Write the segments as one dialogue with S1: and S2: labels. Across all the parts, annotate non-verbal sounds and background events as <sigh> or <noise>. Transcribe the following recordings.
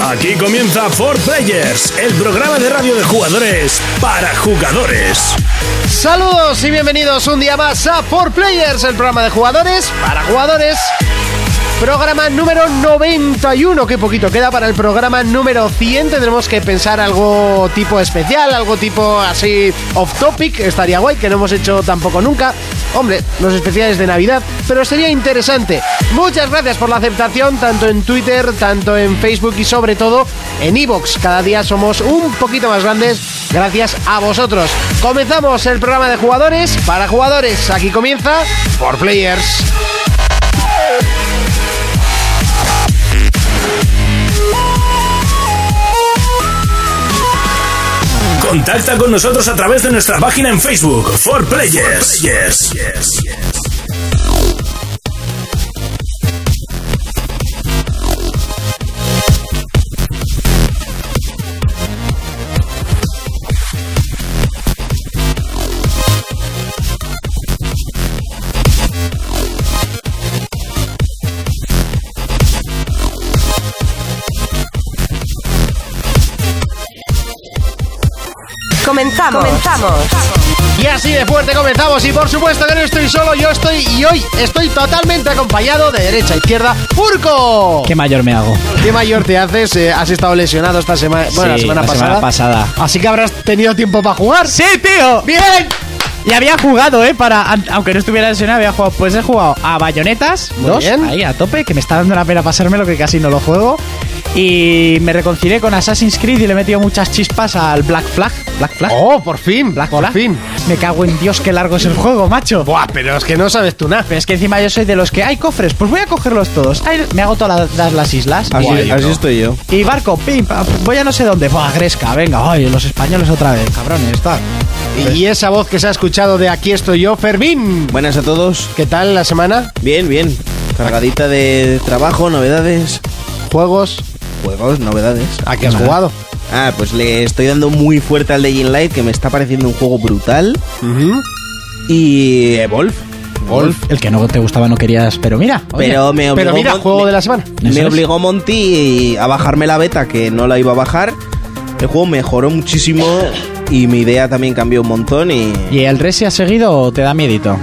S1: Aquí comienza For Players, el programa de radio de jugadores para jugadores.
S2: Saludos y bienvenidos un día más a For Players, el programa de jugadores para jugadores. Programa número 91, qué poquito queda para el programa número 100. Tendremos que pensar algo tipo especial, algo tipo así off topic, estaría guay, que no hemos hecho tampoco nunca. Hombre, los especiales de Navidad, pero sería interesante. Muchas gracias por la aceptación, tanto en Twitter, tanto en Facebook y sobre todo en Evox. Cada día somos un poquito más grandes gracias a vosotros. Comenzamos el programa de jugadores para jugadores. Aquí comienza For Players.
S1: Contacta con nosotros a través de nuestra página en Facebook, For Players. Yes, yes, yes.
S3: Comenzamos. Comenzamos.
S2: Y así de fuerte comenzamos y por supuesto que no estoy solo, yo estoy y hoy estoy totalmente acompañado de derecha a izquierda. ¡Urco!
S4: ¿Qué mayor me hago?
S2: ¿Qué mayor te haces? Eh, has estado lesionado esta semana, bueno, la
S4: Sí,
S2: semana
S4: la
S2: pasada.
S4: semana pasada.
S2: Así que habrás tenido tiempo para jugar.
S4: ¡Sí, tío!
S2: ¡Bien!
S4: Y había jugado, ¿eh? Para, an- aunque no estuviera lesionado, había jugado. Pues he jugado a Bayonetas
S2: Muy
S4: 2,
S2: bien.
S4: ahí a tope, que me está dando la pena pasármelo, que casi no lo juego. Y me reconcilié con Assassin's Creed y le he metido muchas chispas al Black Flag. Black Flag.
S2: Oh, por fin,
S4: Black
S2: por
S4: Flag.
S2: fin.
S4: Me cago en Dios, qué largo es el juego, macho.
S2: Buah, pero es que no sabes tú nada.
S4: Pero es que encima yo soy de los que hay cofres, pues voy a cogerlos todos. Ay, me hago todas las, las islas.
S5: Así,
S4: Buah,
S5: así estoy yo.
S4: Y barco, pim, pam, voy a no sé dónde. Buah, Gresca, venga, ay, los españoles otra vez, cabrones, tal. pues
S2: Y esa voz que se ha escuchado de aquí estoy yo, Fermín.
S5: Buenas a todos.
S2: ¿Qué tal la semana?
S5: Bien, bien. Cargadita de trabajo, novedades,
S2: ¿Juegos?
S5: juegos, novedades.
S2: ¿A qué has jugado?
S5: Ah, pues le estoy dando muy fuerte al Dying Light, que me está pareciendo un juego brutal. Y Evolve. Evolve.
S4: El que no te gustaba no querías, pero mira. oye,
S5: Pero me obligó,
S2: Pero mira,
S5: Mon-
S2: juego
S5: me-
S2: de la semana.
S4: Eso
S5: me
S4: es.
S5: obligó Monty a bajarme la beta, que no la iba a bajar. El juego mejoró muchísimo y mi idea también cambió un montón. Y
S4: ¿Y el Resi ha seguido o te da miedito?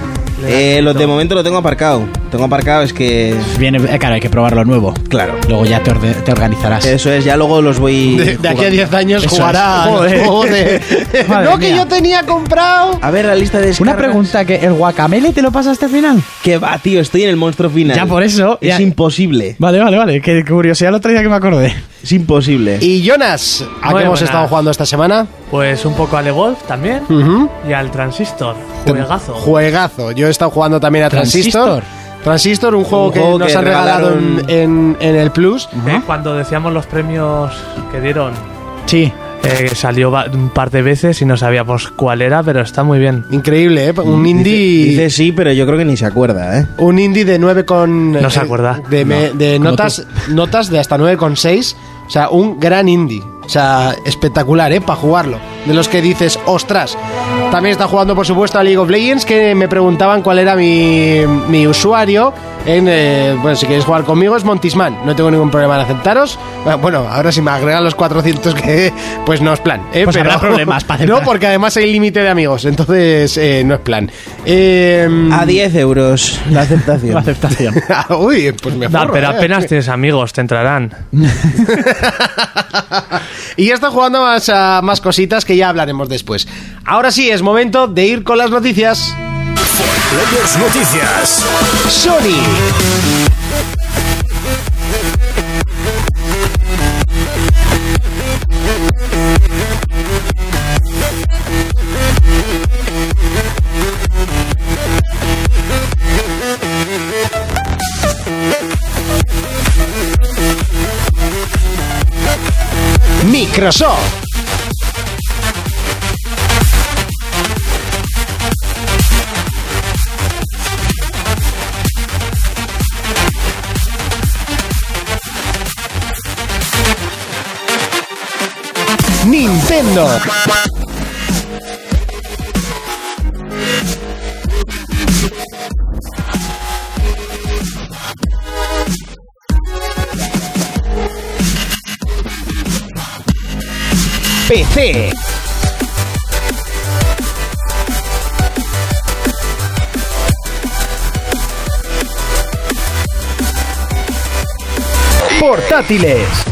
S5: eh, lo- de momento lo tengo aparcado. Tengo aparcado, es que.
S4: Viene, eh, claro, hay que probarlo nuevo.
S5: Claro.
S4: Luego ya te, orde- te organizarás.
S5: Eso es, ya luego los voy.
S2: De, de aquí a
S5: jugando.
S2: 10 años
S4: Eso
S2: jugará
S4: es.
S2: al
S4: Joder.
S2: juego de.
S4: Madre
S2: no, que
S4: mía.
S2: yo tenía comprado.
S5: A ver la lista de
S4: Una
S5: descargas.
S4: pregunta que el guacamele te lo pasaste al final.
S5: Que va, tío, estoy en el monstruo final.
S4: Ya por eso,
S5: Es
S4: ya-
S5: imposible.
S4: Vale, vale, vale. Qué curiosidad el otro día que me acordé.
S5: Es imposible.
S2: Y Jonas, ¿a qué hemos
S6: Muy buenas.
S2: estado jugando esta semana?
S6: Pues un poco al de golf también.
S2: Ujú.
S6: Y al transistor. Juegazo.
S2: Juegazo. Yo he estado jugando también a Transistor. Transistor, un juego que
S5: juego
S2: nos
S5: que
S2: han regalado en- en, en el Plus.
S6: Eh, Cuando decíamos los premios que dieron,
S4: Sí.
S6: eh, salió va- un par de veces y no sabíamos cuál era, pero está muy bien.
S2: Increíble, ¿eh? Un indie.
S5: Dice sí, pero yo creo que ni se acuerda, ¿eh?
S2: Un indie de 9 con...
S6: No se
S2: eh,
S6: acuerda.
S2: De, me- de
S4: como
S2: notas, notas de hasta 9,6. O sea, un gran indie. O sea, espectacular, ¿eh? Para jugarlo. De los que dices, ostras. También está jugando, por supuesto, a League of Legends, que me preguntaban cuál era mi, mi usuario. En, eh, bueno, si queréis jugar conmigo es Montisman. No tengo ningún problema en aceptaros. Ah, Bueno, ahora si me agregan los 400 que... Pues no es plan. ¿eh?
S4: Pues habrá problemas para aceptar.
S2: <laughs> No, porque además hay límite de amigos. Entonces, eh, no es plan. Eh,
S5: A 10 euros la
S4: <laughs>
S5: aceptación.
S4: La aceptación.
S2: Ah, <laughs> Uy, pues me
S6: Da,
S2: forro,
S6: pero
S2: eh.
S6: apenas tienes amigos, te entrarán.
S2: <laughs> Y ya está jugando más, a más cositas que ya hablaremos después. Ahora sí, es momento de ir con las noticias.
S1: Players Noticias.
S2: Sony. Microsoft. Nintendo. PC. Portátiles.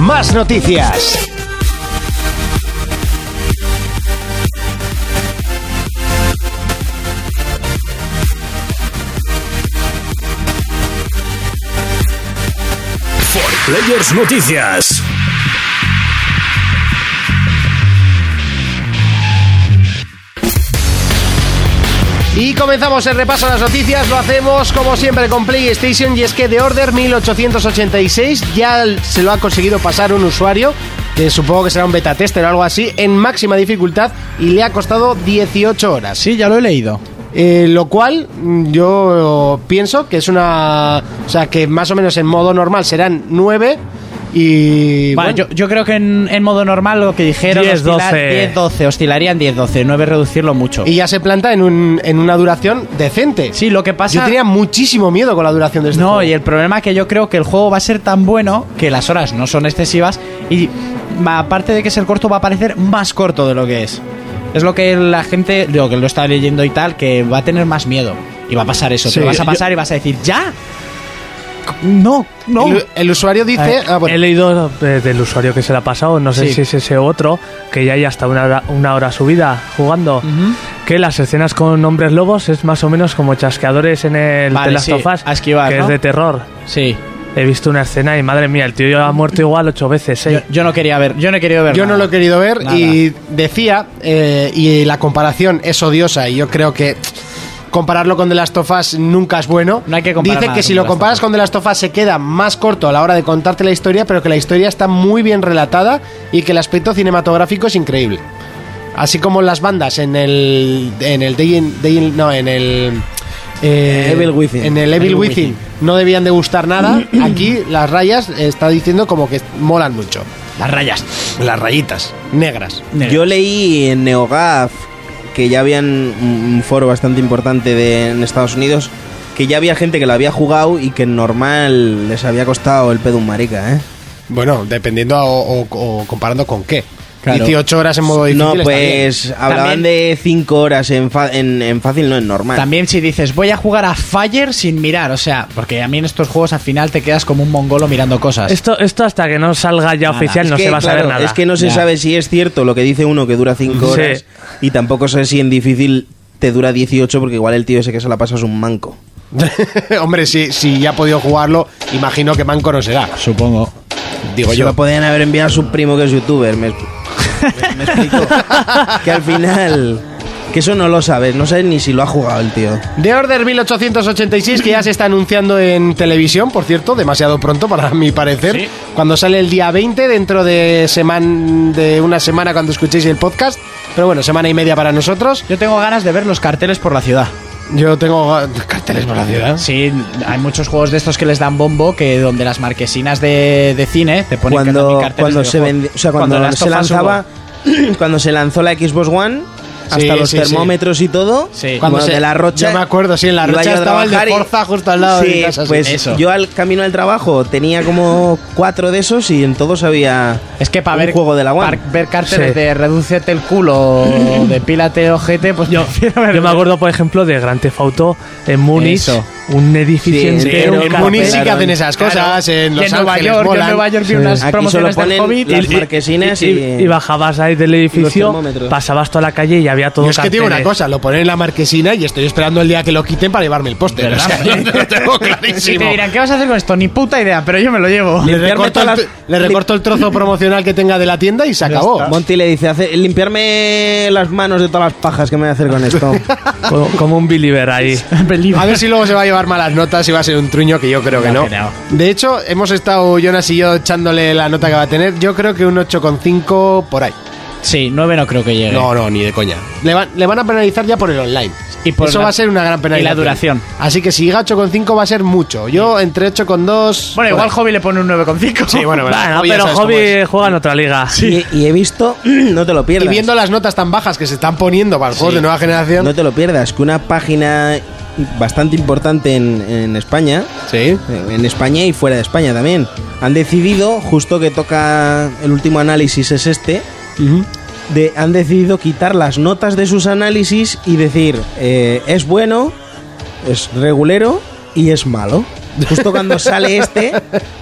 S2: Más noticias.
S1: Players Noticias.
S2: Y comenzamos el repaso a las noticias, lo hacemos como siempre con PlayStation y es que The Order 1886 ya se lo ha conseguido pasar un usuario, que supongo que será un beta tester o algo así, en máxima dificultad y le ha costado 18 horas.
S4: Sí, ya lo he leído.
S2: Eh, lo cual mm, yo pienso que es una... O sea, que más o menos en modo normal serán 9 y...
S4: Vale,
S2: bueno,
S4: yo, yo creo que en, en modo normal lo que dijeron
S6: 10, 12.
S4: 10-12, oscilarían 10-12, 9 reducirlo mucho.
S2: Y ya se planta en, un- en una duración decente.
S4: sí, lo que pasa...
S2: Yo tenía muchísimo miedo con la duración de este
S4: No,
S2: juego.
S4: y el problema es que yo creo que el juego va a ser tan bueno que las horas no son excesivas y va- aparte de que es el corto va a parecer más corto de lo que es. Es lo que la gente, digo, que lo está leyendo y tal, que va a tener más miedo. Y va a pasar eso,
S2: Sí,
S4: te vas a
S2: yo-
S4: pasar y vas a decir, ¡ya! No, no.
S2: El, el usuario dice... ah, bueno.
S6: He leído eh, del usuario que se la ha pasado, no sé
S4: Sí.
S6: si es ese otro, que ya hay hasta una hora, una hora subida jugando, que las escenas con hombres lobos es más o menos como chasqueadores en el
S4: Vale,
S6: The Last
S4: sí,
S6: of Us,
S4: a esquivar,
S6: que
S4: ¿no?
S6: es de terror.
S4: Sí.
S6: He visto una escena y madre mía, el tío ya ha muerto igual ocho veces,
S4: Yo,
S6: ¿eh?
S4: yo no quería ver, yo no he querido ver.
S2: Yo no
S4: nada.
S2: lo he querido ver
S4: Nada.
S2: y decía, eh, y la comparación es odiosa y yo creo que compararlo con The Last of Us nunca es bueno.
S4: No hay que comparar
S2: Dice
S4: nada
S2: que
S4: con
S2: si
S4: The
S2: lo
S4: Last of
S2: comparas
S4: Us.
S2: con The Last of Us se queda más corto a la hora de contarte la historia, pero que la historia está muy bien relatada y que el aspecto cinematográfico es increíble. Así como las bandas en el en el Day in- Day in- no, en el eh,
S5: Evil Within.
S2: En el Evil,
S4: Evil
S2: Within,
S4: Within.
S2: no debían de gustar <clears throat> nada. Aquí las rayas eh, está diciendo como que molan mucho.
S4: Las rayas.
S2: Las rayitas negras.
S5: Yo leí en NeoGAF que ya habían un un foro bastante importante de- en Estados Unidos que ya había gente que la había jugado y que en normal les había costado el pedo un marica, ¿eh?
S2: Bueno, dependiendo a- o, o- o comparando con qué.
S4: Claro.
S2: 18 horas en modo difícil.
S5: No,
S2: está bien. <laughs>
S5: pues hablaban
S4: También-
S5: de 5 horas en, fa- en- en fácil, no en normal.
S4: También si dices, voy a jugar a Fire sin mirar, o sea, porque a mí en estos juegos al final te quedas como un mongolo mirando cosas.
S6: Esto, esto hasta que no salga ya
S4: Nada.
S6: oficial
S5: Es
S6: no
S5: que,
S6: se va a saber
S5: claro,
S6: nada.
S5: Es que no se
S4: Ya.
S5: sabe si es cierto lo que dice uno que dura 5
S6: Sí.
S5: horas y tampoco sé si en difícil te dura 18 porque igual el tío ese que se la pasa es un manco.
S2: Hombre, si, si ya ha podido jugarlo, imagino que Manco no será.
S4: Supongo.
S2: Digo
S5: se
S2: yo.
S5: lo podían haber enviado a su primo que es youtuber. Me, me- me explico. que al final. Que eso no lo sabes, no sabes ni si lo ha jugado el tío.
S2: The Order 1886, que ya se está anunciando en televisión, por cierto, demasiado pronto para mi parecer. Cuando sale el día 20, dentro de, seman- de una semana cuando escuchéis el podcast. Pero bueno, semana y media para nosotros.
S4: Yo tengo ganas de ver los carteles por la ciudad.
S2: Yo tengo ah, carteles por la ciudad.
S4: Sí, hay muchos juegos de estos que les dan bombo que donde las marquesinas de, de cine te ponen que
S5: Cuando,
S4: también carteles
S5: cuando
S4: de
S5: se
S4: videojuego.
S5: vendi- o sea, cuando,
S4: Last
S5: se
S4: of Us
S5: lanzaba.
S4: hubo-
S5: <clears throat> cuando se lanzó la Xbox One, hasta
S2: Sí,
S5: los
S2: sí, sí.
S5: termómetros y todo.
S4: Sí.
S5: Cuando
S2: Cuando se-
S5: de la rocha.
S2: yo me acuerdo, sí, en La
S5: iba
S2: Rocha
S5: yo a
S2: estaba el de
S5: trabajar y-
S2: Forza justo al lado de
S5: Sí,
S2: mi casa, sí.
S5: Pues
S4: Eso.
S5: yo al camino al trabajo tenía como cuatro de esos y en todos había.
S4: Es que para
S5: un
S4: ver,
S5: juego de la One.
S4: para ver carteles
S6: Sí.
S4: de redúcete el culo o de pílate ojete, pues <laughs> yo prefiero ver-
S6: Yo me acuerdo, por ejemplo, de Grand Theft Auto en Múnich,
S4: Eso.
S6: un edificio
S5: Sí,
S6: entero.
S5: entero,
S2: En
S5: Claro,
S2: Múnich sí que
S5: claro.
S2: hacen esas cosas,
S4: Claro.
S2: en
S4: Y
S2: Los
S4: en Nueva
S2: Ángeles
S4: York, yo en
S2: molan.
S4: Nueva York vi unas
S5: Aquí solo
S4: promociones del
S5: ponen
S4: Hobbit y-
S5: las marquesinas
S6: y,
S5: y,
S6: y bajabas ahí del edificio,
S5: termómetros.
S6: pasabas toda la calle y había todo ¿eh?
S2: Yo es que digo una
S6: carteles.
S2: cosa, lo ponen en la marquesina y estoy esperando el día que lo quiten para llevarme el póster. O
S4: ¿Verdad?
S2: sea, yo <laughs> lo tengo
S4: Y te
S2: clarísimo.
S4: dirán, ¿qué vas a hacer con esto? Ni puta idea, pero yo me lo llevo. <laughs>
S2: Le
S5: Limpiarme
S2: recorto, el,
S5: todas las-
S2: le recorto el trozo promocional que tenga de la tienda y se acabó.
S5: Monty le dice: "Hace- limpiarme las manos de todas las pajas que me voy a hacer con esto.
S6: Como, como un believer ahí.
S4: Ah,
S2: A ver si luego se va a llevar malas notas y va a ser un truño que yo creo que no.
S4: que no.
S2: De hecho, hemos estado Jonas y yo echándole la nota que va a tener. Yo creo que un 8,5 por ahí.
S4: Sí, nueve no creo que llegue. Eh.
S2: No, no, ni de coña. Le, van- le van a penalizar ya por el online.
S4: Y por
S2: Eso
S4: la-
S2: va a ser una gran penalidad.
S4: Y la duración.
S2: Así que si llega 8,5 va a ser mucho. Yo entre 8,2.
S4: Bueno, igual Hobby le pone un 9,5.
S2: Sí,
S4: <laughs>
S2: bueno, Hobby
S6: Bueno,
S2: ya
S6: Ah, pero
S2: sabes cómo
S6: Hobby
S2: es.
S6: juega en otra liga.
S5: Y, y he visto, no te lo
S2: Y
S5: pierdas.
S2: viendo las notas tan bajas que se están poniendo para los juegos de nueva generación.
S5: No te lo pierdas, que una página bastante importante en, en España,
S2: Sí.
S5: en España y fuera de España también, han decidido, justo que toca el último análisis es este, de, han decidido quitar las notas de sus análisis y decir, eh, es bueno, es regulero y es malo. Justo cuando sale
S2: <laughs>
S5: este,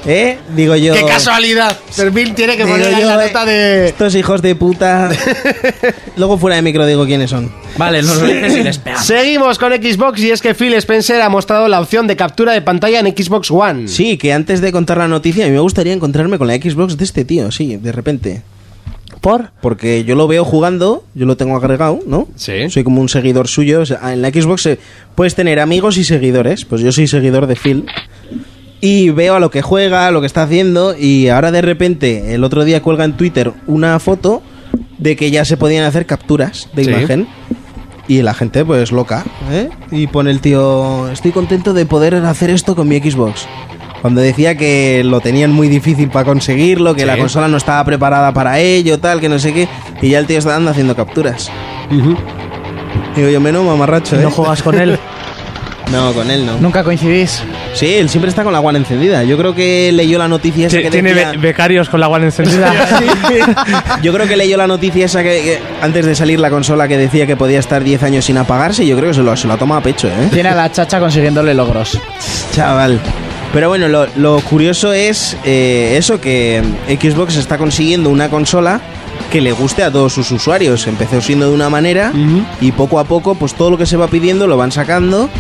S5: eh, digo yo...
S2: ¡Qué casualidad! Servil tiene que
S5: digo
S2: poner ahí
S5: yo,
S2: la
S5: eh,
S2: nota de.
S4: Este
S5: Estos hijos
S2: <laughs>
S5: de puta... Luego fuera de micro digo quiénes son.
S4: Vale, nos lo dices y les pegamos.
S2: Seguimos con Xbox y es que Phil Spencer ha mostrado la opción de captura de pantalla en Xbox One.
S5: Sí, que antes de contar la noticia, a mí me gustaría encontrarme con la Xbox de este tío, sí, de repente.
S6: ¿Por?
S5: Porque yo lo veo jugando, yo lo tengo agregado, ¿no?
S2: Sí.
S5: Soy como un seguidor suyo. o sea, en la Xbox eh, puedes tener amigos y seguidores. Pues yo soy seguidor de Phil. Y veo a lo que juega, a lo que está haciendo. Y ahora de repente, el otro día cuelga en Twitter una foto de que ya se podían hacer capturas de
S2: Sí.
S5: imagen. Y la gente, pues loca, ¿eh? Y pone el tío, estoy contento de poder hacer esto con mi Xbox. Cuando decía que lo tenían muy difícil para conseguirlo, que la consola no estaba preparada para ello, tal, que no sé qué. Y ya el tío está andando haciendo capturas. Digo yo, menos mamarracho, ¿eh?
S6: No juegas con
S2: <laughs>
S6: él.
S5: <laughs> No, con él no.
S4: Nunca coincidís.
S5: Sí, él siempre está con la guana encendida. Yo creo que leyó la noticia esa que
S6: Ti- Tiene
S5: decía-
S6: be- becarios con la guardia encendida.
S5: <laughs> Yo creo que leyó la noticia esa que, que antes de salir la consola que decía que podía estar 10 años sin apagarse. Yo creo que se lo, se lo toma a pecho, ¿eh?
S4: Tiene a la chacha consiguiéndole logros.
S5: Chaval. Pero bueno, lo, lo curioso es eh, eso, que Xbox está consiguiendo una consola que le guste a todos sus usuarios. Empezó siendo de una manera y poco a poco, pues todo lo que se va pidiendo lo van sacando.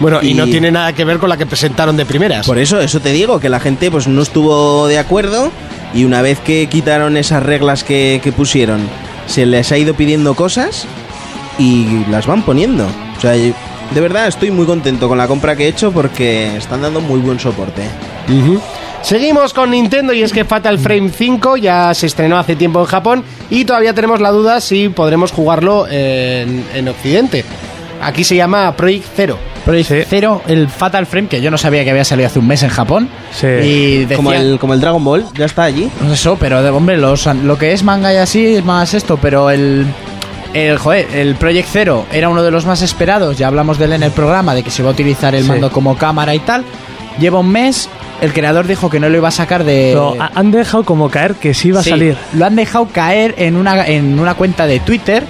S2: Bueno, y...
S5: Y-
S2: no tiene nada que ver con la que presentaron de primeras.
S5: Por eso, eso te digo, que la gente pues no estuvo de acuerdo y una vez que quitaron esas reglas que, que pusieron, se les ha ido pidiendo cosas y las van poniendo. O sea, yo- de verdad estoy muy contento con la compra que he hecho porque están dando muy buen soporte.
S2: Seguimos con Nintendo y es que Fatal Frame 5 ya se estrenó hace tiempo en Japón y todavía tenemos la duda si podremos jugarlo en, en Occidente. Aquí se llama Project Zero.
S4: Pero dice
S6: Sí.
S4: cero el Fatal Frame, que yo no sabía que había salido hace un mes en Japón.
S6: Sí.
S4: Y decía,
S5: Como el, como el Dragon Ball, ya está allí.
S4: No sé eso, pero de- hombre, los, lo que es manga y así es más esto, pero el. El, joder, el Project Zero era uno de los más esperados, ya hablamos de él en el programa, de que se va a utilizar el
S6: Sí.
S4: mando como cámara y tal. Lleva un mes, el creador dijo que no lo iba a sacar de...
S6: Pero ha- han dejado como caer que sí ah, iba
S4: eh, Sí,
S6: a salir.
S4: Lo han dejado caer en una, en una cuenta de Twitter.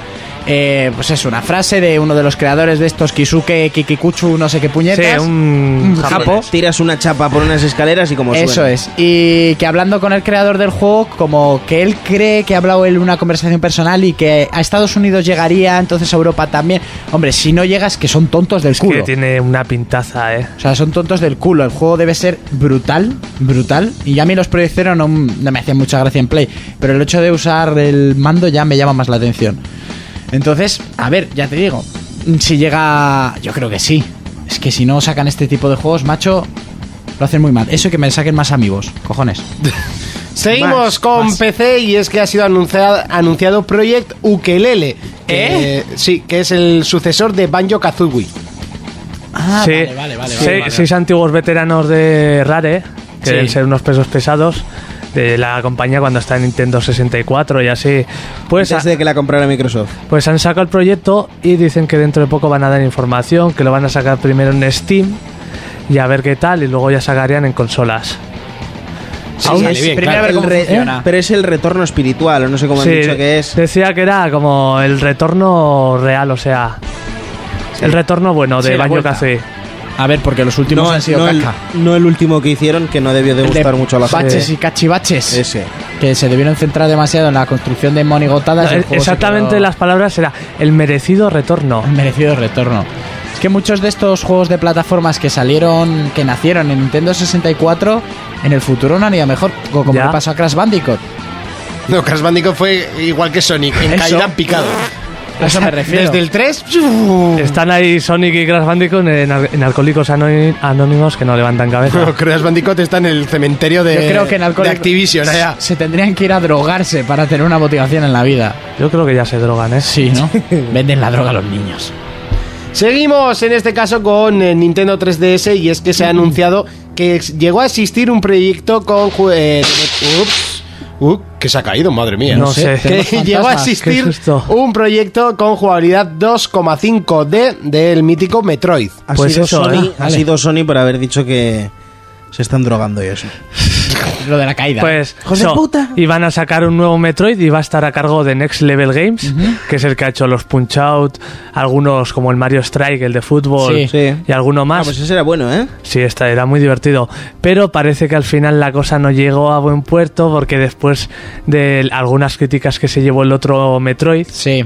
S4: eh, pues es una frase de uno de los creadores de estos Kisuke Kikikuchu, no sé qué puñetas.
S6: Sí,
S2: Mm,
S6: un
S4: Un
S6: japonés.
S4: japo.
S5: Tiras una chapa por unas escaleras y como suena.
S4: Eso es. Y que hablando con el creador del juego, como que él cree que ha hablado en una conversación personal y que a Estados Unidos llegaría, entonces a Europa también. Hombre, si no llegas, que son tontos del
S6: Que
S4: culo.
S6: tiene una pintaza, eh.
S4: O sea, son tontos del culo. El juego debe ser brutal, brutal. Y ya a mí los Project Zero no, no me hacían mucha gracia en play. Pero el hecho de usar el mando ya me llama más la atención. Entonces, a ver, ya te digo. Si llega... Yo creo que sí. Es que si no sacan este tipo de juegos, macho, lo hacen muy mal. Eso y que me saquen más amigos. Cojones.
S2: Seguimos
S4: Más,
S2: con
S4: más.
S2: PC y es que ha sido anunciado, anunciado Project Ukelele. que-
S4: ¿Eh?
S2: sí, que es el sucesor de Banjo Kazooie.
S4: Ah,
S6: Sí.
S4: vale, vale, vale.
S6: Se- seis, antiguos veteranos de Rare, que
S4: Sí.
S6: deben ser unos pesos pesados de la compañía cuando está en Nintendo 64 y así. Pues,
S5: Antes de que la comprara Microsoft.
S6: pues han sacado el proyecto y dicen que dentro de poco van a dar información, que lo van a sacar primero en Steam y a ver qué tal y luego ya sacarían en consolas.
S2: Sí,
S5: Aún
S2: sale
S5: es-
S2: bien,
S4: primero
S2: claro.
S4: a ver cómo
S5: El re-
S4: funciona.
S5: ¿Eh? Pero es el retorno espiritual, o no sé cómo
S6: Sí,
S5: han dicho que es.
S6: Decía que era como el retorno real, o sea, el retorno bueno
S4: Sí,
S6: de
S4: la
S6: Baño
S4: vuelta.
S6: Café.
S4: A ver, porque los últimos
S5: No,
S4: han sido
S5: no el,
S4: caca.
S5: no el último que hicieron, que no debió de
S4: El de
S5: gustar mucho a la gente.
S4: Baches y cachivaches.
S5: Ese.
S4: que se debieron centrar demasiado en la construcción de monigotadas. y el juego se
S6: Eh, Exactamente
S4: quedó-
S6: las palabras era el merecido retorno.
S4: el merecido retorno. Es que muchos de estos juegos de plataformas que salieron, que nacieron en Nintendo 64, en el futuro no han ido mejor, co- como
S6: Ya.
S4: le pasó a Crash Bandicoot.
S2: No, Crash Bandicoot fue igual que Sonic, en
S4: Eso.
S2: caída en picado.
S4: A
S2: <laughs>
S4: eso me refiero. Este-
S2: Desde el 3...
S6: Están ahí Sonic y Crash Bandicoot en, al- en Alcohólicos Anoni- Anónimos que no levantan cabeza.
S2: No, <laughs> Crash Bandicoot está en el cementerio de,
S4: Yo creo que en
S2: de
S4: Alcoholic-
S2: Activision. allá.
S4: Se tendrían que ir a drogarse para tener una motivación en la vida.
S6: Yo creo que ya se drogan, ¿eh?
S4: Sí, ¿no? Venden la droga a los niños.
S2: Seguimos en este caso con eh, Nintendo 3DS y es que se ha anunciado que ex- llegó a existir un proyecto con... ju- eh, de- ups, uh, que se ha caído, madre mía. <laughs>
S6: No sé.
S2: Que
S6: Fantasmas,
S2: llegó a
S6: qué
S2: existir
S6: susto.
S2: un proyecto con jugabilidad 2,5D del mítico Metroid.
S5: Ha,
S6: Pues
S5: sido
S6: eso,
S5: Sony,
S6: ¿eh?
S5: ha
S4: Vale.
S5: sido Sony por haber dicho que se están drogando y eso.
S4: Lo de la caída.
S6: Pues
S5: Hijos de
S6: eso,
S5: puta.
S6: y van a sacar un nuevo Metroid y va a estar a cargo de Next Level Games, que es el que ha hecho los Punch Out, algunos como el Mario Strike, el de fútbol
S4: Sí.
S5: Sí.
S6: y alguno
S5: Ah,
S6: más.
S5: pues ese era bueno, ¿eh?
S6: Sí, esta era muy divertido. Pero parece que al final la cosa no llegó a buen puerto porque después de algunas críticas que se llevó el otro Metroid,
S4: sí.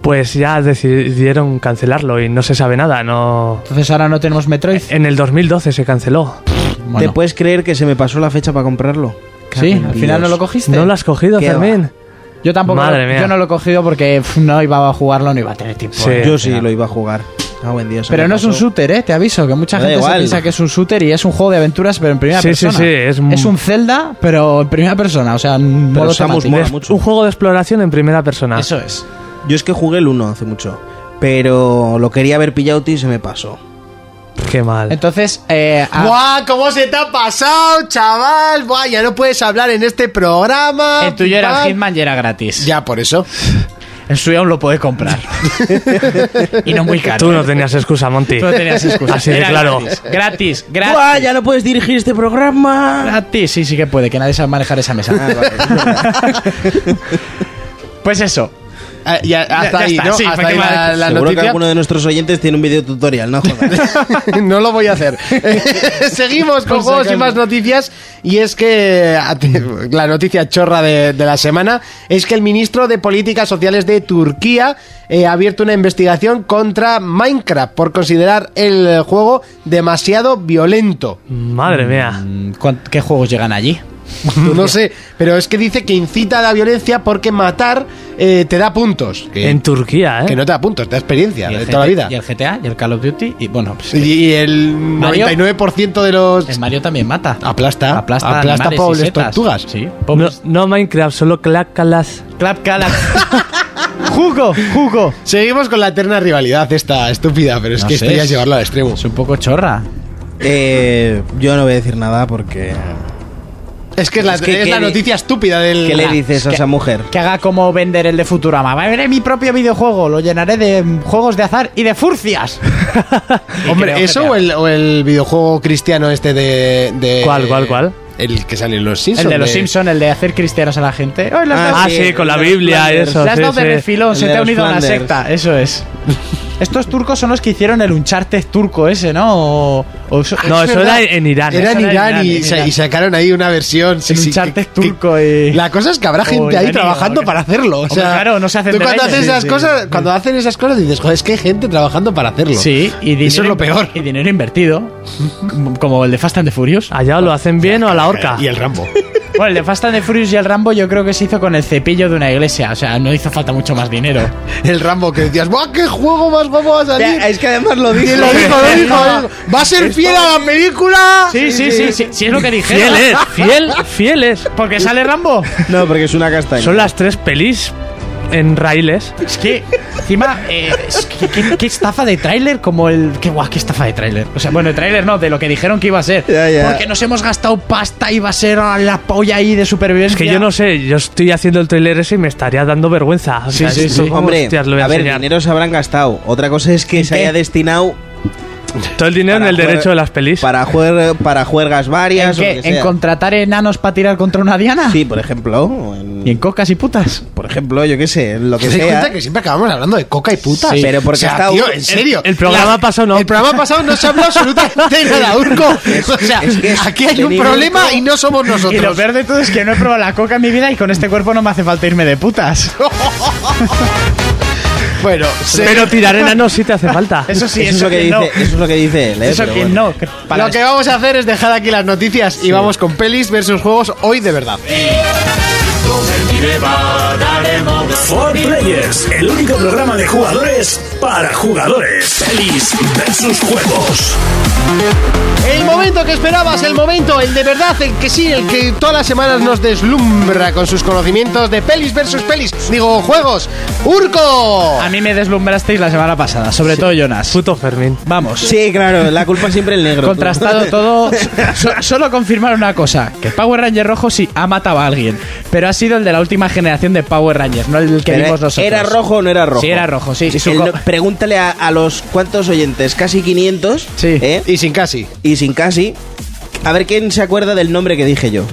S6: pues ya decidieron cancelarlo y no se sabe nada. No.
S4: Entonces ahora no tenemos Metroid.
S6: En el 2012 se canceló.
S4: Bueno.
S5: eh, ¿Te puedes creer que se me pasó la fecha para comprarlo?
S4: Sí,
S5: Cago en
S4: al final no
S5: Dios.
S4: lo cogiste.
S6: ¿No lo has cogido,
S5: Qué
S6: Fermín?
S4: Yo tampoco.
S6: Madre mía.
S4: Yo no lo he cogido porque pf, no iba a jugarlo, no iba a tener tiempo.
S6: Sí.
S4: eh.
S5: Yo sí lo iba a jugar. Ah, buen Dios. se
S4: Pero
S5: me
S4: no es un
S5: pasó.
S4: shooter, ¿eh? Te aviso, que mucha
S5: Me da
S4: gente se
S5: igual.
S4: piensa que es un shooter y es un juego de aventuras, pero en primera
S6: Sí, sí,
S4: persona.
S6: sí, es un-
S4: un Zelda, pero en primera persona, o sea, en
S5: Pero
S4: modo
S5: Samus
S4: temático.
S5: mola
S6: Es
S5: mucho.
S6: Un juego de exploración en primera persona.
S4: Eso es.
S5: Yo es que jugué el 1 hace mucho. Pero lo quería haber pillado tío, y se me pasó.
S6: Qué mal.
S4: Entonces, eh, a-
S2: ¡Guau! ¿Cómo se te ha pasado, chaval? ¡Buah! Ya no puedes hablar en este programa.
S4: el tuyo era
S2: Pam.
S4: el Hitman y era gratis.
S2: Ya, por eso.
S4: El suyo aún lo puede comprar. y no muy caro.
S6: Tú no tenías excusa, Monty.
S4: Tú no tenías excusa.
S6: Así de
S4: Era
S6: claro.
S4: Gratis, gratis. gratis.
S5: ¡Buah! Ya no puedes dirigir este programa. Ah,
S4: Gratis, sí, sí que puede, que nadie sabe manejar esa mesa. pues eso.
S2: Ah, ya, hasta
S4: ya
S2: ahí,
S4: está,
S2: ¿no?
S4: sí,
S2: hasta
S4: ¿para
S2: ahí
S4: qué
S2: la,
S4: más?
S2: la
S5: Seguro que
S2: noticia.
S5: alguno de nuestros oyentes tiene un video tutorial, no jodas.
S2: <laughs> no lo voy a
S4: <laughs>
S2: hacer. Seguimos con
S4: Por si
S2: juegos y
S4: acaso.
S2: más noticias. Y es que <laughs> a ti- la noticia chorra de, de la semana es que el ministro de Políticas Sociales de Turquía eh, ha abierto una investigación contra Minecraft por considerar el juego demasiado
S4: <laughs>
S2: violento.
S6: Madre mía.
S4: Mm, ¿cuán- ¿Qué juegos llegan allí?
S2: No sé, pero es que dice que incita a la violencia porque matar eh, te da puntos. Que,
S6: En Turquía, ¿eh?
S2: que no te da puntos, te da experiencia
S4: Y
S2: de
S4: el
S2: toda la
S4: GT
S2: vida.
S4: Y el GTA, y el Call of Duty, y bueno, pues,
S2: Y, y el
S4: Mario.
S2: 99% de los...
S4: el Mario también mata.
S2: Aplasta,
S4: Aplasta,
S2: aplasta
S4: animales y
S2: pobres
S4: setas.
S2: tortugas.
S4: Sí.
S6: No,
S4: pobres-
S6: no Minecraft, solo Clacalas.
S4: Clap, calac. jugo, jugo.
S2: Seguimos con la eterna rivalidad esta estúpida, pero es
S4: No
S2: que
S4: sé,
S2: esto ya
S4: es-
S2: es llevarlo al extremo.
S4: Es un poco chorra.
S5: eh, yo no voy a decir nada porque.
S2: Es que es la,
S5: Es que
S2: es la
S5: qué di-
S2: noticia estúpida del... Ah.
S5: ¿Qué le dices a
S4: que-
S5: esa mujer?
S4: Que haga como vender el de Futurama. Va a ver mi propio videojuego, lo llenaré de mm, juegos de azar y de furcias. <laughs> Y creo
S2: Hombre,
S4: que
S2: ¿eso
S4: te-
S2: o el, o el videojuego cristiano este de... de-
S6: ¿Cuál, cuál, cuál?
S2: El que sale en los Simpsons.
S4: El de
S2: <laughs>
S4: los Simpson, el de hacer cristianos a la gente. ¡Ay, las
S6: Ah, sí, con la Biblia y eso.
S4: Le has
S6: sí,
S4: dado de
S6: sí.
S4: refilón,
S5: El
S4: se
S5: de
S4: te ha
S5: los
S4: unido a una
S5: Flanders.
S4: secta, eso es. Estos turcos son los que hicieron el Uncharted turco ese, ¿no? O- o eso-
S6: No,
S4: es
S6: eso
S4: verdad.
S6: era en Irán.
S2: Ah, Era en
S4: Eso era
S2: Irán
S4: en
S2: y,
S4: Irán,
S2: sa-
S4: Irán.
S2: y sacaron ahí una versión. sí,
S4: El
S2: sí,
S4: Uncharted
S2: que- que-
S4: turco y...
S2: La cosa es que habrá
S4: o
S2: gente ahí
S4: iraní,
S2: trabajando
S4: o-
S2: para hacerlo. O
S4: Hombre,
S2: sea,
S4: claro, no se hacen
S2: tú cuando
S4: de
S2: haces
S4: nadie,
S2: esas
S4: sí,
S2: cosas,
S4: sí.
S2: cuando hacen esas cosas dices, joder, es que hay gente trabajando para hacerlo.
S4: Sí, y dinero,
S2: Eso es lo peor.
S4: Y dinero invertido, como- como el de Fast and the Furious.
S6: Allá lo hacen bien o a la horca.
S2: Eh, Y el Rambo.
S4: Ah, Bueno, el de Fast and the Furious y el Rambo yo creo que se hizo con el cepillo de una iglesia, o sea, no hizo falta mucho más dinero.
S2: <laughs> El Rambo que decías, ¡buah, qué juego más guapo va a salir!
S5: Ya, eh, es que además lo
S2: Y
S5: dije.
S2: lo dijo, lo dijo, lo dijo. ¡Va a ser fiel a la película!
S4: Sí, sí, sí, sí, sí es lo que dijeron.
S6: Fiel es, fiel, fiel es.
S4: Porque sale Rambo.
S5: No, porque es una castaña.
S6: Son las tres pelis en raíles.
S4: Es que, encima, eh, es que- qué, qué estafa de tráiler como el... Qué guau, qué estafa de tráiler. O sea, bueno, de tráiler no, de lo que dijeron que iba a ser.
S5: Ya, ya.
S4: Porque nos hemos gastado pasta y va a ser ah, la polla ahí de supervivencia.
S6: Es que yo no sé, yo estoy haciendo el trailer ese y me estaría dando vergüenza. O sea,
S4: Sí, sí,
S6: esto
S4: sí.
S6: como,
S5: Hombre,
S6: hostias, lo voy a,
S5: a, ver,
S6: enseñar.
S5: dinero se habrán gastado. Otra cosa es que se
S4: qué?
S5: haya destinado
S6: Todo el dinero en
S5: para
S6: el
S5: jugar-
S6: derecho de las pelis.
S5: para, juer- para juergas
S4: ¿En,
S5: varias.
S4: qué?
S5: o lo que
S4: ¿En
S5: sea.
S4: contratar enanos para tirar contra una diana?
S5: Sí, por ejemplo. o en-
S4: ¿Y en cocas y putas?
S5: Por ejemplo, yo qué sé, lo que
S2: ¿Te das
S5: sea.
S2: cuenta que siempre acabamos hablando de coca y putas?
S5: eh. Sí, pero porque
S2: o sea,
S5: está
S2: tío,
S5: uno-
S2: en serio.
S6: el programa
S2: La-
S6: pasado no.
S2: El programa pasado no se habló absolutamente nada, Urco. O sea,
S5: es que es
S2: aquí hay un
S5: peligro.
S2: problema y no somos
S4: Y lo
S2: nosotros.
S4: peor de todo es que no he probado la coca en mi vida y con este cuerpo no me hace falta irme de putas.
S2: Bueno, se-
S6: Pero tirar enanos sí te hace
S4: <laughs>
S6: falta.
S4: Eso sí,
S5: Eso, es
S2: <laughs>
S4: eso,
S5: lo que
S4: que,
S5: dice,
S4: no.
S5: eso es lo que dice él. ¿eh?
S4: Eso
S5: Pero
S4: que
S5: bueno.
S4: no. que para
S2: lo que vamos a hacer es dejar aquí las noticias y vamos con pelis versus juegos hoy de verdad.
S7: Daremos
S1: For Players, el único programa de jugadores para jugadores. Pelis versus juegos.
S2: El momento que esperabas, el momento, el de verdad, el que sí, el que todas las semanas nos deslumbra con sus conocimientos de pelis versus pelis. Digo, juegos. ¡Urco!
S4: A mí me deslumbrasteis la semana pasada, sobre todo Jonas.
S6: Puto Fermín.
S4: Vamos.
S5: Sí, claro, la culpa siempre el negro.
S4: Contrastado todo, So- solo confirmar una cosa, que Power Ranger rojo sí ha matado a alguien, pero ha sido el de la última generación de Power Rangers, no el que
S5: Pero,
S4: vimos nosotros.
S5: ¿Era rojo o no era rojo?
S4: Sí, era rojo, sí. Y su
S5: El
S4: co-
S5: no- pregúntale a, a los cuantos oyentes, casi 500,
S4: Sí.
S5: ¿eh?
S2: Y sin casi.
S5: y sin casi, a ver quién se acuerda del nombre que dije yo.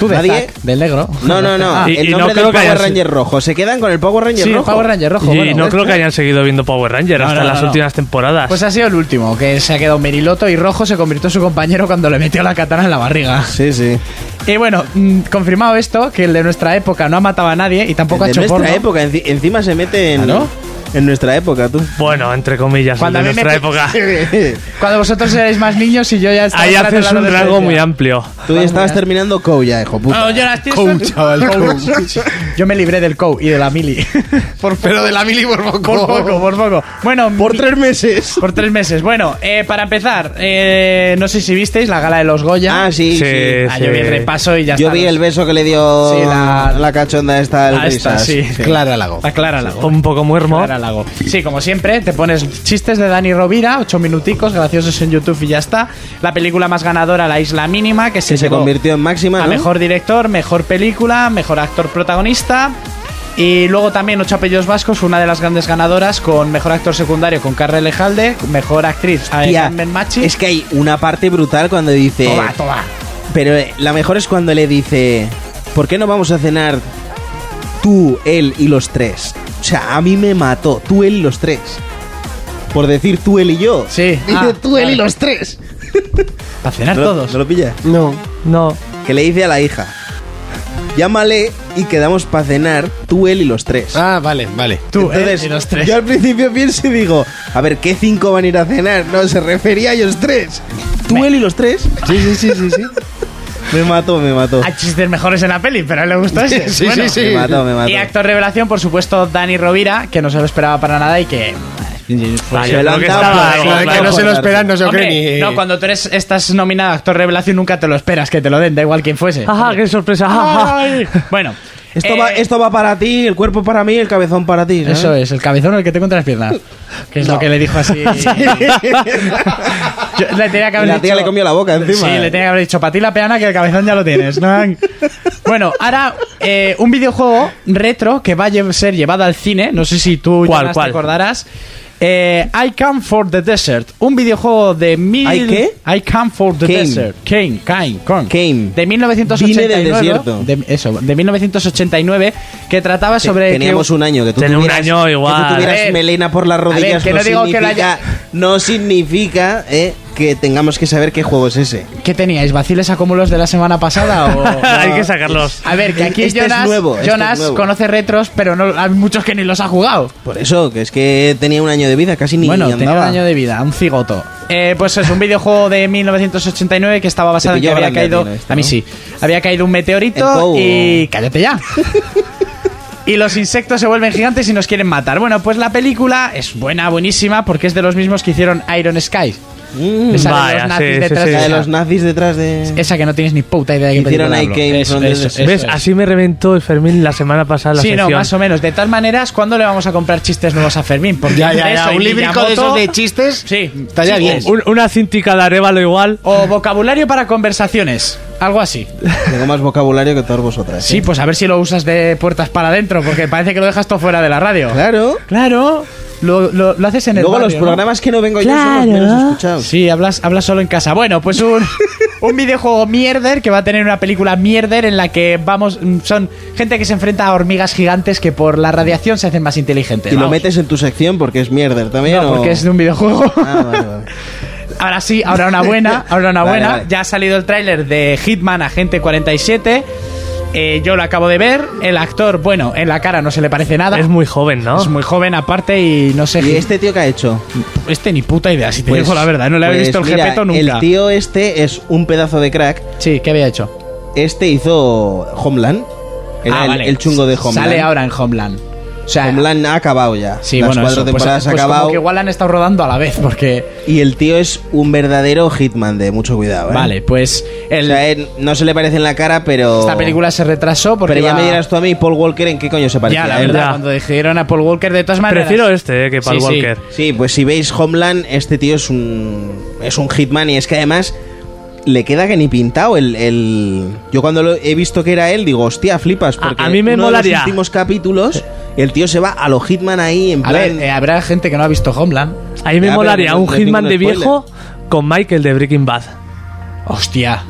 S4: Tú de
S5: nadie-
S4: Zack, del negro.
S5: No, no, no,
S4: <laughs> Ah,
S6: y-
S5: el
S6: y no
S5: nombre del
S6: creo que
S5: Power
S6: haya sido-
S5: Ranger rojo. ¿Se quedan con el Power Ranger
S4: sí,
S5: rojo?
S4: Power Ranger rojo.
S6: Y
S4: bueno.
S6: no creo que hayan seguido viendo Power Ranger
S4: No,
S6: hasta
S4: no,
S6: las
S4: no.
S6: últimas temporadas.
S4: Pues ha sido el último, que se ha quedado Meriloto y Rojo se convirtió en su compañero cuando le metió la katana en la barriga.
S5: Sí, sí.
S4: Y bueno, mm, confirmado esto, que el de nuestra época no ha matado a nadie y tampoco ha
S5: De
S4: hecho
S5: nuestra
S4: porno.
S5: época, enci- encima se mete en,
S4: Claro.
S5: en nuestra época, tú.
S6: bueno, entre comillas,
S4: Cuando
S6: el de
S4: a mí me
S6: nuestra
S4: <laughs> pe-
S6: época. <laughs>
S4: Cuando vosotros erais más niños y yo ya estaba
S6: Ahí
S4: entrando en
S6: haces
S4: la
S6: un rango
S4: adolescencia.
S6: muy amplio.
S5: Tú ya estabas terminando COU ya, hijo puta.
S4: No, Jonas, tienes un-
S2: <laughs>
S4: Yo me libré del COU y de la
S6: <laughs>
S4: mili.
S2: Por pero de la mili por poco.
S4: Por
S6: Oh.
S4: poco, por poco. Bueno, mi-
S5: meses.
S4: por tres meses. Bueno, eh, para empezar, eh, no sé si visteis la gala de los Goya.
S5: Ah, sí, sí.
S6: Sí.
S4: Ah, yo vi el repaso y ya
S5: Yo
S4: está.
S5: vi el beso que le dio
S4: Sí, la-
S5: la, cachonda esta al
S4: Ah, esta,
S5: Risas.
S4: sí.
S2: Clara Lago.
S4: Aclara la
S6: Un poco muy hermoso.
S4: Clara Lago. Sí, como siempre, te pones chistes de Dani Rovira, ocho minuticos, graciosos en YouTube y ya está. La película más ganadora, La Isla Mínima, que se,
S5: Que se
S4: llevó
S5: convirtió en máxima,
S4: a
S5: ¿no?
S4: mejor director, mejor película, mejor actor protagonista. Y luego también Ocho Apellidos Vascos, fue una de las grandes ganadoras, con mejor actor secundario con Carre Lejalde, mejor actriz a
S5: Tía,
S4: Carmen Machi.
S5: es que hay una parte brutal cuando dice...
S4: Toma, toma.
S5: Pero eh, la mejor es cuando le dice... ¿Por qué no vamos a cenar tú, él y los tres? O sea, a mí me mató. Tú, él y los tres. Por decir tú, él y yo.
S4: Sí.
S5: <laughs> Dice
S4: Ah,
S5: tú, él y los tres.
S4: <laughs> Para cenar
S5: ¿No,
S4: todos.
S5: ¿No lo pilla?
S2: No.
S6: No.
S5: Que le dice a la hija. Llámale y quedamos para cenar tú, él y los tres.
S2: Ah, vale, vale.
S4: Tú, él
S5: Entonces,
S4: y los tres.
S5: Yo al principio pienso y digo, a ver, ¿qué cinco van a ir a cenar? No, se refería a ellos tres. ¿Tú, él y los tres? Ah, Sí, sí, sí, sí,
S2: <laughs>
S5: sí. me mató, me mató.
S4: Hay chistes mejores en la peli, pero a él le
S5: <laughs>
S4: gustó ese.
S2: Sí,
S4: Bueno,
S2: sí, sí.
S5: Me mató, me mató.
S4: Y actor revelación, por supuesto, Dani Rovira, que no se lo esperaba para nada y que.
S6: Ah,
S5: Se
S6: yo
S5: lo
S6: creo
S5: han
S6: que
S5: dado
S6: estaba
S5: por-
S6: ahí.
S2: Lo de que
S5: claro,
S2: no se lo
S5: joder.
S2: esperan no se lo
S4: Hombre,
S2: creen ni-
S4: no, cuando tú eres, estás nominado a actor revelación, nunca te lo esperas que te lo den, da igual quién fuese.
S6: Ajá, qué sorpresa. ajá, ajá.
S4: Ay. Bueno.
S5: Esto,
S4: eh,
S5: va, esto va para ti, el cuerpo para mí, el cabezón para ti. ¿sabes?
S4: Eso es, el cabezón o el que tengo entre las piernas. Que es lo que le dijo
S5: <laughs>
S4: así. Yo le tenía que
S5: Y
S4: haber
S5: la tía
S4: dicho-
S5: le comió la boca encima.
S4: Sí, le tenía que haber dicho, para ti la peana, que el cabezón ya lo tienes.
S5: <laughs>
S4: ¿no?". bueno, ahora eh, un videojuego retro que va a lle- ser llevado al cine. No sé si tú
S6: ¿Cuál,
S4: Jonas,
S6: cuál?
S4: te acordarás. Eh, I Come for the Desert, un videojuego de mil...
S5: ¿I qué?
S4: I Come for the
S5: Came.
S4: Desert. Kane, Kane, Kong.
S5: Came.
S4: De 1989.
S5: Vine del desierto.
S4: de- eso, de 1989, que trataba sobre... que-
S5: Teníamos un año que tú
S6: Tenía un
S5: tuvieras,
S6: año
S5: que
S6: igual.
S5: tú tuvieras
S4: A ver,
S5: melena por las
S4: ver,
S5: rodillas.
S4: que
S5: no,
S4: no digo que
S5: significa,
S4: lo haya-
S5: no significa eh, que tengamos que saber qué juego es ese.
S4: ¿Qué teníais? ¿Vaciles acúmulos de la semana pasada?
S6: <laughs>
S4: O...
S6: Hay que sacarlos.
S4: A ver, que aquí
S5: Este es
S4: Jonas,
S5: nuevo, este es
S4: Jonas
S5: nuevo.
S4: conoce retros, pero no, hay muchos que ni los ha jugado.
S5: Por eso, que es que tenía un año de vida, casi ni
S4: bueno,
S5: andaba.
S4: tenía un año de vida, un cigoto. Eh, pues es un videojuego de 1989 que estaba basado en que
S5: pilló
S4: había
S5: grande a ti,
S4: caído.
S5: ¿no? Esto,
S4: a mí
S5: ¿no?
S4: sí. Había caído un
S5: El
S4: meteorito
S5: Pou.
S4: y. ¡Cállate
S5: <laughs>
S4: ya! Y los insectos se vuelven gigantes y nos quieren matar. Bueno, pues la película es buena, buenísima, porque es de los mismos que hicieron Iron Sky.
S5: Mm,
S4: Esa de
S6: Vaya,
S4: los nazis
S6: sí, sí,
S4: detrás
S6: sí.
S4: de
S5: la de
S4: esa.
S5: los nazis detrás de...
S4: Esa que no tienes ni puta idea de qué
S5: Hicieron
S4: película
S5: I
S4: hablo.
S5: Came
S4: Eso,
S5: from
S4: eso,
S5: the-
S4: eso,
S6: ¿Ves?
S4: eso.
S6: Así me reventó el Fermín la semana pasada la
S4: Sí, no,
S6: sección.
S4: más o menos. De tal maneras, ¿cuándo le vamos a comprar chistes nuevos a Fermín? Porque
S2: Ya, ya,
S4: entre
S2: ya.
S4: eso y
S2: Un librico de
S4: Miyamoto-
S2: esos de chistes.
S4: Sí.
S2: Estaría
S4: Sí,
S2: bien.
S6: Un- una cintica de arévalo igual.
S4: O vocabulario para conversaciones. Algo así.
S5: <laughs> Tengo más vocabulario que todas vosotras. ¿eh?
S4: Sí, pues a ver si lo usas de puertas para adentro, porque parece que lo dejas todo fuera de la radio.
S5: Claro.
S4: Claro, Lo, lo- lo haces en el
S5: Luego los
S4: barrio, ¿no?
S5: programas que no vengo yo son
S4: Claro.
S5: los menos escuchados.
S4: Sí, hablas, hablas solo en casa. Bueno, pues
S5: <laughs>
S4: un, un videojuego mierder que va a tener una película mierder en la que vamos. mm, Son gente que se enfrenta a hormigas gigantes que por la radiación se hacen más inteligentes.
S5: Y lo
S4: Vamos.
S5: metes en tu sección porque es mierder también.
S4: No,
S5: o-
S4: porque es de un videojuego.
S5: Ah, vale, vale.
S4: <laughs> Ahora sí, ahora una buena, ahora una
S5: Vale,
S4: buena.
S5: vale.
S4: Ya ha salido el tráiler de Hitman Agente 47. Eh, yo lo acabo de ver. El actor, bueno, en la cara no se le parece nada.
S6: Es muy joven, ¿no?
S4: Es muy joven aparte y no sé. <laughs>
S5: ¿Y
S4: Hit-
S5: este tío que ha hecho?
S4: este ni puta idea, si te digo la verdad. No le había
S5: pues
S4: visto el
S5: mira,
S4: jepeto nunca.
S5: El tío este es un pedazo de crack.
S4: Sí, ¿qué había hecho?
S5: Este hizo Homeland. Era
S4: Ah,
S5: el,
S4: vale.
S5: el chungo de Homeland.
S4: Sale ahora en Homeland. O sea,
S5: Homeland ha acabado ya.
S4: Sí,
S5: Las
S4: bueno,
S5: cuatro
S4: eso, pues,
S5: temporadas
S4: pues
S5: ha
S4: como
S5: acabado.
S4: que igual han estado rodando a la vez, porque...
S5: Y el tío es un verdadero hitman de mucho cuidado, ¿eh?
S4: Vale, pues
S5: O
S4: el-
S5: sea, él no se le parece en la cara, pero.
S4: esta película se retrasó porque
S5: Pero ya
S4: iba-
S5: me dirás tú a mí, Paul Walker, ¿en qué coño se ¿Eh? parece?
S4: Ya, la
S5: a él?
S4: verdad,
S6: Ya.
S4: cuando decidieron a Paul Walker, de todas maneras...
S6: Prefiero este eh, que
S4: Sí,
S6: Paul
S4: sí.
S6: Walker.
S5: Sí, pues si veis Homeland, este tío es un. Es un hitman y es que además. Le queda que ni pintado el. el- Yo cuando lo he visto que era él, digo, hostia, flipas.
S6: A-
S5: Porque
S6: a mí me
S5: uno De
S6: molaría.
S5: los últimos capítulos, el tío se va a lo hitman ahí en
S4: A
S5: plan.
S4: ver, eh, habrá gente que no ha visto Homeland.
S6: A mí me
S5: Ya, pero
S6: molaría
S5: no-
S6: un
S5: no es
S6: Hitman de
S5: ningún
S6: viejo con Michael de Breaking Bad.
S4: Hostia.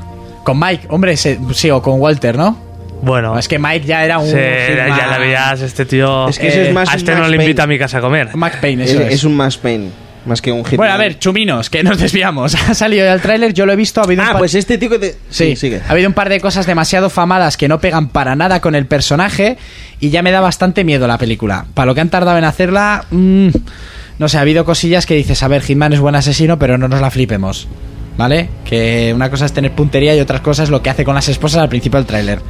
S4: Con Mike, hombre, se- sí, o con Walter, ¿no?
S6: Bueno,
S4: No, Es que Mike ya era un...
S6: se- ya la veías, este tío.
S5: Es que ese
S6: Eh,
S5: es más
S6: a
S5: un
S6: este no
S5: Max
S6: le
S5: Payne.
S6: invita a mi casa a comer.
S4: Mike Payne,
S5: es,
S4: eso es.
S5: es un más pain. Más que un hitman.
S4: Bueno, a ver, chuminos, que nos desviamos. <laughs> Ha salido ya el tráiler, yo lo he visto, ha habido un
S5: Ah,
S4: par-
S5: pues este tío que te.
S4: Sí,
S5: sigue.
S4: ha habido un par de cosas demasiado famadas que no pegan para nada con el personaje y ya me da bastante miedo la película. Para lo que han tardado en hacerla, mm, no sé, ha habido cosillas que dices, a ver, Hitman es buen asesino, pero no nos la flipemos. ¿Vale? Que una cosa es tener puntería y otras cosas lo que hace con las esposas al principio del tráiler.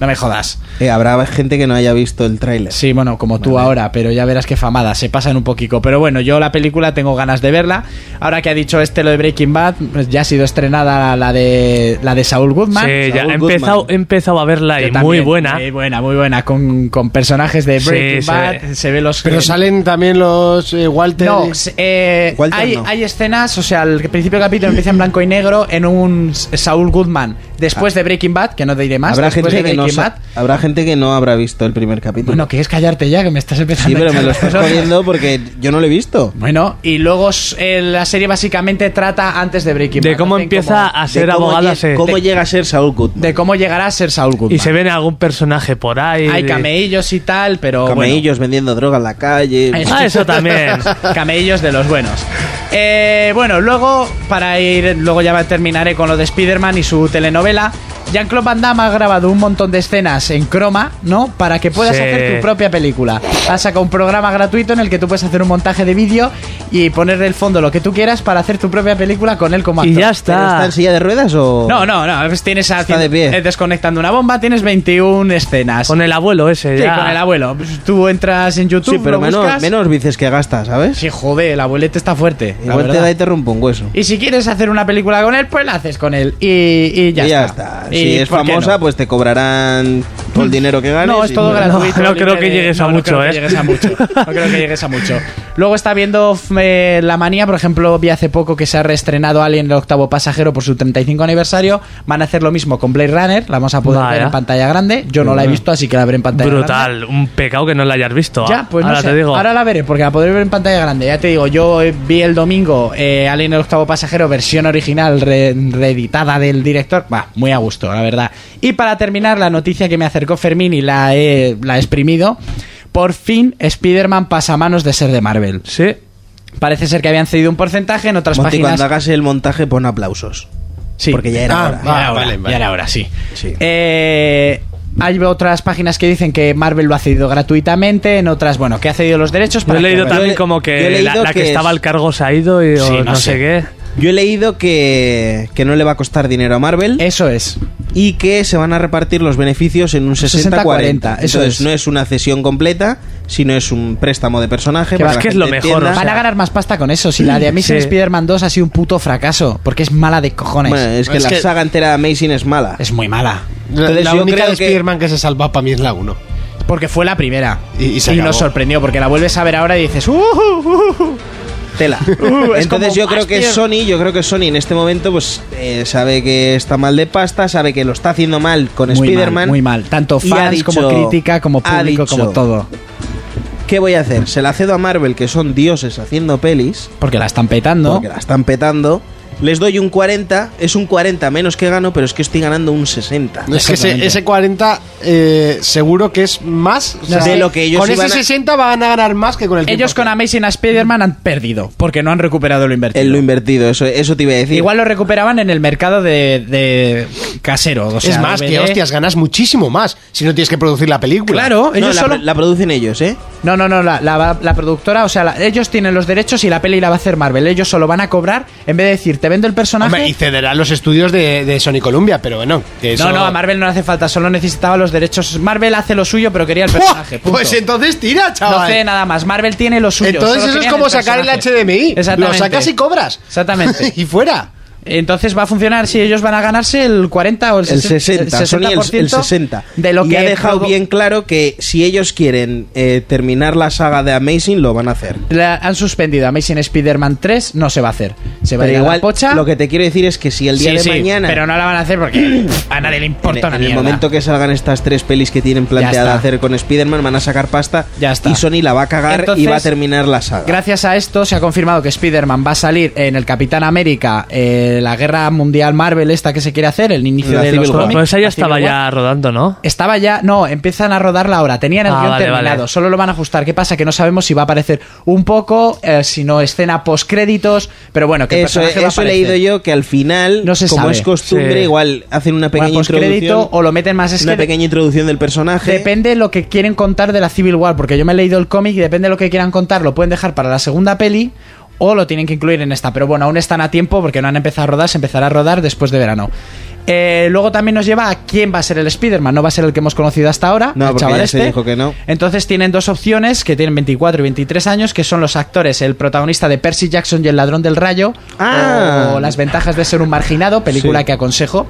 S4: No me jodas.
S5: Eh, habrá gente que no haya visto el tráiler.
S4: Sí, bueno, como tú ahora, pero ya verás que famada, se pasan un poquito. Pero bueno, yo la película tengo ganas de verla. Ahora que ha dicho este lo de Breaking Bad, pues ya ha sido estrenada la de la de Saul Goodman.
S6: Sí, ya
S5: Saul
S6: he
S5: Goodman.
S6: empezado, he empezado a verla
S4: Yo
S6: y
S4: también,
S6: muy buena.
S4: Muy buena, muy buena. Con, con personajes de
S6: Sí,
S4: Breaking
S6: se
S4: Bad,
S6: ve.
S4: se ve los.
S2: Pero
S4: eh,
S2: salen también los eh, Walter.
S4: No,
S2: y-
S4: se- eh,
S5: Walter
S4: hay,
S5: no.
S4: hay escenas, o sea, el principio del capítulo empieza en blanco y negro en un S- Saul Goodman después de Breaking Bad, que no te diré más.
S5: Ah. habrá,
S4: después de
S5: gente que no
S4: Breaking
S5: sa-
S4: Bad.
S5: habrá gente que no habrá visto el primer capítulo.
S4: Bueno, que es callarte ya, que me estás empezando
S5: sí,
S4: a
S5: pero me
S4: echar <laughs>
S5: lo
S4: las
S5: estás
S4: cosas.
S5: poniendo porque yo no lo he visto.
S4: Bueno, y luego s- eh, la serie básicamente trata antes de Breaking Bad.
S6: De cómo
S4: Hacen
S6: empieza
S4: como-
S6: a ser
S5: De cómo
S6: abogado.
S5: lle-
S6: se-
S5: ¿Cómo llega a ser Saul Goodman?
S4: De cómo llegará a ser Saul Goodman.
S6: y se ven algún personaje por ahí.
S4: Hay
S6: de-
S4: cameillos y tal, pero bueno.
S5: Camellos vendiendo droga en la calle.
S4: Ay, <laughs>
S6: Ah, eso también.
S4: Camellos de los buenos. Eh, bueno, luego, para ir, luego ya va- terminaré con lo de Spider-Man y su telenovela. Jean-Claude Van Damme ha grabado un montón de escenas en croma, ¿no? Para que puedas
S6: Sí.
S4: hacer tu propia película. Ha sacado un programa gratuito en el que tú puedes hacer un montaje de vídeo y poner el fondo lo que tú quieras para hacer tu propia película con él como
S6: y
S4: actor.
S6: ya
S5: ¿Pero ¿Está
S6: está.
S5: en silla de ruedas o.?
S4: No, no, no. a veces Tienes a-
S5: Está de pie.
S4: eh, desconectando una bomba, tienes 21 escenas.
S6: Con el abuelo ese,
S4: Sí,
S6: ya.
S4: con el abuelo. Pues Tú entras en YouTube,
S5: Sí, pero
S4: lo
S5: menos,
S4: buscas.
S5: menos bices que gasta, ¿sabes?
S4: Sí, joder, el abuelete está fuerte. la
S5: Igual te
S4: verdad.
S5: da y te rompe un hueso.
S4: Y si quieres hacer una película con él, pues la haces con él. Y, y ya,
S5: Y
S4: está.
S5: está. Si
S4: Y
S5: es
S4: ¿por qué
S5: famosa,
S4: no?
S5: pues te cobrarán todo el dinero que ganes.
S4: No, es
S5: y-
S4: todo gratuito.
S6: no
S4: libre
S6: creo que
S4: de-
S6: llegues a
S4: no, no
S6: mucho,
S4: creo que
S6: ¿eh?
S4: llegues a mucho. No creo que llegues a mucho. Luego está viendo f- eh, La Manía, por ejemplo, vi hace poco que se ha reestrenado Alien el octavo pasajero por su 35 aniversario. Van a hacer lo mismo con Blade Runner, la vamos a poder
S6: Vaya.
S4: ver en pantalla grande. Yo no la he visto, así que la veré en pantalla grande.
S6: Brutal. Un pecado que no la hayas visto.
S4: Ya, pues
S6: Ah, ahora
S4: no sé.
S6: te digo.
S4: Ahora la veré porque la podré ver en pantalla grande. Ya te digo, yo eh, vi el domingo eh, Alien el octavo pasajero, versión original re- reeditada del director. Va, muy a gusto, la verdad. Y para terminar, la noticia que me acercó Fermín y la he, la he exprimido. Por fin, Spider-Man pasa a manos de ser de Marvel.
S6: Sí.
S4: Parece ser que habían cedido un porcentaje en otras
S5: Monty, cuando
S4: páginas.
S5: hagas el montaje, pon aplausos.
S4: Sí. Ah,
S5: Porque ya era hora.
S4: Ya
S6: Ah,
S4: era hora, ya era hora, sí. Eh, hay otras páginas que dicen que Marvel lo ha cedido gratuitamente, en otras, bueno, que ha cedido los derechos
S6: Yo
S4: para
S6: he
S4: que-
S6: leído
S5: Yo
S6: también
S5: he-
S6: como
S5: yo he
S6: que la,
S5: leído
S6: la que,
S5: que es-
S6: estaba al cargo se ha ido y o
S4: Sí, no
S6: no, sé.
S4: sé.
S6: qué.
S5: Yo he leído que, que no le va a costar dinero a Marvel
S4: Eso es.
S5: y que se van a repartir los beneficios en un
S4: 60-40,
S5: 60-40.
S4: eso
S5: Entonces,
S4: es.
S5: no es una cesión completa, sino es un préstamo de personaje.
S4: Que
S5: para
S4: es
S5: la
S6: que es
S5: gente
S6: lo mejor,
S5: entienda.
S6: o sea,
S4: Van a ganar más pasta con eso. Si la de Amazing
S6: Sí.
S4: Spider-Man 2 ha sido un puto fracaso, porque es mala de cojones.
S5: Bueno, eh. es que
S2: Es
S5: la
S2: que-
S5: saga entera de Amazing es mala.
S4: Es muy mala.
S2: La-
S5: Entonces
S2: la
S5: yo
S2: única
S5: creo
S2: de
S5: que-
S2: Spider-Man que se salva para mí es la 1.
S4: Porque fue la primera.
S2: Y- y se acabó.
S4: nos sorprendió, porque la vuelves a ver ahora y dices, "Uh, uh, <laughs> uh".
S5: Tela.
S4: es
S5: Entonces
S4: como
S5: yo creo que
S4: Master.
S5: Sony, yo creo que Sony en este momento pues eh, sabe que está mal de pasta, sabe que lo está haciendo mal con
S4: Muy
S5: Spider-Man.
S4: mal, muy mal. Tanto
S5: Y ha
S4: fans como
S5: dicho-
S4: crítica, como
S5: ha
S4: público,
S5: dicho,
S4: como todo.
S5: ¿Qué voy a hacer? Se la cedo a Marvel, que son dioses haciendo pelis,
S4: Porque la están petando.
S5: porque la están petando. Les doy un 40, es un 40 menos que gano, pero es que estoy ganando un 60.
S2: Es que ese,
S4: Exactamente.
S2: ese 40 eh, seguro que es más o
S5: De lo que ellos
S2: Con ese
S5: iban a-
S2: 60 van a ganar más que con el
S4: Ellos
S2: 100%.
S4: con Amazing Spider-Man han perdido, porque no han recuperado lo invertido.
S5: En lo invertido, eso, eso te iba a decir.
S4: Igual lo recuperaban en el mercado de, de casero. o sea,
S2: es más que,
S4: DVD.
S2: hostias, ganas muchísimo más si no tienes que producir la película.
S4: Claro,
S5: No,
S4: ellos
S5: la,
S4: solo
S5: la producen ellos, ¿eh?
S4: No, no, no, la, la- la productora, o sea, la- ellos tienen los derechos y la peli la va a hacer Marvel. Ellos solo van a cobrar, en vez de decirte, te vendo el personaje.
S2: Hombre, y cederá los estudios de, de Sony Columbia, pero bueno. que eso-
S4: No, no, a Marvel no le hace falta, solo necesitaba los derechos. Marvel hace lo suyo, pero quería el personaje. punto.
S2: Pues entonces tira,
S4: No
S2: chaval.
S4: hace nada más. Marvel tiene lo suyo.
S2: entonces
S4: solo
S2: eso es
S4: querían
S2: como sacar el
S4: personaje.
S2: HDMI. Lo
S4: Exactamente.
S2: sacas y cobras.
S4: Exactamente.
S2: <laughs> y fuera.
S4: Entonces va a funcionar si ellos van a ganarse el 40 o el,
S5: El
S4: 60,
S5: 60, Sony el, el 60.
S4: De lo
S5: y
S4: que
S5: ha dejado
S4: produ-
S5: bien claro que si ellos quieren eh, terminar la saga de Amazing, lo van a hacer.
S4: La- han suspendido Amazing Spider-Man 3, no se va a hacer. Se va a ir
S5: Pero
S4: a la
S5: igual,
S4: pocha.
S5: lo que te quiero decir es que si el día
S4: Sí,
S5: de
S4: sí,
S5: mañana,
S4: Pero no la van a hacer porque a nadie le
S5: en,
S4: importa una
S5: en el
S4: mierda.
S5: momento que salgan estas tres pelis que tienen planteada
S4: está.
S5: hacer con Spider-Man, van a sacar pasta
S4: Ya está.
S5: y Sony la va a cagar y
S4: Entonces,
S5: va a terminar la saga.
S4: Gracias a esto se ha confirmado que Spider-Man va a salir en el Capitán América, eh, la guerra mundial Marvel esta que se quiere hacer, el inicio
S5: La
S4: de
S5: Civil
S4: los
S5: War.
S4: cómics.
S6: Pues esa ya
S4: la Civil
S6: estaba
S4: War.
S6: ya rodando, ¿no?
S4: Estaba ya, no, empiezan a rodarla ahora. Tenían el
S6: Ah,
S4: guión
S6: vale,
S4: terminado,
S6: vale.
S4: solo lo van a ajustar. ¿Qué pasa? Que no sabemos si va a aparecer un poco, eh, si no escena post créditos, pero bueno, que el
S5: Eso,
S4: personaje va a
S5: eso he
S4: aparecer.
S5: leído yo que al final,
S4: No se
S5: como
S4: sabe.
S5: es costumbre,
S6: Sí.
S5: igual hacen una
S4: Bueno,
S5: pequeña
S4: postcrédito
S5: introducción.
S4: o lo meten más es
S5: una
S4: que
S5: pequeña introducción del personaje.
S4: Depende lo que quieren contar de la Civil War, porque yo me he leído el cómic y depende de lo que quieran contar, lo pueden dejar para la segunda peli o lo tienen que incluir en esta. Pero bueno, aún están a tiempo porque no han empezado a rodar, se empezará a rodar después de verano. Eh, luego también nos lleva a quién va a ser el Spider-Man, no va a ser el que hemos conocido hasta ahora.
S5: No,
S4: el
S5: porque
S4: chaval
S5: ya se
S4: este.
S5: dijo que no.
S4: Entonces tienen dos opciones que tienen 24 y 23 años, que son los actores, el protagonista de Percy Jackson y el ladrón del rayo,
S5: Ah.
S4: o las ventajas de ser un marginado, película
S5: Sí.
S4: que aconsejo,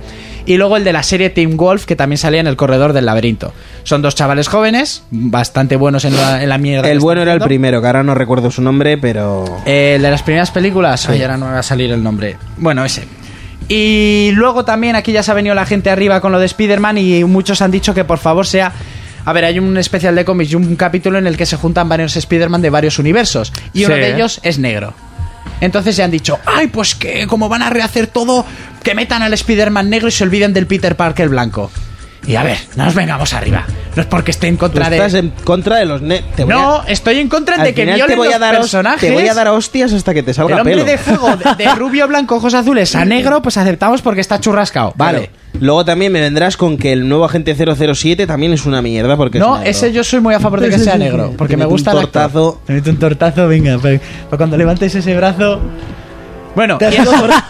S4: y luego el de la serie Team Wolf, que también salía en el corredor del laberinto. Son dos chavales jóvenes, bastante buenos en la, en la mierda. que
S5: El
S4: están
S5: bueno era el
S4: haciendo.
S5: primero, que ahora no recuerdo su nombre, pero.
S4: El Eh, de las primeras películas, ay, ahora no me va a salir el nombre. Bueno, ese. Y luego también aquí ya se ha venido la gente arriba con lo de Spider-Man y muchos han dicho que por favor sea... A ver, hay un especial de cómics y un capítulo en el que se juntan varios Spider-Man de varios universos. Y uno
S6: Sí.
S4: de ellos es negro. Entonces ya han dicho, ay, pues que como van a rehacer todo, que metan al Spider-Man negro y se olviden del Peter Parker blanco. Y a ver, no nos vengamos arriba. No es porque esté en
S5: Tú
S4: contra de...
S5: Pues estás en contra de los. ne- te voy
S4: No,
S5: a-
S4: estoy en contra
S5: al
S4: de que
S5: final
S4: violen
S5: te voy
S4: los
S5: a dar hos-
S4: personajes.
S5: Te voy a dar hostias hasta que te salga
S4: El hombre
S5: pelo.
S4: de fuego, de, de rubio, blanco, ojos azules a negro, pues aceptamos porque está churrascado. Vale.
S5: <laughs> Vale. Luego también me vendrás con que el nuevo agente 007 también es una mierda porque
S4: No,
S5: es negro.
S4: ese yo soy muy a favor de que
S5: Ese
S4: sea
S5: sí,
S4: negro,
S5: sí.
S4: porque
S5: Te
S4: me
S5: mete un
S4: gusta el actor.
S5: tortazo.
S4: Te mete un tortazo, venga, para, cuando levantes ese brazo. Bueno, y es-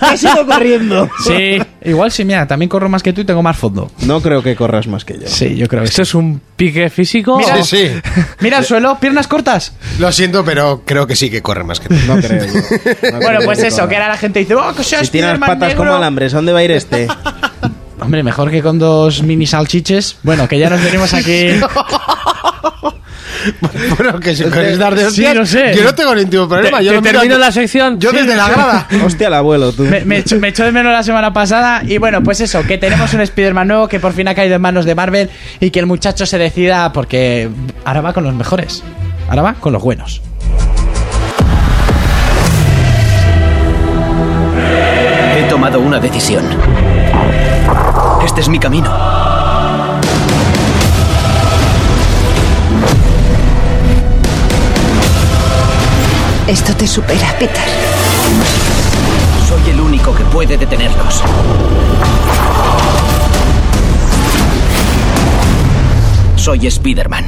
S5: has ido <laughs> corriendo.
S4: sí, igual sí, mira, también corro más que tú y tengo más fondo.
S5: No creo que corras más que yo.
S4: Sí, yo creo que
S6: ¿Esto es un pique físico?
S4: Mira,
S6: o-
S2: Sí, sí.
S4: Mira el
S5: eh,
S4: suelo, piernas cortas.
S2: Lo siento, pero creo que sí que corre más que tú.
S5: No
S4: <laughs>
S5: creo. yo. No
S4: Bueno,
S5: creo
S4: pues
S5: que
S4: eso,
S5: corra.
S4: que ahora la gente dice, oh, que sea
S5: Si tiene las
S4: Spiderman
S5: patas como
S4: negro".
S5: alambres, ¿a dónde va a ir este?
S4: <laughs> Hombre, mejor que con dos mini salchiches. Bueno, que ya nos
S5: <laughs>
S4: venimos aquí.
S2: <laughs> Bueno, que si queréis dar de
S6: Sí,
S2: hostias,
S6: lo sé.
S2: Yo no tengo ningún
S6: ¿Te,
S2: problema.
S6: te
S2: yo lo miro
S6: termino
S2: aquí-
S6: la sección?
S2: Yo
S6: Sí.
S2: desde la
S6: <laughs>
S2: grada.
S5: Hostia, el abuelo, tú.
S4: Me, me echó, me echó de menos la semana pasada y bueno, pues eso, que tenemos un Spider-Man nuevo que por fin ha caído en manos de Marvel y que el muchacho se decida porque ahora va con los mejores, ahora va con los buenos.
S7: He tomado una decisión. Este es mi camino.
S3: Esto te supera, Peter.
S7: Soy el único que puede detenerlos. Soy Spider-Man.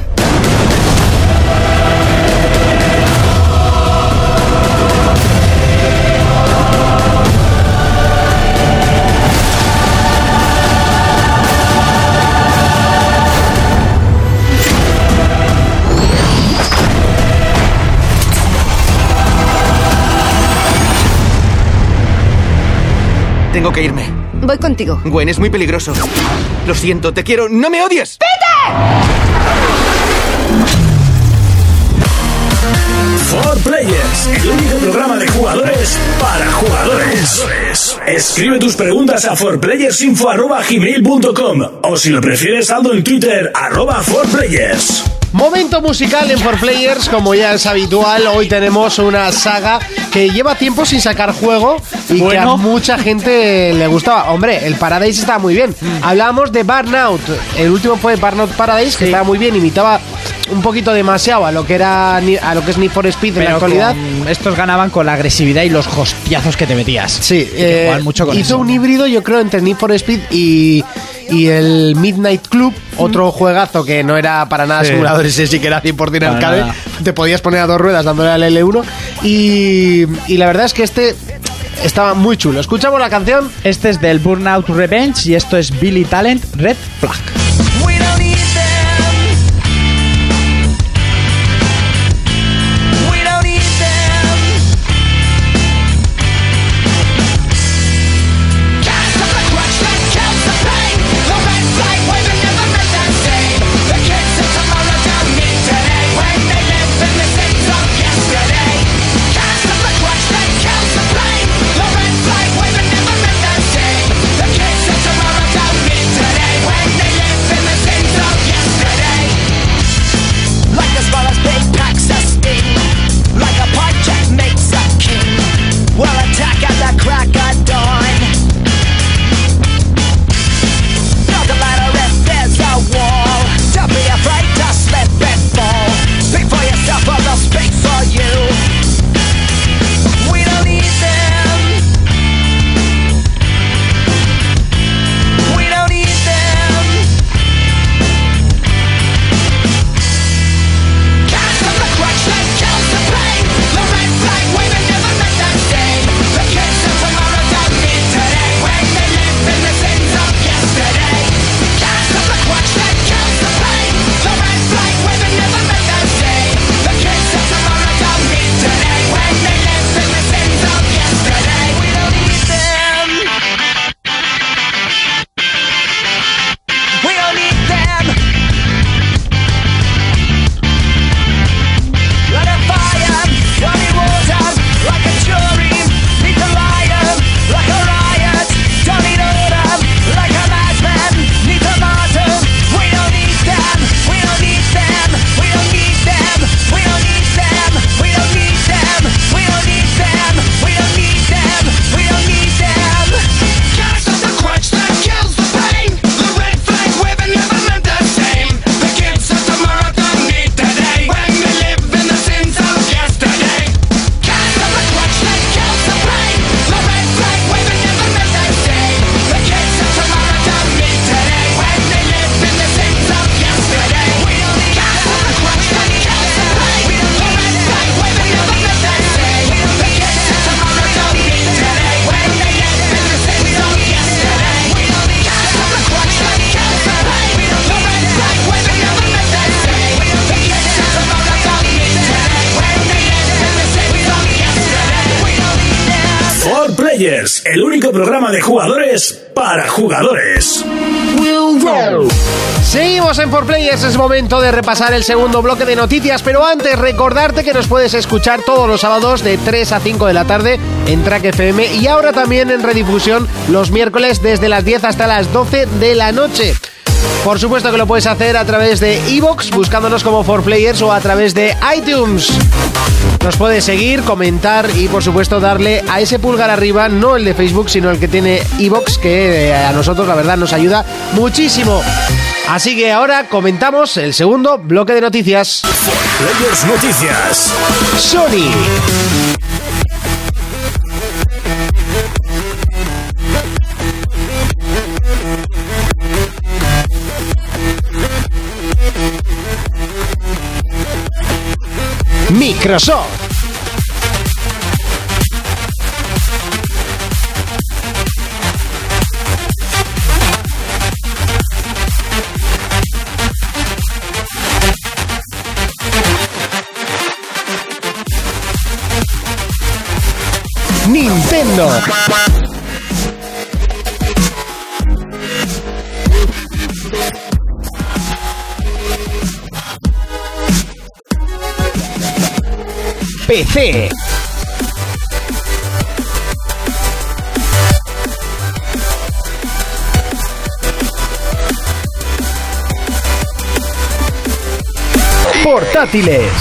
S7: Tengo que irme.
S3: Voy contigo.
S7: Gwen, es muy peligroso. Lo siento, te quiero. ¡No me odies!
S1: For Players, el único programa de jugadores para jugadores. Escribe tus preguntas a forplayersinfo@gmail.com o si lo prefieres saldo en Twitter arroba forplayers.
S2: Momento musical en 4Players, como ya es habitual, hoy tenemos una saga que lleva tiempo sin sacar juego y que a
S4: Bueno.
S2: mucha gente le gustaba. Hombre, el Paradise estaba muy bien.
S6: Mm.
S2: Hablábamos de Burnout, el último fue Burnout Paradise, que estaba muy bien, imitaba un poquito demasiado a lo que era ni- a lo que es Need for Speed en la actualidad.
S4: con- estos ganaban con la agresividad y los hostiazos que te metías.
S2: Sí,
S4: Y
S2: eh,
S4: que jugaban mucho con
S2: hizo
S4: eso.
S2: un híbrido, yo creo, entre Need for Speed y, y el Midnight Club, otro juegazo que no era para nada
S6: Sí.
S2: simulador, ese sí que era 100%
S4: Para
S2: arcade.
S4: nada.
S2: Te podías poner a dos ruedas dándole al L1. Y, y la verdad es que este Estaba muy chulo. Escuchamos la canción.
S4: Este es del Burnout Revenge y esto es Billy Talent Red Flag.
S1: el único programa de jugadores para jugadores.
S2: Seguimos en 4Players, es momento de repasar el segundo bloque de noticias, pero antes recordarte que nos puedes escuchar todos los sábados de 3 a 5 de la tarde en Track FM y ahora también en redifusión los miércoles desde las 10 hasta las 12 de la noche. Por supuesto que lo puedes hacer a través de iBox, buscándonos como 4Players o a través de iTunes. Nos puedes seguir, comentar y por supuesto darle a ese pulgar arriba, no el de Facebook, sino el que tiene iBox, que eh, a nosotros la verdad nos ayuda muchísimo. Así que ahora comentamos el segundo bloque de noticias.
S1: Players Noticias.
S2: Sony. Microsoft. Nintendo. PC. Portátiles.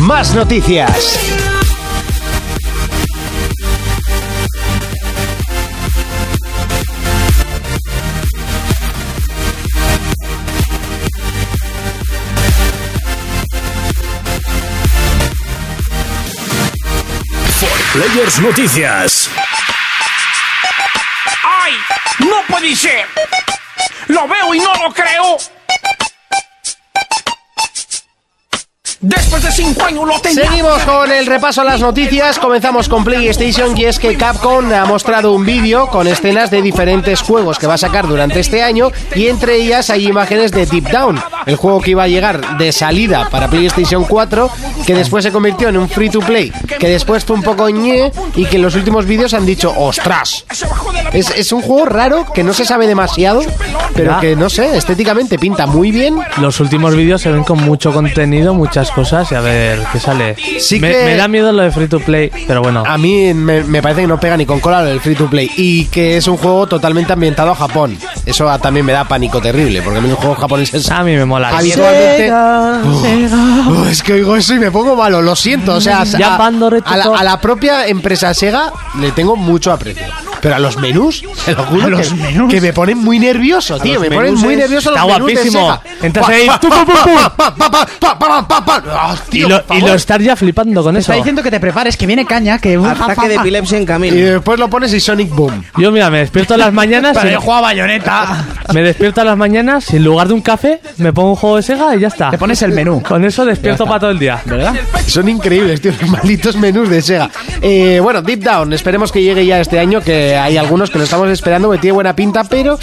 S2: Más noticias.
S1: Players Noticias. ¡Ay!
S8: No puede ser. Lo veo y no lo creo. Después de cinco años lo tenía.
S2: Seguimos con el repaso a las noticias. Comenzamos con PlayStation y es que Capcom ha mostrado un vídeo con escenas de diferentes juegos que va a sacar durante este año y entre ellas hay imágenes de Deep Down, el juego que iba a llegar de salida para PlayStation 4, que después se convirtió en un free to play, que después fue un poco ñe y que en los últimos vídeos han dicho ostras. Es, es un juego raro que no se sabe demasiado, pero que no sé, estéticamente pinta muy bien.
S6: Los últimos vídeos se ven con mucho contenido, muchas cosas y a ver qué sale.
S2: Sí
S6: me,
S2: que-
S6: me da miedo lo de free to play, pero bueno.
S4: Ah.
S2: A mí me, me parece que no pega ni con cola el free to play y que es un juego totalmente ambientado a Japón. Eso a- también me da pánico terrible, porque a mí los juegos japoneses
S6: A mí me mola.
S2: habitualmente... Uf, es que oigo eso y me pongo malo, lo siento. O sea, a,
S6: Ya bando reto
S2: a la,
S6: todo.
S2: a la propia empresa Sega le tengo mucho aprecio. Pero a los menús, te lo juro, que, que me ponen muy nervioso, tío. Me ponen muy nervioso los
S6: Está
S2: menús
S6: guapísimo.
S2: de Sega.
S6: Entras ahí,
S2: Pa, pa,
S6: tu, pum, pum, pum.
S2: pa, pa, pa, pa, pa, pa, pa. Ah,
S6: Y
S2: tío,
S6: lo,
S2: por
S6: y
S2: favor.
S6: lo estar ya flipando con eso.
S4: Está diciendo que te prepares, que viene caña, que...
S5: Ataque
S4: <laughs>
S5: de epilepsia en
S2: Y
S5: camino.
S2: después lo pones y Sonic Boom.
S6: Yo, mira, me despierto a
S4: <laughs>
S6: las mañanas.
S4: Pero
S6: y-
S4: yo juego
S2: <laughs>
S4: a bayoneta.
S6: me despierto a las mañanas y en lugar de un café me pongo un juego de Sega y ya está.
S4: Te pones el menú,
S6: Con eso
S4: Ya
S6: despierto
S4: está.
S6: para todo el día.
S4: ¿verdad?
S2: Son increíbles, tío, los malditos menús de Sega. Eh, bueno, Deep Down, esperemos que llegue ya este año, que hay algunos que lo estamos esperando, que tiene buena pinta, pero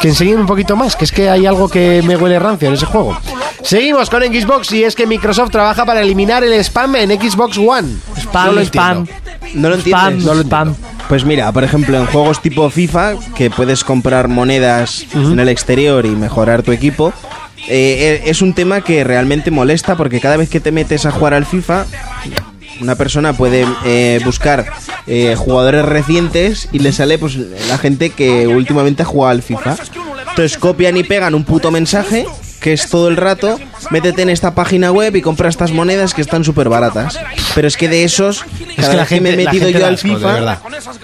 S2: que enseñen un poquito más, que es que hay algo que me huele rancio en ese juego. Seguimos con Xbox y es que Microsoft trabaja para eliminar el spam en Xbox One.
S6: Spam,
S2: No lo
S6: spam.
S2: entiendo.
S5: ¿No lo
S6: Spam,
S5: entiendes?
S6: spam.
S5: Pues mira, por ejemplo, en juegos tipo FIFA, que puedes comprar monedas en el exterior y mejorar tu equipo, eh, e- es un tema que realmente molesta porque cada vez que te metes a jugar al FIFA, una persona puede eh, buscar eh, jugadores recientes y le sale pues la gente que últimamente ha jugado al FIFA. Entonces copian y pegan un puto mensaje que es todo el rato, métete en esta página web y compra estas monedas que están súper baratas. Pero es que de esos, cada
S2: que la
S5: vez que me he
S2: gente- la
S5: metido
S2: gente
S5: yo
S2: da
S5: al
S2: asco, de
S5: FIFA,
S2: verdad.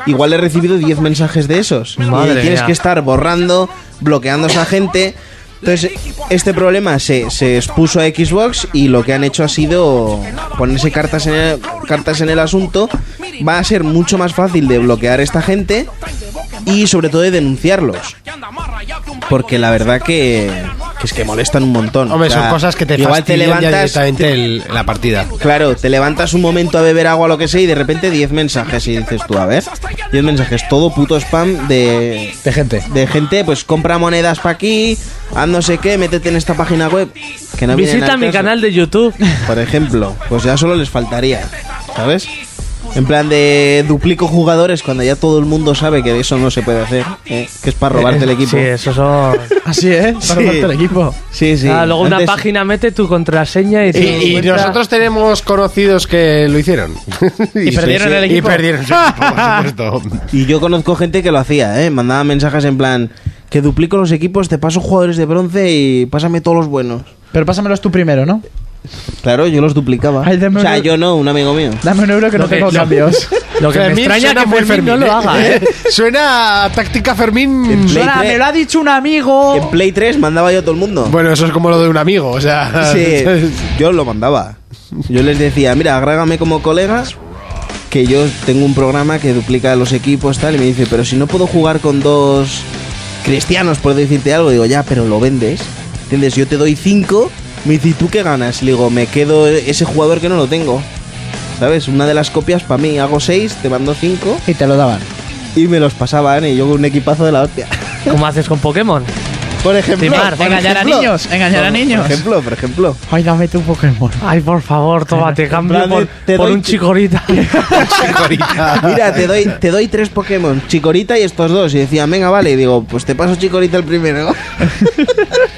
S5: Igual he recibido 10 mensajes de esos.
S6: Madre
S5: y tienes
S6: mía.
S5: que estar borrando, bloqueando a esa gente. Entonces, este problema se, se expuso a Xbox y lo que han hecho ha sido ponerse cartas en, el, cartas en el asunto. Va a ser mucho más fácil de bloquear a esta gente y sobre todo de denunciarlos. Porque la verdad que, que es que molestan un montón.
S2: Hombre,
S5: O sea,
S2: son cosas que te
S5: igual te
S2: fastidian ya
S5: levantas,
S2: directamente el- la partida.
S5: Claro, te levantas un momento a beber agua o lo que sea y de repente 10 mensajes y dices tú, a ver, 10 mensajes, todo puto spam de,
S2: De gente.
S5: de gente, pues compra monedas para aquí, haz no sé qué, métete en esta página web. Que no vienen
S6: Visita
S5: al
S6: mi
S5: caso.
S6: canal de YouTube.
S5: Por ejemplo, pues ya solo les faltaría, ¿sabes? En plan de duplico jugadores cuando ya todo el mundo sabe que eso no se puede hacer, ¿eh? que es para robarte el <laughs> equipo.
S6: Sí, eso son.
S4: <laughs> Así, ¿eh?
S5: Sí.
S4: el equipo.
S5: sí. sí.
S6: Ah, luego una
S5: Antes-
S6: página mete tu contraseña y, te
S2: Y, y
S6: encuentra-
S2: nosotros tenemos conocidos que lo hicieron.
S4: Y perdieron el equipo.
S2: Y perdieron su equipo,
S4: <laughs>
S2: por supuesto.
S5: Y yo conozco gente que lo hacía, ¿eh? Mandaba mensajes en plan, que duplico los equipos, te paso jugadores de bronce y pásame todos los buenos.
S4: Pero pásamelos tú primero, ¿no?
S5: Claro, yo los duplicaba.
S4: Ay, dame
S5: o sea,
S4: una-
S5: yo no, un amigo mío.
S4: Dame un euro que no
S6: Lo que-
S4: tengo
S6: lo- <laughs>
S4: cambios.
S6: Lo que me
S2: Fermín
S6: extraña
S2: suena
S6: que Fermín, no lo
S2: <laughs>
S6: haga, ¿eh?
S2: Suena a táctica Fermín.
S4: <laughs>
S5: Play
S4: Suena,
S5: tres.
S4: me lo ha dicho un amigo.
S5: En Play 3 mandaba yo a todo el mundo.
S2: Bueno, eso es como lo de un amigo, o sea.
S5: <laughs> Sí, yo lo mandaba. Yo les decía, mira, agrégame como colegas que yo tengo un programa que duplica los equipos tal y me dice, pero si no puedo jugar con dos cristianos por decirte algo, digo, ya, pero lo vendes. ¿Entiendes? Yo te doy cinco, me dice, ¿y tú qué ganas? Le digo, me quedo ese jugador que no lo tengo. ¿Sabes? Una de las copias para mí, hago seis, te mando cinco
S4: Y te lo daban.
S5: y me los pasaban y yo con un equipazo de la hostia.
S6: Como haces con Pokémon.
S5: Por ejemplo,
S6: Timar,
S5: por
S4: engañar a
S5: ejemplo.
S4: niños, engañar a
S5: Por-
S4: niños.
S5: Por ejemplo, por ejemplo.
S4: Ay, dame tu Pokémon.
S6: Ay, por favor, toma, te cambio
S5: plan de-
S6: por,
S5: te
S6: por
S5: doy-
S6: un <laughs> chicorita.
S5: Mira, te doy, te doy tres Pokémon, Chicorita y estos dos. Y decía, venga, vale. Y digo, pues te paso Chicorita el primero.
S2: <laughs>
S5: <laughs>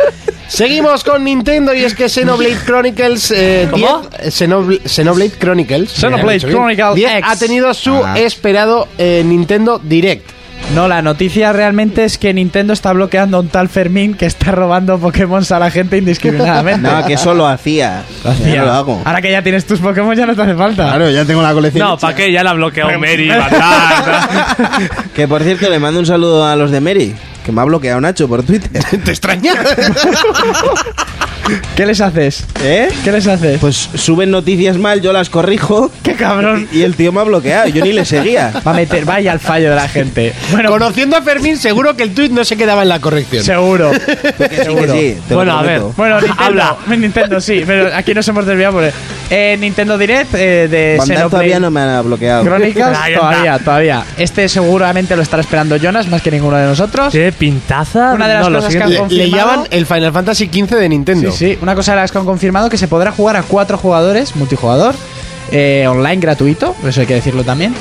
S2: Seguimos con Nintendo y es que Xenoblade Chronicles. eh,
S6: ¿Cómo?
S2: 10, eh, Xenobl- Xenoblade Chronicles.
S4: Xenoblade
S2: me han dicho bien.
S4: Chronicles
S2: 10
S4: X.
S2: Ha tenido su
S5: Ah.
S2: esperado eh, Nintendo Direct.
S4: No, la noticia realmente es que Nintendo está bloqueando a un tal Fermín que está robando Pokémon a la gente indiscriminadamente.
S5: <laughs> No, que eso lo hacía. Lo
S4: Tía,
S5: lo hago.
S4: Ahora que ya tienes tus Pokémon ya no te hace falta.
S5: ya tengo la colección.
S6: No, ¿para qué? Ya la bloqueó <laughs> Mary, Batán.
S5: Que por cierto, le mando un saludo a los de Mary. Que me ha bloqueado Nacho por Twitter.
S2: ¿Te extraña?
S4: ¿Qué les haces?
S5: <laughs> ¿Eh?
S4: ¿Qué les haces?
S5: Pues suben noticias mal, yo las corrijo.
S4: ¡Qué cabrón!
S5: Y el tío me ha bloqueado, yo ni le seguía.
S4: Va a meter, vaya al fallo de la gente.
S2: Bueno,
S6: <laughs>
S2: conociendo a Fermín, seguro que el tuit no se quedaba en la corrección.
S4: Seguro.
S5: Que sí, que
S4: Seguro.
S5: sí, te lo
S6: Bueno, a ver.
S5: prometo.
S6: <laughs>
S4: Bueno, Nintendo, Nintendo sí, pero aquí nos hemos desviado por eh, Nintendo Direct eh, de
S5: Bandai
S4: Xenoblade
S5: todavía no me ha bloqueado.
S4: Chronicles
S6: Ahí está.
S4: todavía, todavía. Este seguramente lo estará esperando Jonas más que ninguno de nosotros.
S6: ¿Qué pintaza?
S4: Una de las
S6: No, lo
S4: cosas que
S6: siguiente-
S4: han
S2: Le, le
S4: confirmado-
S2: llaman el Final Fantasy XV de Nintendo.
S4: Sí, sí. Una cosa de las que han confirmado que se podrá jugar a cuatro jugadores, multijugador, eh, online gratuito, eso hay que decirlo también.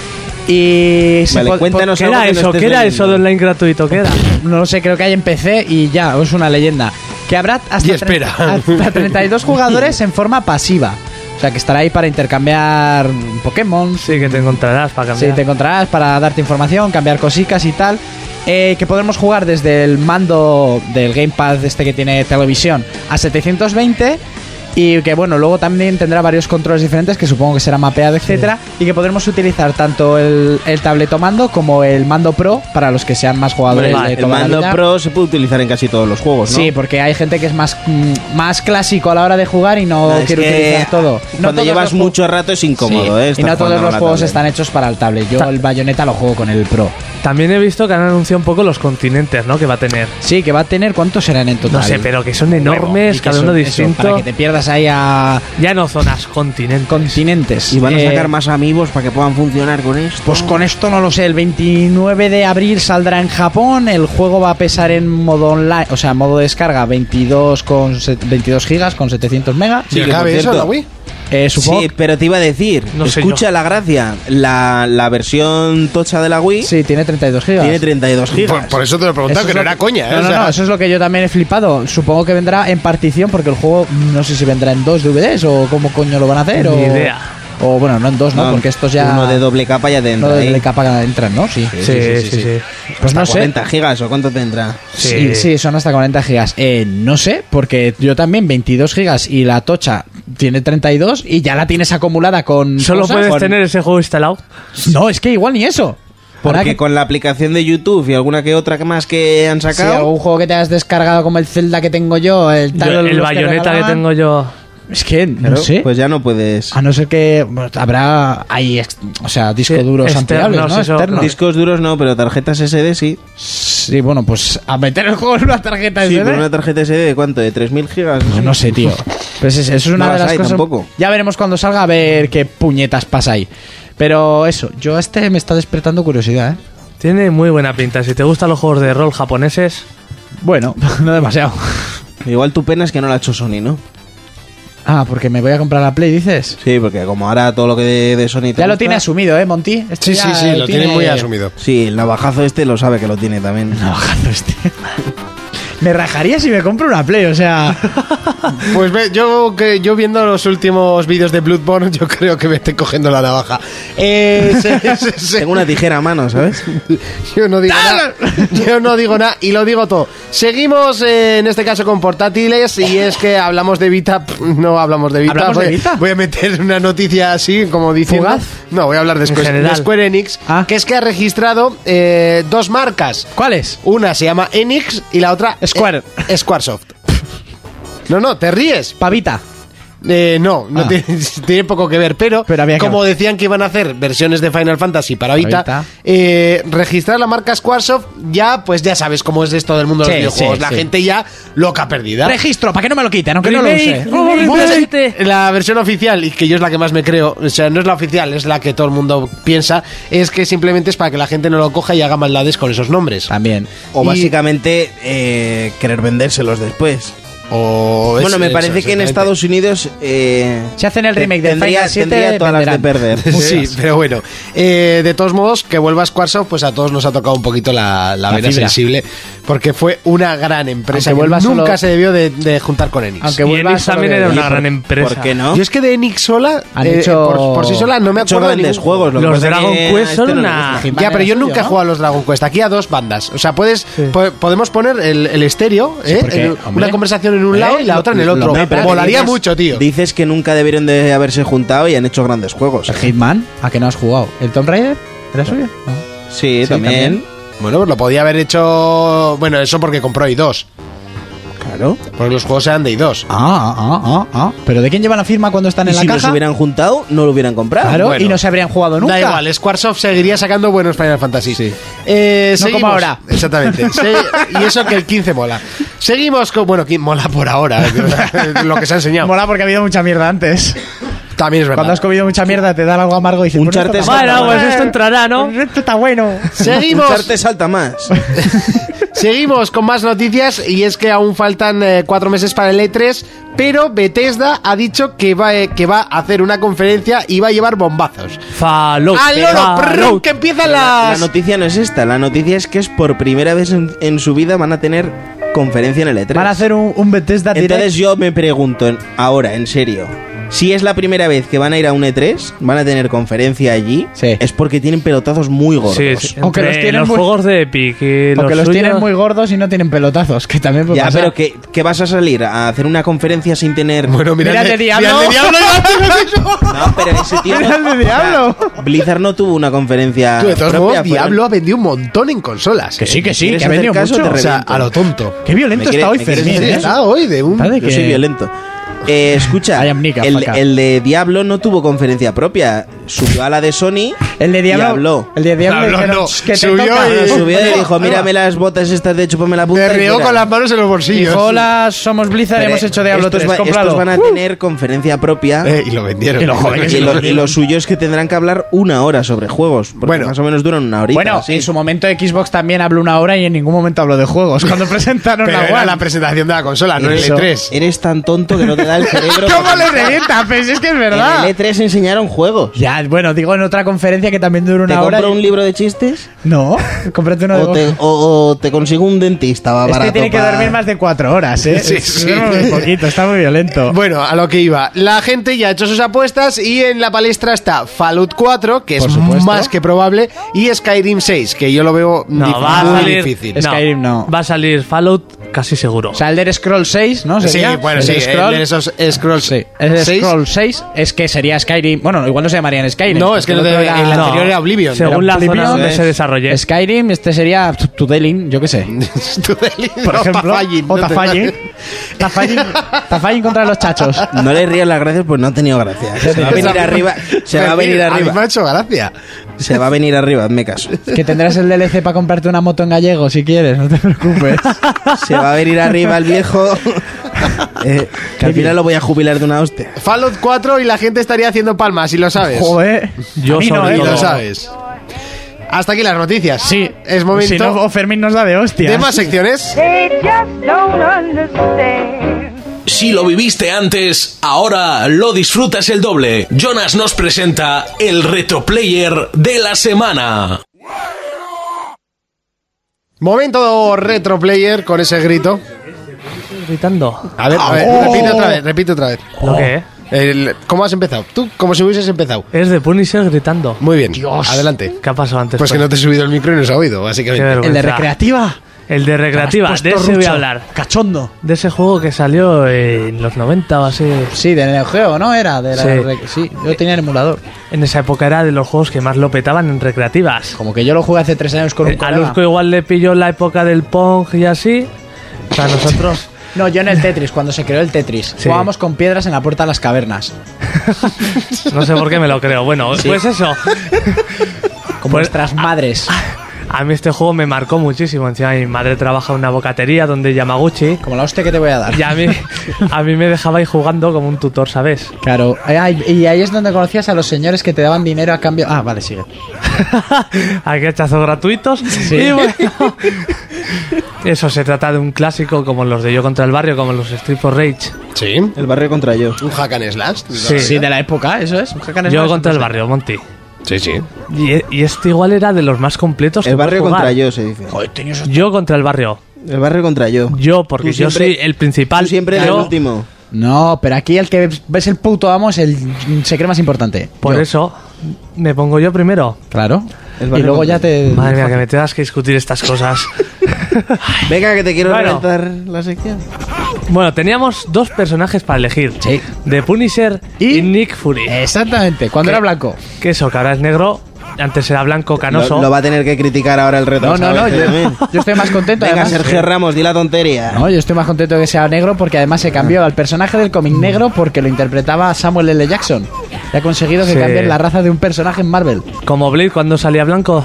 S4: Y se
S5: Vale,
S4: pod-
S5: cuéntanos
S4: pod-
S5: algo
S6: ¿Queda
S5: que no
S6: eso?
S5: estés
S6: ¿Queda
S5: leyendo.
S6: eso de online gratuito? ¿Queda?
S4: No lo sé, creo que hay en PC y ya, es una leyenda. Que habrá hasta,
S2: Y espera.
S4: tre- <laughs> hasta 32 jugadores en forma pasiva. O sea, que estará ahí para intercambiar Pokémon,
S6: Sí, que te encontrarás para
S4: Sí,
S6: cambiar.
S4: te encontrarás para darte información, cambiar cositas y tal. Eh, que podremos jugar desde el mando del Gamepad este que tiene televisión a 720 y que bueno, luego también tendrá varios controles diferentes que supongo que será mapeado, etcétera, y que podremos utilizar tanto el, el tableto mando como el mando pro para los que sean más jugadores
S5: Hombre,
S4: de
S5: el
S4: toda la
S5: mando
S4: vida.
S5: pro Eh, se puede utilizar en casi todos los juegos, ¿no?
S4: Sí, porque hay gente que es más, mm, más clásico a la hora de jugar y no,
S5: No, es
S4: quiere
S5: que
S4: utilizar todo. No
S5: Cuando
S4: todos los
S5: llevas
S4: ju-
S5: mucho rato es incómodo,
S4: Sí,
S5: ¿eh?
S4: Y
S5: estar
S4: no todos
S5: jugando a
S4: los
S5: la
S4: juegos
S5: tablet.
S4: están hechos para el tablet. Yo
S6: Ta-
S4: el bayoneta lo juego con el pro.
S6: También he visto que han anunciado un poco los continentes, ¿no? Que va a tener.
S4: Sí, que va a tener cuántos serán en total.
S6: No sé, pero que son
S4: Nuevo.
S6: enormes,
S4: Y que
S6: cada
S4: son-
S6: uno
S4: eso, para
S6: distinto.
S4: que te pierdas ahí a
S6: Ya no zonas, continentes.
S4: continentes.
S5: Y van a
S4: Eh,
S5: sacar más amigos para que puedan funcionar con esto.
S4: Pues con esto no lo sé. El 29 de abril saldrá en Japón. El juego va a pesar en modo online, o sea, modo descarga 22 con set- 22 gigas con 700 megas.
S2: ¿Y
S5: que, por
S2: cabe eso en la
S5: cierto,
S2: Wii?
S4: Eh, supongo.
S5: Sí, pero te iba a decir,
S6: No sé
S5: escucha la gracia, la, la versión tocha de la Wii
S4: Sí, tiene 32 gigas.
S5: tiene 32
S4: Pues,
S5: gigas.
S2: Por, por eso te lo he
S4: Eso
S2: preguntado,
S4: es
S2: que no
S4: lo
S2: era
S4: que-
S2: coña. ¿eh?
S4: No,
S2: O
S4: no,
S2: sea,
S4: no, eso es lo que yo también he flipado. Supongo que vendrá en partición porque el juego mm, no sé si vendrá en dos DVDs o cómo coño lo van a hacer.
S6: Ni
S4: o,
S6: idea.
S4: O bueno, no en dos, ¿no?
S5: No,
S4: porque estos ya.
S5: Uno de doble capa ya te entra
S4: No,
S5: ahí.
S4: de capa entran, ¿no? Sí.
S6: Sí, sí, sí. sí.
S4: Pues
S5: Hasta
S4: no sé.
S5: 40 gigas o cuánto te entra.
S6: Sí.
S4: Sí, sí, son hasta 40 gigas. Eh, no sé, porque yo también 22 gigas y la tocha tiene 32 y ya la tienes acumulada con.
S6: Solo
S4: cosas.
S6: puedes
S4: Con-
S6: tener ese juego instalado.
S4: No, es que igual ni eso. Habrá
S5: Porque
S4: que-
S5: con la aplicación de YouTube y alguna que otra que más que han
S4: si
S5: sacado,
S4: algún juego que te has descargado como el Zelda que tengo yo, el tal
S6: Yo-
S4: o los
S6: el
S4: que
S6: bayoneta que
S4: regalaban,
S6: tengo yo.
S4: Es que no
S5: claro,
S4: sé.
S5: pues ya no puedes.
S4: A no ser que bueno, habrá ahí, ex- o sea, discos
S6: Sí,
S4: duros
S6: externos,
S4: ampliables, ¿no?
S6: eso,
S4: Externos.
S5: Discos duros no, pero tarjetas SD sí.
S4: Sí, bueno, pues a meter el juego en una tarjeta
S5: Sí,
S4: SD.
S5: pero una tarjeta SD de cuánto, de 3.000 gigas.
S4: Pues no sé,
S5: <laughs>
S4: tío. Pues es- eso es una
S5: No
S4: de
S5: las
S4: las
S5: hay
S4: cosas.
S5: tampoco.
S4: Ya veremos cuando salga a ver qué puñetas pasa ahí. Pero eso, yo este me está despertando curiosidad, ¿eh?
S6: Tiene muy buena pinta. Si te gustan los juegos de rol japoneses,
S4: Bueno, <laughs> no demasiado.
S5: Igual tu pena es que no la ha hecho Sony, ¿no?
S4: Ah, porque me voy a comprar la Play, dices.
S5: Sí, porque como ahora todo lo que de, de Sony te
S4: Ya lo
S5: gusta-
S4: tiene asumido, ¿eh, Monty? Esto
S2: Sí,
S4: ya
S2: sí, sí, lo tiene muy
S4: <laughs>
S2: asumido.
S5: Sí, el navajazo este lo sabe que lo tiene también.
S4: Navajazo este. me rajaría si me compro una Play, o
S5: <laughs>
S4: sea.
S2: Pues ve, yo, que, yo viendo los últimos vídeos de Bloodborne, yo creo que me estoy cogiendo la navaja. Eh, se- se- se-
S5: Tengo una tijera a mano, ¿sabes?
S2: Yo no digo nada. Yo no digo nada y lo digo todo. Seguimos eh, en este caso con portátiles y es que hablamos de Vita. pff, No hablamos de Vita.
S4: ¿Hablamos
S2: voy,
S4: de Vita?
S2: voy a meter una noticia así, como diciendo.
S4: ¿Fugaz?
S2: No, voy a hablar de Square,
S6: general.
S2: de Square Enix,
S4: Ah.
S2: que es que ha registrado eh, dos marcas.
S4: ¿Cuál es?
S2: Una se llama Enix y la otra
S4: Square.
S2: eh, Squaresoft. No, no, te ríes.
S4: Pavita.
S2: Eh, no, no
S4: Ah.
S2: tiene, <laughs> tiene poco que ver, pero,
S4: Pero había que-
S2: como decían que iban a hacer versiones de Final Fantasy para Vita,
S4: Para Vita.
S2: eh, registrar la marca Squaresoft ya, pues ya sabes cómo es esto del mundo de
S4: Sí,
S2: los videojuegos.
S4: sí,
S2: la
S4: sí.
S2: gente ya loca perdida.
S4: Registro, para que no me lo quiten, aunque
S6: Remake,
S4: no lo use.
S6: remake.
S2: Pues, La versión oficial, y que yo es la que más me creo, o sea, no es la oficial, es la que todo el mundo piensa, es que simplemente es para que la gente no lo coja y haga maldades con esos nombres.
S4: También.
S5: O
S2: Y-
S5: básicamente eh, querer vendérselos después.
S2: O es-
S5: bueno, me
S2: Pues eso,
S5: parece que en
S2: exactamente.
S5: Estados Unidos... eh,
S4: Si hacen el remake de
S5: tendría,
S4: Final 7,
S5: tendría todas las de
S4: venderán.
S5: perder.
S2: <laughs> Sí,
S5: Muchas.
S2: pero bueno. Eh, de todos modos, que vuelva Squaresoft, pues a todos nos ha tocado un poquito la, la
S4: La
S2: vena
S4: fibra.
S2: sensible, porque fue una gran empresa.
S4: Aunque
S2: que
S4: vuelva
S2: nunca
S4: solo-
S2: se debió de, de juntar con Enix.
S4: Aunque
S6: y
S4: vuelva
S6: Enix
S4: solo
S6: también
S4: de-
S6: era una
S5: ¿Y
S6: gran empresa.
S5: ¿Por qué no?
S2: Yo es que de Enix sola,
S4: Han
S2: eh,
S4: hecho-
S2: por, por sí sola, no me
S5: Han hecho
S2: acuerdo de
S5: grandes
S2: ningún
S5: juegos. lo que
S6: Los
S5: pasa
S6: Dragon
S5: que
S6: Quest
S5: a
S6: son
S5: este no le
S6: una-
S5: gusta.
S2: Ya, pero yo
S4: Suyo,
S2: nunca he
S4: ¿no?
S2: jugado a los Dragon Quest. Aquí a dos bandas. O sea, puedes po- podemos poner el, el estéreo, ¿eh?
S4: porque,
S2: En
S4: hombre.
S2: una conversación en un
S4: Eh,
S2: lado y la
S4: lo-
S2: otra en el
S4: lo-
S2: otro.
S4: lo-
S5: No, pero
S2: Volaría
S5: dices-
S2: mucho, tío.
S5: Dices que nunca debieron de haberse juntado y han hecho grandes juegos.
S4: El Hitman, ¿a que no has jugado? ¿El Tomb Raider? ¿Era suyo? No.
S5: Sí,
S4: Sí, también.
S5: también.
S2: Bueno, pues lo podía haber hecho. Bueno, eso porque compró y dos.
S5: Claro.
S2: Porque los juegos eran de y dos.
S4: Ah, ah, ah, ah. ¿Pero de quién lleva la firma cuando están
S5: Y
S4: en la
S5: si nos
S4: caja?
S5: hubieran juntado, no lo hubieran comprado.
S4: Claro,
S2: Bueno.
S4: y no se habrían jugado nunca.
S2: Da igual, Squaresoft seguiría sacando buenos Final Fantasy.
S4: Sí.
S2: Eh,
S4: No como
S2: seguimos.
S4: ahora. <laughs>
S2: Exactamente. Se- y eso que el 15 mola. Seguimos con. Bueno, qui- mola por ahora. eh, <laughs> lo que se ha enseñado.
S4: Mola porque ha habido mucha mierda antes.
S2: También es
S4: Cuando
S2: verdad.
S4: has <laughs> comido mucha mierda te dan algo amargo y dices...
S5: Un
S4: "Bueno,
S5: charter
S4: esto está
S5: salta
S6: Bueno,
S5: más.
S6: pues esto entrará, ¿no?
S4: bueno, esto está bueno.
S2: Seguimos.
S5: Uncharted
S2: <laughs>
S5: salta más.
S2: Seguimos con más noticias y es que aún faltan eh, cuatro meses para el E3, pero Bethesda ha dicho que va, eh, que va a hacer una conferencia y va a llevar bombazos.
S6: Fallout.
S2: ¡Al loro!
S6: Fallout.
S2: prrr, ¡Que empiezan
S5: La
S2: las...!
S5: noticia no es esta. La noticia es que es por primera vez en, en su vida van a tener conferencia en el E3.
S4: Van a hacer un, un Bethesda
S5: Entonces
S4: Direct.
S5: yo me pregunto en- ahora, en serio. Si es la primera vez que van a ir a un E3, van a tener conferencia allí,
S4: Sí.
S5: es porque tienen pelotazos muy gordos.
S6: Sí, sí.
S4: Aunque
S6: Entre
S4: los tienen
S6: los
S4: muy-
S6: juegos de Epic y los,
S4: Porque los tienen
S6: suyos-
S4: muy gordos y no tienen pelotazos, que también puede
S5: Ya,
S4: pasar.
S5: pero ¿qué, qué vas a salir? ¿A hacer una conferencia sin tener...?
S4: Mira el de Diablo.
S2: mira el de Diablo
S4: <laughs>
S2: y va-
S5: No, pero ese tío... no-
S4: Mira el de Diablo.
S5: o sea, Blizzard no tuvo una conferencia
S2: Tú, de todos
S5: propia,
S2: modos,
S5: fueron-
S2: Diablo ha vendido un montón en consolas. Eh,
S4: Que sí, que sí,
S5: ¿Quieres
S4: que ha
S5: hacer
S4: venido
S5: caso?
S4: mucho.
S5: Te
S2: O sea,
S5: reviento.
S2: a lo tonto.
S4: Qué violento
S5: ¿Me quieres-
S4: está hoy
S5: me quieres
S4: Fermín,
S5: decir
S4: ¿eh?
S5: eso?
S2: Está hoy de un...
S4: Está de
S5: Yo
S4: que-
S5: soy violento. Eh, escucha,
S4: I am Nika,
S5: el,
S4: fuck up.
S5: el de Diablo no tuvo conferencia propia. Subió a la de Sony
S4: El de Diablo.
S5: y habló.
S4: El de Diablo.
S2: Habló,
S4: dijeron,
S2: no.
S4: "Shh, Que te
S2: Subió
S4: toca".
S2: y-
S5: Subió y dijo, mírame las botas estas de chúpame la punta.
S2: Te
S5: y
S2: rió
S5: fuera".
S2: con las manos en los bolsillos.
S4: Dijo, hola, somos Blizzard,
S5: Pero,
S4: hemos hecho Diablo
S5: estos
S4: 3,
S5: va-
S4: cómpralo.
S5: Estos van a tener conferencia propia.
S2: Eh, y lo vendieron.
S4: Y lo joder, que
S2: <laughs>
S5: y,
S4: sí,
S5: lo,
S4: los-
S5: y lo suyo es que tendrán que hablar una hora sobre juegos. Porque
S2: Bueno.
S5: más o menos duran una horita.
S4: Bueno,
S5: así.
S4: en su momento Xbox también habló una hora y en ningún momento habló de juegos.
S5: <laughs>
S4: Cuando presentaron
S2: Pero
S4: la
S2: era
S4: One.
S2: la presentación de la consola, no el E
S5: Eso.
S2: E3.
S5: Eres tan tonto que no te da
S4: <laughs>
S5: el cerebro.
S4: ¿Cómo le revienta? Pues es que es
S5: en
S4: verdad.
S5: el E E3 enseñaron juegos.
S4: Ya, bueno, digo en otra conferencia que también duró
S5: ¿Te
S4: una hora.
S5: compro
S4: y-
S5: un libro de chistes?
S4: No, cómprate uno de
S5: O te,
S4: Goku.
S5: o- o te consigo un dentista va
S4: Este
S5: barato
S4: tiene que
S5: pa-
S4: dormir más de cuatro horas,
S5: <laughs>
S4: ¿eh?
S2: Sí, sí.
S4: Duerme muy poquito, está muy violento.
S2: Bueno, a lo que iba. La gente ya ha hecho sus apuestas y en la palestra está Fallout 4, que es
S4: Por supuesto.
S2: más que probable, y Skyrim 6, que yo lo veo
S6: No,
S2: dif-
S6: va a
S2: muy
S6: salir.
S2: difícil.
S4: Es- Skyrim no.
S6: Va a salir Fallout casi seguro.
S4: O sea, Elder Scroll 6, ¿no?
S2: Sí,
S4: ¿Sería?
S2: bueno, sí,
S4: Elder
S2: Scroll,
S4: Scroll.
S2: esos Scrolls
S4: Sí, Elder
S2: 6.
S4: Scroll 6 es que sería Skyrim. Bueno, igual no se llamarían Skyrim.
S2: No, es que no
S4: porque
S2: te-
S4: el otro
S2: el
S4: era-
S2: anterior era Oblivion.
S4: Era
S6: Según la
S4: Oblivion,
S6: zona donde
S4: es-
S6: se desarrolle.
S4: Skyrim, este sería T- Tudelin, yo qué
S6: <laughs>
S4: sé.
S2: <laughs> Tú deli-
S4: Por
S2: no,
S4: ejemplo.
S2: Tafallin,
S4: o
S2: no te-
S4: Tafallin. Tafallin. Tafallin contra los chachos.
S5: No le rías las gracias, pues no ha
S4: <laughs>
S5: tenido gracia. Se va a venir arriba. Se va a venir
S2: mí me ha
S5: arriba.
S2: hecho gracia.
S5: Se va a venir arriba, hazme caso.
S4: Que tendrás el DLC para comprarte una moto en gallego si quieres, no te preocupes.
S5: <laughs> Se va a venir arriba
S4: <laughs>
S5: el viejo. Eh, que al final lo voy a jubilar de una hostia.
S2: Fallout 4 y la gente estaría haciendo palmas, si lo sabes.
S4: Joder.
S6: Yo
S4: A mí no,
S6: sobre
S4: ¿eh?
S2: Y
S6: todo.
S2: lo sabes. Hasta aquí las noticias.
S4: Sí.
S2: Es momento
S4: Si no, o Fermín nos da de hostia.
S2: de más secciones.
S9: They just don't understand.
S1: Si lo viviste antes, ahora lo disfrutas el doble. Jonas nos presenta el retroplayer de la semana.
S2: Momento retroplayer con ese grito.
S6: gritando.
S2: A ver, a ver,
S4: Oh.
S2: repite otra vez, repite otra vez.
S6: Lo que es.
S2: El- ¿Cómo has empezado? Tú, como si hubieses empezado.
S6: Es de Punisher gritando.
S2: Muy bien, adelante.
S6: ¿Qué ha pasado antes?
S2: Pues que no te he subido el micro y no se ha oído,
S6: Qué
S2: básicamente.
S4: El de
S6: vergüenza.
S4: recreativa.
S6: El de recreativa.
S4: Te has
S6: De
S4: puesto
S6: ese voy a
S4: rucho.
S6: hablar.
S4: Cachondo.
S6: De ese juego que salió en los 90 o así.
S4: Sí, de Neo Geo, ¿no? Era de la
S6: Sí.
S4: rec- sí, yo tenía el emulador.
S6: En esa época era de los juegos que más lo petaban en recreativas.
S4: Como que yo lo jugué hace tres años con un
S6: Eh, a
S4: colega.
S6: Luzco igual le pilló la época del Pong y así.
S4: <laughs>
S6: Para nosotros.
S4: No, yo en el Tetris, cuando se creó el Tetris.
S6: Sí.
S4: Jugábamos con piedras en la puerta de las cavernas.
S6: No sé por qué me lo creo. Bueno, pues eso.
S4: Como
S6: Pues-
S4: nuestras madres.
S6: A mí este juego me marcó muchísimo. Encima mi madre trabaja en una bocatería donde Yamaguchi.
S4: Como la hostia que te voy a dar.
S6: Y a mí, a mí me dejaba ir jugando como un tutor, ¿sabes? <laughs>
S4: Claro. Ah, y- y ahí es donde conocías a los señores que te daban dinero a cambio. Ah, vale, sigue.
S6: Aquí hachazos gratuitos. Y bueno, eso se trata de un clásico como los de Yo contra el Barrio, como los Street for Rage.
S2: Sí. Un
S5: El barrio contra yo.
S2: hack and slash.
S6: Sí.
S4: Sí, de la época, eso es. un hack and
S6: Yo
S4: slash.
S6: contra el Barrio, Monty.
S2: sí. sí.
S6: Y, y este igual era de los más completos.
S5: El
S6: que
S5: barrio
S6: puedes
S5: contra
S6: jugar.
S5: yo, se dice.
S6: Yo contra el Barrio.
S5: El barrio contra yo.
S6: Yo, porque
S5: Tú
S6: yo
S5: siempre-
S6: soy el principal.
S5: Tú siempre
S6: yo-
S5: el último.
S4: No, pero aquí el que ves el puto amo es el se cree más importante.
S6: Por
S4: Yo.
S6: eso me pongo yo primero.
S4: Claro.
S5: El
S4: Y
S5: barrio
S4: luego
S5: contra
S4: ya te.
S6: Madre mía, que me tengas que discutir estas
S5: <laughs>
S6: cosas.
S5: Venga, que te quiero
S6: Bueno.
S5: reventar la sección.
S6: Bueno, teníamos dos personajes para elegir.
S4: Sí.
S6: The Punisher y,
S4: Y-
S6: Nick Fury.
S5: Eh.
S4: Exactamente, cuando
S6: ¿Qué?
S4: era blanco.
S6: Que eso, que ahora es negro antes era blanco, canoso.
S5: Lo, lo va a tener que criticar ahora el reto.
S4: Ah, No, no, no,
S5: ¿sabes?
S4: yo,
S5: También.
S4: yo estoy más contento.
S5: Venga,
S4: además.
S5: Sergio Ramos, di la tontería.
S4: No, yo estoy más contento de que sea negro porque además se cambió al personaje del cómic negro porque lo interpretaba Samuel L. Jackson. Y ha conseguido que
S6: Sí.
S4: cambien la raza de un personaje en Marvel.
S6: Como Blade cuando salía blanco.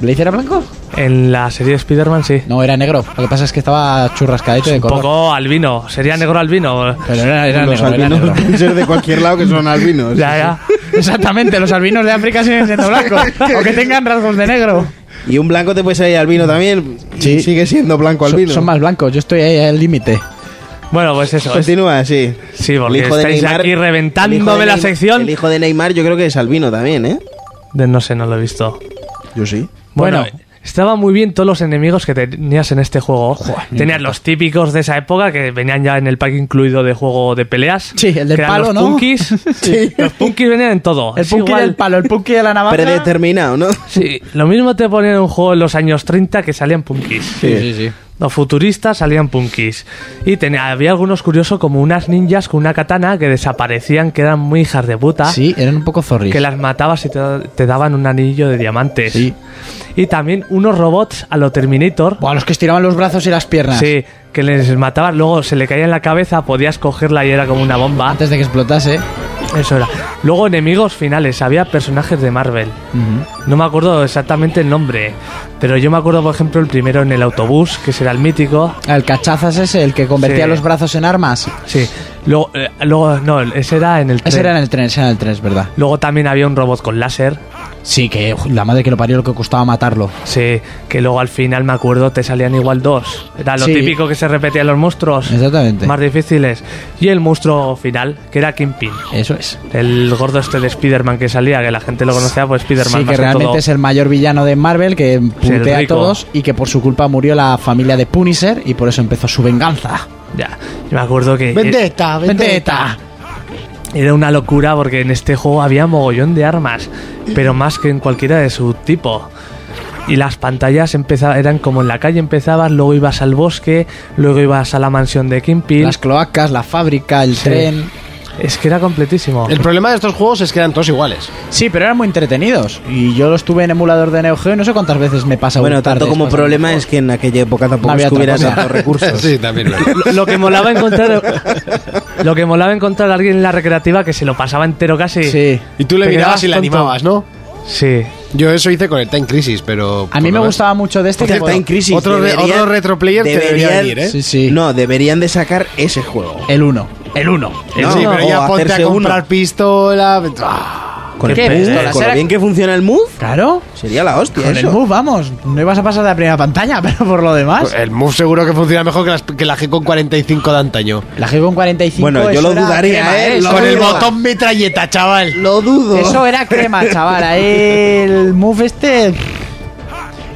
S4: ¿Le hiciera blanco?
S6: En la serie de Spider-Man, sí.
S4: No, era negro. Lo que pasa es que estaba churrascadito de
S6: Un
S4: color.
S6: poco albino. Sería negro albino.
S4: Pero era, era
S5: Los
S4: negro, era
S5: albinos
S4: negro.
S5: pueden ser de cualquier lado que son albinos.
S6: Ya, ya.
S4: <laughs> Exactamente, los albinos de África siguen siendo
S5: <laughs>
S4: blancos. o que tengan rasgos de negro.
S5: Y un blanco te puede salir albino también. y
S4: Sí.
S5: sigue siendo blanco
S4: Son,
S5: albino.
S4: son más blancos, yo estoy ahí al límite.
S6: Bueno, pues eso. es-
S5: Continúa, sí.
S6: Sí, porque
S5: El hijo de
S6: estáis
S5: Neymar-
S6: aquí
S5: el hijo de
S6: reventándome la
S5: Neym-
S6: sección.
S5: El hijo de Neymar yo creo que es albino también, ¿eh?
S6: de- no sé, no lo he visto.
S5: Yo sí.
S6: Bueno,
S4: Bueno.
S6: estaba muy bien todos los enemigos que tenías en este juego. Tenías los típicos de esa época que venían ya en el pack incluido de juego de peleas.
S4: Sí, el del
S6: que eran
S4: palo,
S6: los
S4: ¿no?
S6: Punkis.
S4: <laughs> Sí.
S6: Los punkis venían en todo.
S4: El
S6: Es
S4: punky
S6: igual-
S4: del palo, el punky de la navaja.
S5: Predeterminado, ¿no?
S6: Sí, lo mismo te ponían en un juego en los años 30 que salían punkis.
S4: Sí, sí, sí.
S6: Los futuristas salían punkis. Y tenía, había algunos curiosos como unas ninjas con una katana que desaparecían, que eran muy hijas de puta.
S4: Sí, eran un poco zorris.
S6: Que las matabas y te, te daban un anillo de diamantes.
S4: Sí.
S6: Y también unos robots a lo Terminator.
S4: Buah, los que estiraban los brazos y las piernas.
S6: Sí, que les matabas, luego se le caía en la cabeza, podías cogerla y era como una bomba.
S4: Antes de que explotase.
S6: Eso era. Luego enemigos finales, había personajes de Marvel. No me acuerdo exactamente el nombre, pero yo me acuerdo, por ejemplo, el primero en el autobús, que será el mítico.
S4: El cachazas ese, el que convertía
S6: Sí.
S4: los brazos en armas.
S6: Sí. Luego, eh, luego no, ese era en el
S4: Ese
S6: tren.
S4: era en el tren, ese era en el tren, es verdad.
S6: Luego también había un robot con láser.
S4: Sí, que uj, la madre que lo parió lo que costaba matarlo.
S6: Sí, que luego al final me acuerdo te salían igual dos. Era lo
S4: Sí.
S6: típico que se repetían los monstruos.
S4: Exactamente.
S6: Más difíciles. Y el monstruo final, que era Kingpin.
S4: Eso es.
S6: El gordo este de Spider-Man que salía, que la gente lo conocía por Spider-Man.
S4: Sí,
S6: más
S4: que realmente
S6: todo.
S4: es el mayor villano de Marvel que putea a
S6: rico.
S4: todos y que por su culpa murió la familia de Punisher y por eso empezó su venganza.
S6: Ya, yo me acuerdo que e-,
S2: Vendetta,
S4: Eh, ¡Vendetta!
S6: era una locura porque en este juego había mogollón de armas, pero más que en cualquiera de su tipo. Y las pantallas empeza- eran como en la calle empezabas, luego ibas al bosque, luego ibas a la mansión de Kingpin.
S4: Las cloacas, la fábrica, el
S6: Sí.
S4: tren.
S6: Es que era completísimo.
S2: El problema de estos juegos es que eran todos iguales.
S4: Sí, pero eran muy entretenidos. Y yo los tuve en emulador de Neo Geo y no sé cuántas veces me pasa
S5: Bueno,
S4: una tarde
S5: tanto como
S4: después de-
S5: problema es que en aquella época
S4: No
S5: tampoco
S4: había
S5: es que hubiera
S4: otra cosa.
S5: tantos
S2: <laughs>
S5: recursos.
S2: también.
S6: Lo- lo que molaba encontrar lo que molaba encontrar a alguien en la recreativa que se lo pasaba entero casi.
S4: Sí.
S2: Y tú le mirabas
S6: Te quedabas
S2: y le
S6: tonto.
S2: animabas, ¿no?
S6: Sí.
S2: Yo eso hice con el Time Crisis, pero...
S4: A mí me gustaba mucho de <laughs> este que
S5: Está en crisis.
S2: Otro re- otro retroplayer te debería venir, ¿eh?
S4: Sí, sí.
S5: No, deberían de sacar ese juego.
S4: El 1. El 1.
S5: No,
S2: sí, pero
S5: o
S2: ya ponte a
S5: hacerse
S2: comprar
S5: uno.
S2: pistola... ¡Ah!
S5: Con,
S4: ¿Qué
S5: el Move,
S4: pistola?
S5: con
S4: Será-
S5: lo bien que funciona el Move,
S4: Claro.
S5: sería la hostia
S4: Con el
S5: eso.
S4: move, vamos. No ibas a pasar de la primera pantalla, <laughs> pero por lo demás.
S2: Ah, El Move seguro que funciona mejor que, las- que la G con 45 de antaño.
S4: La G con 45.
S5: Bueno, yo
S4: eso
S5: lo
S4: era
S5: dudaría,
S4: crema,
S5: ¿eh?
S4: Eso
S5: Lo
S2: Con el
S4: era-
S5: dudo.
S2: botón metralleta, chaval.
S5: Lo dudo.
S4: Eso era crema, chaval. Ahí El move este.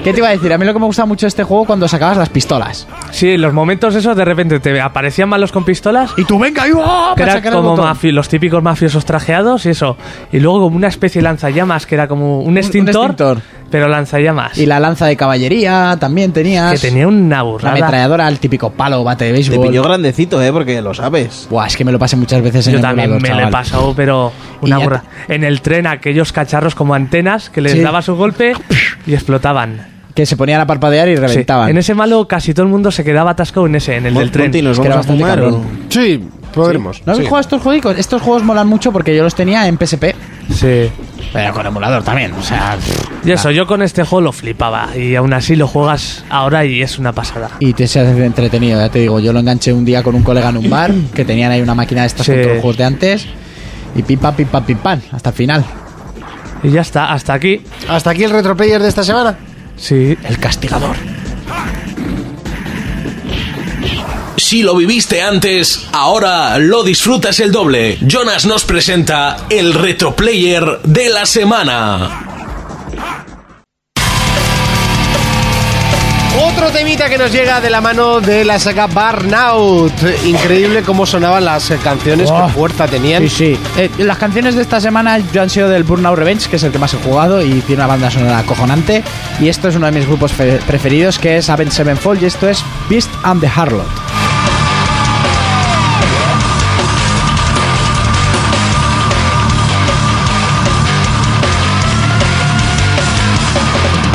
S4: ¿Qué te iba a decir? A mí lo que me gusta mucho de este juego cuando sacabas las pistolas.
S6: Sí, los momentos esos de repente te aparecían malos con pistolas
S4: Y tú, venga, y ¡oh! para
S6: que eran
S4: sacar el
S6: como
S4: botón.
S6: mafi- los típicos mafiosos trajeados y eso. Y luego como una especie de lanzallamas, que era como un extintor,
S4: extintor.
S6: pero lanzallamas.
S4: Y la lanza de caballería también tenías.
S6: Que tenía una
S4: La
S6: burrada.
S4: ametralladora, el típico palo, bate de
S5: Te
S4: béisbol.
S5: pilló grandecito, ¿eh? Porque lo sabes.
S4: Buah, es que me lo pasé muchas veces en
S6: Yo
S4: el
S6: también me
S4: emulador,
S6: le he
S4: chaval.
S6: pasado, pero una
S4: Y ya
S6: burra. En el tren, aquellos cacharros como antenas que les
S4: Sí.
S6: daba su golpe y explotaban.
S4: Que se ponían a parpadear y
S6: Sí.
S4: reventaban.
S6: En ese malo casi todo el mundo se quedaba atascado en ese, en el del tren.
S5: Monty, ¿nos
S4: Es que era
S5: vamos a
S4: bastante
S5: fumar o
S4: cabrón.
S2: Sí, podremos.
S4: ¿No habéis
S2: sí.
S4: jugado a estos juegos? Estos juegos molan mucho porque yo los tenía en PSP.
S6: Sí.
S4: Pero con emulador también, o sea...
S6: Y eso, yo con este juego lo flipaba. Y aún así lo juegas ahora y es una pasada.
S4: Y te seas entretenido, ya te digo. Yo lo enganché un día con un colega en un <clears throat> bar, que tenían ahí una máquina de estas
S6: Sí.
S4: con todos los juegos de antes. Y pim pam, pim pam, pim pam, hasta el final.
S6: Y ya está, hasta aquí.
S2: ¿Hasta aquí el retroplayer de esta semana?
S6: Sí.
S4: El castigador.
S1: Si lo viviste antes, ahora lo disfrutas el doble. Jonas nos presenta el retroplayer de la semana.
S2: Otro temita que nos llega de la mano de la saga Burnout. Increíble cómo sonaban las eh, canciones,
S4: Buah.
S2: qué fuerza tenían.
S4: Sí, sí. Eh, las canciones de esta semana yo han sido del Burnout Revenge, que es el que más he jugado y tiene una banda sonora acojonante. Y esto es uno de mis grupos fe- preferidos, que es Avenged Sevenfold, y esto es Beast and the Harlot.
S9: Thank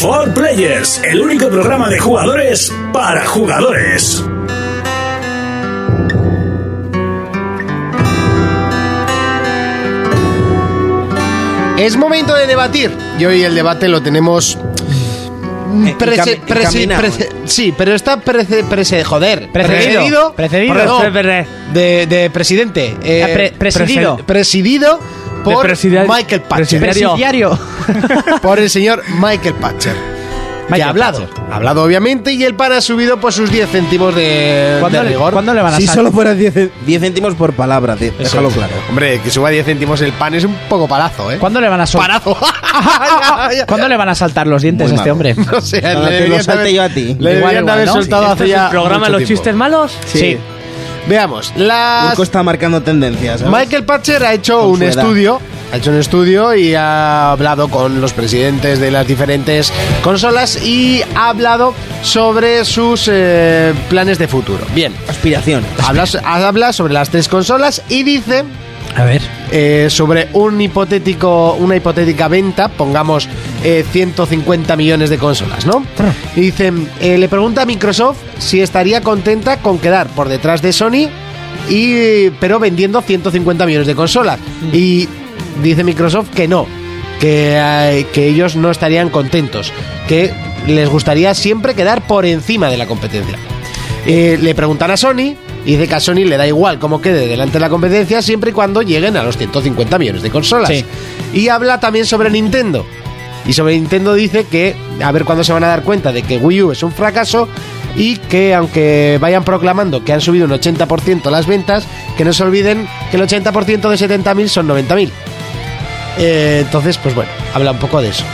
S7: For Players, el único programa de jugadores para jugadores.
S2: Es momento de debatir. Y hoy el debate lo tenemos.
S6: Eh,
S2: Mm, Prece,
S5: encam-
S2: prece-
S5: encaminado.
S2: prece- sí, pero está prece, prece- joder,
S6: Precedido.
S2: precedido,
S6: Precedido.
S2: perdón,
S6: Pre-
S2: de, de presidente, eh,
S6: Ah, pre- presidido.
S2: presen- presidido por
S10: presida-
S2: Michael Patcher,
S10: presidiario.
S6: Presidiario. <laughs>
S2: por el señor Michael Patcher. que
S6: Michael
S2: ha hablado,
S6: Patcher.
S2: ha hablado obviamente y el pan ha subido pues sus 10 céntimos de,
S6: ¿Cuándo
S2: de
S6: le,
S2: rigor.
S6: cuándo le van a
S5: Si
S6: sacar?
S5: solo fuera 10 10 céntimos por palabra, tío, déjalo claro.
S2: Hombre, que suba 10 céntimos el pan es un poco palazo, ¿eh? <laughs>
S6: ¿Cuándo <laughs> le van a sol-
S2: Parazo.
S6: ¿Cuándo le van a saltar los dientes
S5: Muy
S6: a
S4: <laughs>
S5: malo.
S6: este hombre?
S2: <laughs> No sé,
S5: Ahora
S2: le
S5: te lo
S2: deberían
S5: salte
S2: haber-
S5: yo a ti.
S2: Le
S6: Igual,
S2: deberían
S6: igual,
S2: haber
S6: ¿no?
S2: soltado
S10: ¿Esto
S2: hace
S10: es
S2: ya.
S10: un programa
S2: mucho
S10: Los
S2: tiempo.
S10: Chistes Malos?
S2: Sí. Veamos, las...
S5: Urco está marcando tendencias. ¿sabes?
S2: Michael Patcher ha hecho
S5: Con
S2: un
S5: su edad.
S2: estudio, ha hecho un estudio y ha hablado con los presidentes de las diferentes consolas y ha hablado sobre sus eh, planes de futuro. Bien,
S5: Aspiración.
S2: habla, habla sobre las tres consolas y dice
S6: A ver.
S2: eh, sobre un hipotético, una hipotética venta, pongamos eh, 150 millones de consolas, ¿no? Y dicen, eh, le pregunta a Microsoft si estaría contenta con quedar por detrás de Sony, y, pero vendiendo 150 millones de consolas. Y dice Microsoft que no, que, eh, que ellos no estarían contentos, que les gustaría siempre quedar por encima de la competencia. Eh, le preguntan a Sony y dice que a Sony le da igual cómo quede delante de la competencia siempre y cuando lleguen a los 150 millones de consolas.
S4: Sí.
S2: Y habla también sobre Nintendo. Y sobre Nintendo dice que a ver cuándo se van a dar cuenta de que Wii U es un fracaso y que aunque vayan proclamando que han subido un 80% las ventas, que no se olviden que el 80% de 70.000 son 90.000. Eh, entonces, pues bueno, habla un poco de eso.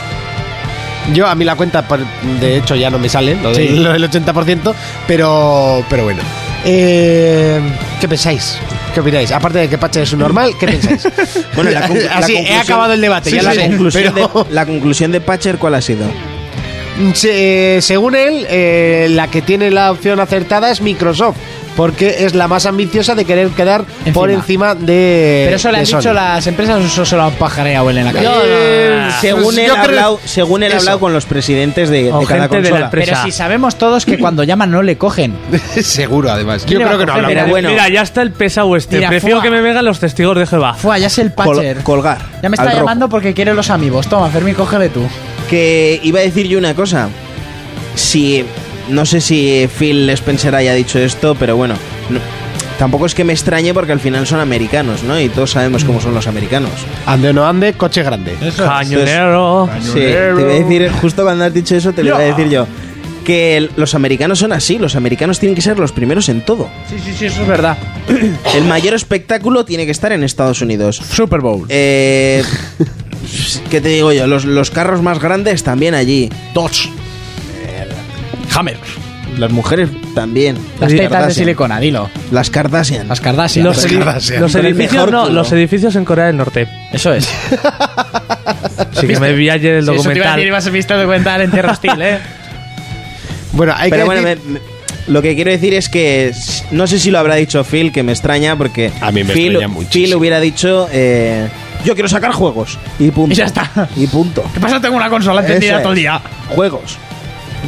S2: Yo a mí la cuenta, por- de hecho, ya no me sale lo, del-
S4: Sí.
S2: lo del 80%, pero, pero bueno. Eh, ¿Qué pensáis? ¿Qué opináis? Aparte de que Pache es un normal, ¿qué pensáis?
S5: <laughs>
S2: <laughs>
S5: Bueno, la concu- la
S2: Así, he
S5: conclusión-
S2: acabado el debate,
S5: Sí,
S2: ya
S5: sí,
S2: la
S5: la,
S2: sé,
S5: conclusión
S2: pero-
S5: de, la conclusión de Patcher, ¿cuál ha sido?
S2: Se- según él, eh, la que tiene la opción acertada es Microsoft, porque es la más ambiciosa de querer quedar
S4: Encima.
S2: por encima de.
S4: Pero eso le
S2: de
S4: han
S2: Sony.
S4: dicho las empresas o eso se lo han pajareado él en la calle.
S2: Eh,
S5: Según
S2: pues
S5: él,
S2: yo
S5: ha
S2: creo-
S5: hablado, según él ha
S2: eso.
S5: hablado con los presidentes de, de
S6: O
S5: cada
S6: gente de la
S5: consola.
S6: empresa.
S4: Pero si sabemos todos que cuando llaman no le cogen.
S2: Seguro, además.
S4: ¿Quién
S2: Yo
S4: le va
S2: creo
S4: a
S2: que no
S4: coger?
S2: hablamos.
S5: Mira,
S6: Mira,
S5: bueno.
S6: mira, ya está el pesado este.
S4: Mira,
S6: Prefiero
S4: fua.
S6: que me vengan los testigos de Jehová.
S4: Fua, ya es el
S5: Col-
S4: Patcher.
S5: colgar.
S4: ya me
S5: al
S4: está
S5: rojo.
S4: llamando porque quiere los amigos. Toma, Fermín, cógele tú.
S5: Que iba a decir yo una cosa. Si. No sé si Phil Spencer haya dicho esto, pero bueno. no- tampoco es que me extrañe porque al final son americanos, ¿no? Y todos sabemos cómo son los americanos.
S2: Ande o no ande, coche grande.
S6: Cañonero.
S5: Sí, te iba a decir, justo cuando has dicho eso, te lo iba a decir yo. Que el- los americanos son así, los americanos tienen que ser los primeros en todo.
S4: Sí, sí, sí, eso es verdad.
S5: <clears throat> El mayor espectáculo tiene que estar en Estados Unidos.
S4: Super Bowl. <laughs>
S5: Eh, ¿Qué te digo yo? Los, los carros más grandes también allí.
S4: Dodge. Hammer.
S5: Las mujeres también.
S4: Las tetas de
S5: Kardashian.
S4: silicona, dilo.
S5: Las Kardashian.
S4: Las Kardashian.
S6: Los,
S4: Las
S6: edi-
S4: Kardashian.
S6: los
S5: Con el
S6: edificios
S5: mejor
S6: no,
S5: culo.
S6: los edificios en Corea del Norte.
S4: Eso es.
S6: <laughs> Sí que me vi ayer el
S4: Eso te iba a
S6: documental.
S4: decir, ibas a visto el documental en Tierra Hostil,
S6: <laughs>
S4: ¿eh?
S2: Bueno, hay
S5: Pero
S2: que
S5: bueno,
S2: decir-
S5: me- me- lo que quiero decir es que s- no sé si lo habrá dicho Phil, que me extraña porque
S1: A mí me
S5: Phil,
S1: extraña muchísimo.
S5: Phil hubiera dicho eh, yo quiero sacar juegos y punto.
S4: Y ya está.
S5: <laughs> Y punto.
S4: ¿Qué pasa? Tengo una consola
S5: Eso
S4: encendida
S5: es.
S4: todo el día.
S5: Juegos.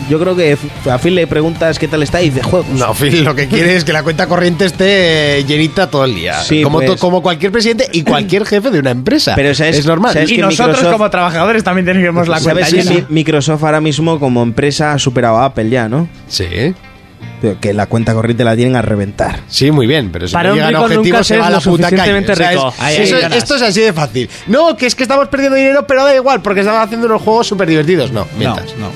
S5: Yo creo que f- a Phil le preguntas qué tal está y dice juegos.
S2: No, Phil, lo que quiere es que la cuenta corriente esté eh, llenita todo el día.
S5: Sí,
S2: como,
S5: pues.
S2: to- como cualquier presidente y cualquier jefe de una empresa.
S5: Pero ¿sabes-
S2: es normal.
S5: sabes
S4: y
S5: que
S4: nosotros
S5: Microsoft-
S4: como trabajadores también tenemos la cuenta
S5: Sabes que
S4: llena.
S5: Mi- Microsoft ahora mismo como empresa ha superado a Apple ya, ¿no?
S2: Sí,
S5: Pero Que la cuenta corriente la tienen a reventar.
S2: sí, muy bien. Pero si
S6: Para
S2: no
S6: un
S2: llegan a
S6: rico
S2: objetivos,
S6: nunca
S2: se va a
S6: ser
S2: la
S6: lo
S2: puta calle.
S6: suficientemente
S2: O sea, es-
S6: rico.
S4: Ahí, ahí,
S2: eso-
S4: ganas.
S2: esto es así de fácil. No, que es que estamos perdiendo dinero, pero da igual, porque estamos haciendo unos juegos súper divertidos. No, mientas.
S4: no.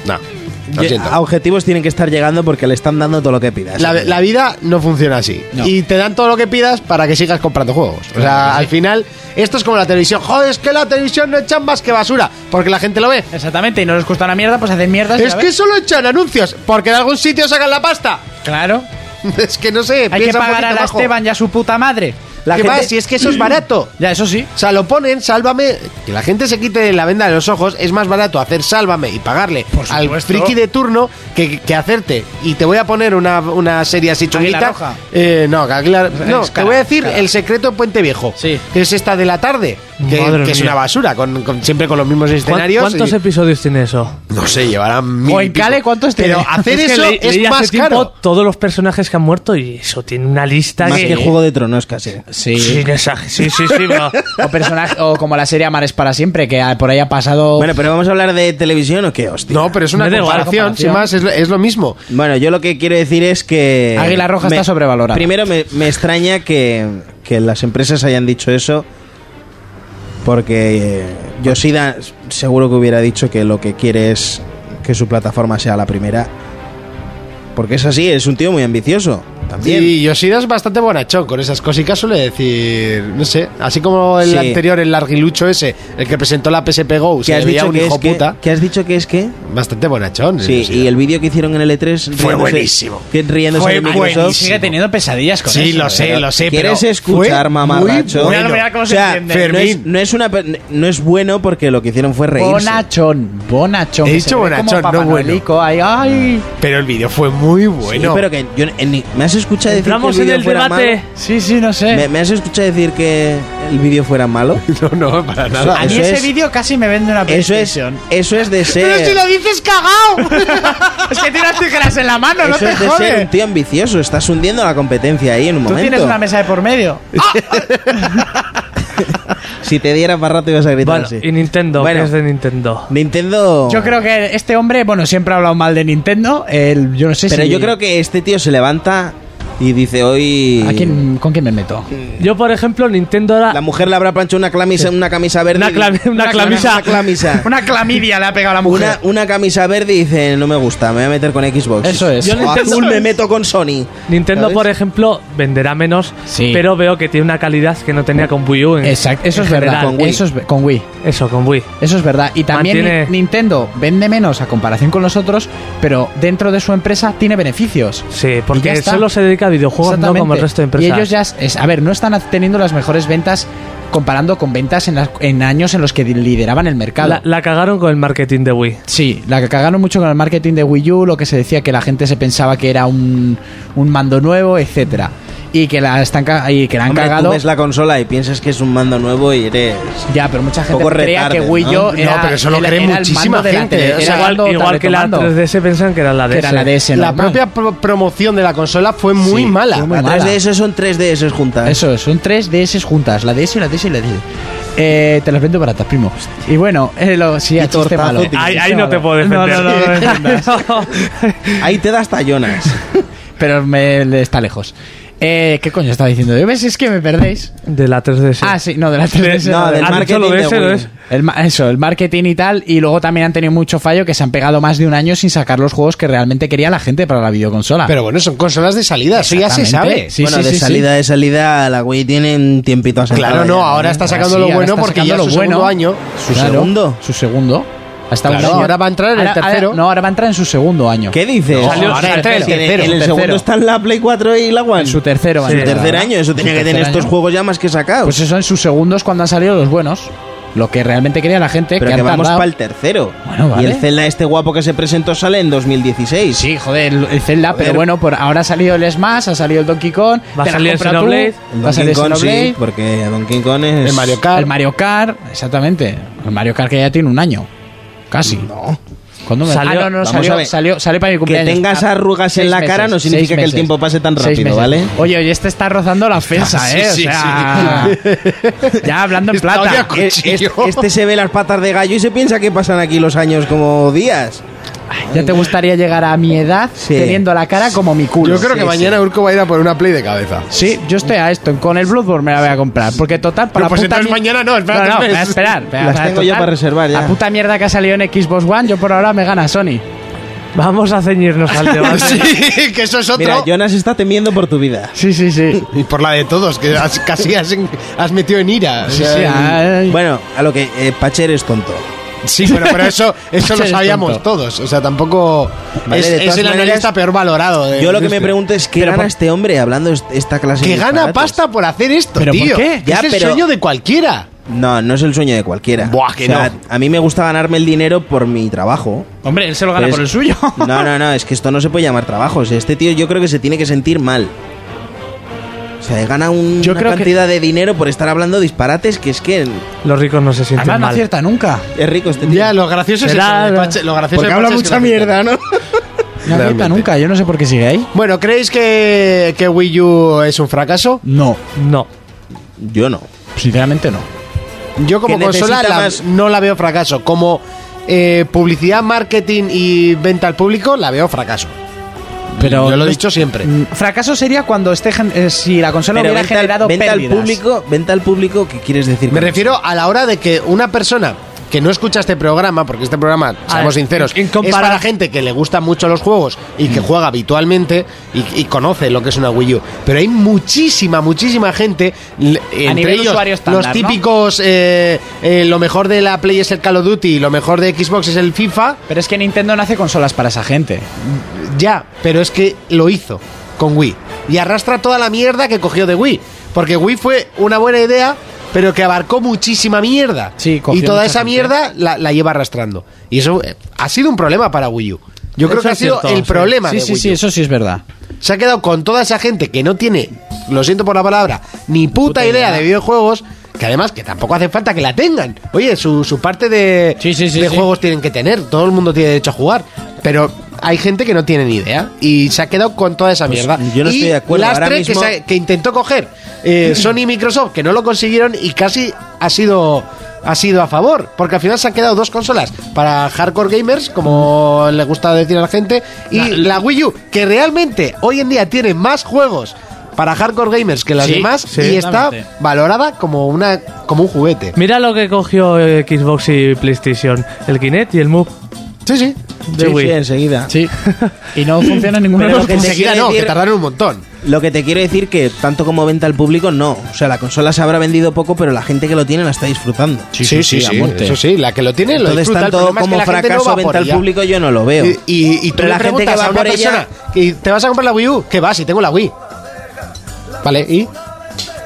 S2: Lo
S5: Ye-
S2: siento.
S5: A objetivos tienen que estar llegando porque le están dando todo lo que pidas.
S2: La, la vida no funciona así.
S4: No.
S2: Y te dan todo lo que pidas para que sigas comprando juegos. O sea, al final, esto es como la televisión. Joder, es que la televisión no echan más que basura, porque la gente lo ve.
S4: Exactamente, y no les cuesta una mierda, pues hacen mierdas. y
S2: Es
S4: a
S2: que
S4: ver-
S2: solo echan anuncios, porque de algún sitio sacan la pasta. <laughs>
S4: Claro.
S2: Es que no sé,
S4: Hay que
S2: piensa un
S4: pagar a
S2: poquito
S4: la
S2: bajo.
S4: Esteban y a su puta madre.
S5: La
S2: ¿Qué
S5: gente-
S2: va? Si es que
S4: <clears throat>
S2: eso es barato.
S4: Ya, eso sí.
S2: O sea, lo ponen, sálvame. Que la gente se quite la venda de los ojos. Es más barato hacer sálvame y pagarle al friki de turno que, que hacerte. Y te voy a poner una, una serie así
S4: Águila
S2: chunguita.
S4: Roja.
S2: Eh, no, que Águila- no,
S4: es
S2: te
S4: cara,
S2: voy a decir
S4: cara.
S2: El secreto de Puente Viejo.
S4: Sí.
S2: Que es esta de la tarde. Que,
S6: Madre
S2: que es
S6: mía.
S2: una basura, con, con- siempre con los mismos
S6: ¿Cuán-
S2: escenarios.
S6: ¿Cuántos
S2: y-
S6: episodios tiene eso?
S2: No sé, llevarán mil.
S4: O en
S2: y pico.
S4: Cale, ¿cuántos
S2: Pero
S4: tiene?
S2: hacer
S6: Es que
S2: eso
S6: leí- leí
S2: es
S6: hace
S2: más
S6: tiempo
S2: caro.
S6: Todos los personajes que han muerto y eso tiene una lista
S5: Más
S6: que,
S5: que Juego de Tronos casi.
S4: Sí.
S6: Sí, esa- sí, sí, sí, pero-
S4: O, personaje, o como la serie Amar es para siempre, que ah, por ahí ha pasado.
S5: Bueno, pero vamos a hablar de televisión o qué, hostia.
S2: No, pero es
S6: Me
S2: una
S6: da igual la
S2: comparación, sin
S4: comparación.
S2: más, es lo- es lo mismo.
S5: Bueno, yo lo que quiero decir es
S2: eh,
S5: que...
S4: Águila Roja está sobrevalorada.
S5: Primero me, me extraña que, que las empresas hayan dicho eso porque eh, Yoshida seguro que hubiera dicho que lo que quiere es que su plataforma sea la primera. Porque es así, es un tío muy ambicioso. También.
S2: Y Yoshida es bastante bonachón con esas cositas, suele decir, no sé, así como el
S5: Sí.
S2: anterior, el larguilucho ese, el que presentó la PSP Go, se
S5: ¿Qué
S2: le
S5: has,
S2: veía
S5: dicho
S2: un
S5: que,
S2: hijo
S5: es que,
S2: puta,
S5: ¿Qué has dicho que es que?
S2: bastante bonachón. eh,
S5: Sí,
S2: Yoshida.
S5: y el vídeo que hicieron en el E3
S2: Fue
S5: riéndose-
S2: buenísimo.
S5: que riéndose
S4: Fue
S5: de Microsoft.
S4: buenísimo. Sigue teniendo pesadillas con
S2: Sí,
S4: eso,
S2: lo
S4: ¿eh?
S2: sé,
S5: Pero,
S2: lo sé,
S5: ¿Quieres
S2: pero
S5: escuchar,
S2: fue
S5: mamaracho?
S2: muy bueno.
S4: Mira, mira cómo
S5: O
S4: se
S5: sea,
S4: entiende.
S5: no es,
S2: Fermín.
S5: no es una, pe- no es bueno porque lo que hicieron fue reírse.
S4: Bonachón, bonachón.
S2: He
S4: que
S2: dicho
S4: se ve como
S2: bonachón,
S4: Papá
S2: no bueno.
S4: Noelico, Ay, ay.
S2: Pero el vídeo fue muy
S5: Sí,
S2: bueno.
S5: pero que yo- en ni- me has escuchado decir
S6: Entramos
S5: que el
S6: en
S5: vídeo
S6: el
S5: fuera
S6: debate.
S5: malo?
S4: Sí, sí, no sé.
S5: ¿Me, me has escuchado decir que el vídeo fuera malo?
S2: <laughs> No, no, para nada.
S4: a mí
S5: eso
S4: ese
S5: es-
S4: vídeo casi me vende una
S5: Eso es,
S4: PlayStation. <laughs>
S5: eso es de ser.
S4: dices cagao. es que tienes tijeras en la mano, no
S5: eso
S4: te
S5: es de ser
S4: jodes.
S5: un tío ambicioso. Estás hundiendo la competencia ahí en un
S4: Tú
S5: momento.
S4: tienes una mesa de por medio.
S5: Si te diera para rato ibas a gritar
S6: Bueno,
S5: así.
S6: y Nintendo,
S5: Bueno.
S6: que es de Nintendo.
S5: Nintendo.
S4: Yo creo que este hombre, bueno, siempre ha hablado mal de Nintendo. El, yo no sé
S5: Pero
S4: si.
S5: yo creo que este tío se levanta y dice hoy.
S4: ¿A quién, ¿Con quién me meto?
S6: Yo, por ejemplo, Nintendo
S5: La
S6: ahora.
S5: mujer le habrá planchado una camisa, una camisa verde.
S6: Ah. Una,
S5: y-
S6: clami- una clamisa.
S5: Una camisa.
S4: <laughs> Una clamidia le ha pegado a la mujer.
S5: Una, una camisa verde y dice, no me gusta, me voy a meter con Xbox.
S4: Eso es.
S5: Yo
S4: Yo
S5: o
S6: Nintendo-
S5: azul me meto con Sony.
S6: Nintendo,
S5: ¿Sabes?
S6: por ejemplo, venderá menos,
S4: Sí.
S6: pero veo que tiene una calidad que no tenía con Wii U. en-
S4: Exacto, eso
S6: en
S4: es verdad.
S6: general.
S5: Con Wii.
S4: Eso es ve- con Wii.
S6: Eso, con Wii.
S4: Eso es verdad. Y también
S6: Mantiene-
S4: Ni- Nintendo vende menos a comparación con los otros, pero dentro de su empresa tiene beneficios.
S6: Sí,
S4: Y ya
S6: porque
S4: está.
S6: solo se dedica a videojuegos, no
S4: Exactamente.
S6: como el resto de
S4: Y
S6: empresas.
S4: ellos ya, es- a ver, no están teniendo las mejores ventas comparando con ventas en, las- en años en los que lideraban el mercado.
S6: la, la cagaron con el marketing de Wii.
S4: Sí, la que cagaron mucho con el marketing de Wii U, lo que se decía que la gente se pensaba que era un, un mando nuevo, etcétera, y que la están ca- y que la han
S5: Hombre,
S4: cagado.
S5: tú ves la consola y piensas que es un mando nuevo y eres...
S4: Ya, pero mucha gente
S5: Poco
S4: creía
S5: retarde,
S4: que Wii U
S5: ¿no?
S4: era
S2: No, pero eso lo
S4: era-
S2: cree
S4: era el
S2: muchísima
S4: mando de la
S2: gente,
S4: tele,
S2: o
S4: era
S2: sea,
S4: el
S6: ¿eh? igual
S4: mando
S6: igual que la
S4: tabletomando,
S6: 3DS pensan que era la DS.
S4: que era la DS
S2: La
S4: normal.
S2: propia pro- promoción de la consola fue muy
S4: Sí,
S2: mala.
S4: fue muy
S5: Atrás
S4: mala.
S5: de eso son tres DS juntas.
S4: Eso, es, son tres DS juntas, la DS, la DS y la DS. Eh, te las vendo baratas, primo. Y bueno, eh, lo, sí, a chiste
S5: tortazo,
S4: malo.
S5: tío.
S6: Ahí, ahí
S4: Chiste
S6: no
S4: malo.
S6: te puedo defender.
S4: No, no, no, no defendas.
S5: Ahí te das tallonas.
S4: Pero me, le- está lejos. Eh, ¿Qué coño estaba diciendo? Yo ves, es que me perdéis.
S6: <laughs> de la 3DS.
S4: Ah, sí, no, de la
S6: De-
S4: 3DS.
S5: no,
S4: no, de-
S5: del
S6: ¿Has
S5: marketing
S6: dicho lo de
S5: de
S6: ese,
S5: Wii.
S6: lo de ese?
S4: el ma- eso, el marketing y tal. Y luego también han tenido mucho fallo que se han pegado más de un año sin sacar los juegos que realmente quería la gente para la videoconsola.
S2: Pero bueno, son consolas de salida, eso ya se sabe.
S4: Exactamente. <laughs> Sí,
S5: bueno,
S4: sí,
S5: de
S4: sí, sí.
S5: salida, de salida, la Wii tiene un tiempito asentado
S2: Claro, no,
S5: ya,
S2: ahora está sacando
S4: Sí,
S2: lo
S4: ahora
S2: bueno
S4: está
S2: porque ya
S4: sacando
S2: es su
S4: lo bueno.
S2: segundo año.
S5: ¿Su segundo?
S4: Su segundo. Hasta
S2: Claro,
S4: un año.
S2: ahora va a entrar en el
S4: Ahora-
S2: tercero.
S4: ahora- no, ahora va a entrar en su segundo año.
S5: ¿Qué dices? Ahora,
S6: Salió- salió
S5: en
S6: el
S5: en
S4: tercero,
S5: el
S4: el
S5: segundo
S4: tercero.
S5: están la Play 4 y la One.
S4: En su tercero va a
S5: Su
S4: entrar,
S5: tercer
S4: ¿verdad?
S5: año, eso
S4: Su
S5: tenía que
S4: tercer
S5: tener estos
S4: año.
S5: juegos ya más que sacados.
S4: Pues eso en sus segundos cuando han salido los buenos. Lo que realmente quería la gente.
S5: Pero
S4: que,
S5: que,
S4: han
S5: vamos
S4: tardado.
S5: para el tercero.
S4: Bueno,
S5: Y
S4: vale.
S5: el Zelda este guapo que se presentó sale en 2016.
S4: Sí, joder, el el Zelda, pero bueno, por ahora ha salido el Smash, ha salido el Donkey Kong,
S6: Va a
S4: te la
S6: salir el
S4: compra tú,
S6: Xenoblade.
S5: El
S4: va a salir el
S5: Donkey Kong sí,
S4: Xenoblade,
S5: porque Donkey Kong es...
S2: El Mario Kart.
S4: el Mario Kart, exactamente, el Mario Kart que ya tiene un año, casi. No. ¿Cuándo me
S6: Salió-
S4: ah, no, no,
S5: vamos a
S4: salió,
S5: ver.
S4: salió, sale para mi
S5: Que
S4: cumpleaños.
S5: tengas
S4: Ah,
S5: arrugas en
S4: seis
S5: la cara
S4: meses,
S5: no
S4: seis
S5: significa que el
S4: meses,
S5: tiempo pase tan
S4: seis
S5: rápido,
S4: meses.
S5: ¿vale?
S4: Oye, oye, este está rozando la ofensa,
S2: Sí,
S4: ¿eh?
S2: sí,
S4: o sea, ya hablando en
S2: Está
S4: plata. Eh,
S2: ya con- Cuchillo.
S5: Es- Este se ve las patas de gallo y se piensa que pasan aquí los años como días.
S4: Ya te gustaría llegar a mi edad
S5: Sí.
S4: teniendo la cara como mi culo.
S2: Yo creo que
S5: sí.
S2: mañana Urco va a ir a por una play de cabeza.
S4: Sí, yo estoy a esto. Con el Bloodborne me la voy a comprar. Porque total, para
S2: No, pues
S4: la puta
S2: entonces
S4: mier-
S2: mañana no, espérate pues.
S4: No, no,
S2: un mes.
S4: voy a esperar. voy a-
S5: Las
S4: voy a
S5: tengo yo para reservar ya.
S4: La puta mierda que ha salido en Xbox One, yo por ahora me gana Sony.
S6: Vamos a ceñirnos
S4: <laughs>
S6: al
S2: <laughs>
S6: debate.
S2: Sí, que eso es otro.
S5: Mira, Jonas está temiendo por tu vida.
S4: Sí,
S5: <laughs>
S4: sí, sí.
S2: Y por la de todos, que has- casi has, en- has metido en ira. o
S4: Sí,
S2: sea,
S4: sí, ah. ay.
S5: Bueno, a lo que eh, Pacher es tonto.
S2: Sí, bueno, pero eso,
S4: <laughs>
S2: eso lo
S4: Eres
S2: sabíamos
S4: tonto.
S2: todos. O sea, tampoco
S5: Vale,
S2: es,
S5: de
S2: es
S5: todas
S2: el
S5: maneras,
S2: analista peor valorado.
S4: Eh,
S2: de-
S5: Yo lo
S2: de
S5: que me
S2: este.
S5: pregunto es qué
S2: Pero
S5: gana
S2: por-
S5: este hombre hablando est- esta clase
S2: que
S5: de
S2: gana
S5: disparates?
S2: pasta por hacer esto,
S4: ¿Pero por
S2: tío.
S4: qué?
S2: Que
S5: Ya,
S2: es el
S5: pero-
S2: sueño de cualquiera.
S5: No, no es el sueño de cualquiera.
S2: Buah, que
S5: O sea,
S2: no.
S5: A mí me gusta ganarme el dinero por mi trabajo.
S4: Hombre, él se lo gana
S5: Pero
S4: por el
S5: es-
S4: suyo.
S5: <laughs> No, no, no, es que esto no se puede llamar trabajo. O sea, este tío yo creo que se tiene que sentir mal. O sea, gana un-
S4: Yo
S5: una
S4: creo que-
S5: cantidad de dinero por estar hablando disparates que es que
S6: Los ricos no se sienten
S4: Además, Ah, no
S6: mal.
S4: acierta nunca.
S5: es rico este tío.
S2: Ya, lo gracioso es
S6: Será-
S2: eso, de Pache- lo gracioso
S5: Porque
S2: de
S5: habla
S2: Pache es que
S5: mucha
S2: no acierta.
S5: mierda, ¿no?
S4: No
S2: Realmente.
S4: acierta nunca. Yo no sé por qué sigue ahí.
S2: Bueno, ¿creéis que, que Wii U es un fracaso?
S4: No,
S6: No.
S5: Yo no.
S4: sinceramente no.
S2: Yo como
S5: Que necesita
S2: consola la-
S5: más-
S2: no la veo fracaso. Como eh, publicidad, marketing y venta al público la veo fracaso.
S4: Pero
S2: Yo lo he dicho siempre.
S4: Mm, Fracaso sería cuando esté gen- eh, si la consola
S5: Pero
S4: hubiera
S5: venta, al-
S4: generado
S5: venta al
S4: pérdidas.
S5: público, venta al público, ¿qué quieres decir?
S2: Me
S5: con
S2: refiero a la hora de que una persona que no escucha este programa, porque este programa, seamos sinceros,
S6: en
S2: es
S6: compara-
S2: para gente que le gustan mucho los juegos y que juega habitualmente y, y conoce lo que es una Wii U. Pero hay muchísima, muchísima gente, l- entre
S4: nivel
S2: ellos
S4: usuario estándar,
S2: los
S4: ¿no?
S2: típicos, eh, eh, lo mejor de la Play es el Call of Duty y lo mejor de Xbox es el FIFA,
S4: Pero es que Nintendo no hace consolas para esa gente.
S2: ya, pero es que lo hizo con Wii. Y arrastra toda la mierda que cogió de Wii. Porque Wii fue una buena idea, pero que abarcó muchísima mierda.
S4: Sí, cogió
S2: y toda
S4: mucha
S2: esa
S4: gente.
S2: mierda la, la lleva arrastrando. Y eso eh, ha sido un problema para Wii U. Yo creo
S4: Eso
S2: que ha
S4: es
S2: sido
S4: cierto,
S2: el
S4: sí.
S2: problema
S4: Sí,
S2: de
S4: sí,
S2: Wii
S4: sí,
S2: U.
S4: eso sí es verdad.
S2: Se ha quedado con toda esa gente que no tiene, lo siento por la palabra, ni puta,
S4: Puta
S2: idea,
S4: idea.
S2: de videojuegos, que además que tampoco hace falta que la tengan. Oye, su, su parte de,
S4: Sí, sí, sí,
S2: de
S4: sí.
S2: juegos tienen que tener, todo el mundo tiene derecho a jugar, pero hay gente que no tiene ni idea y se ha quedado con toda esa mierda.
S5: Pues yo no
S2: Y
S5: estoy de acuerdo,
S2: Lastre
S5: ahora
S2: que
S5: mismo-
S2: se ha- que intentó coger <laughs> eh, Sony y Microsoft, que no lo consiguieron y casi ha sido ha sido a favor, porque al final se han quedado dos consolas para hardcore gamers, como le gusta decir a la gente, y la, Wii U, que realmente hoy en día tiene más juegos para hardcore gamers que las
S4: Sí,
S2: demás
S4: sí,
S2: y está
S4: totalmente.
S2: valorada como una como un juguete.
S6: Mira lo que cogió eh, Xbox y PlayStation. El Kinect y el Move
S2: Sí, sí.
S6: de
S5: Sí,
S6: Wii.
S5: sí, enseguida.
S4: Sí. Y no funciona ninguno de
S5: Pero
S4: los
S5: que
S4: dos.
S5: te
S2: Enseguida
S5: quiero
S2: no, que
S5: decir-
S2: tardaron un montón.
S5: Lo que te quiero decir que tanto como venta al público, no. O sea, la consola se habrá vendido poco, pero la gente que lo tiene la está disfrutando.
S2: Eso sí, la que lo tiene lo
S5: Entonces,
S2: disfruta, el
S5: tanto
S2: problema es que
S5: como
S2: la gente no
S5: fracaso
S2: va por
S5: venta al
S2: ella.
S5: público, yo no lo veo.
S2: Y, y, y tú
S5: Pero
S2: la
S5: la gente que
S2: a
S5: va
S2: una
S5: por
S2: persona,
S5: ella.
S2: que ¿te vas a comprar la Wii U? Que va, si tengo la Wii. Vale, ¿y?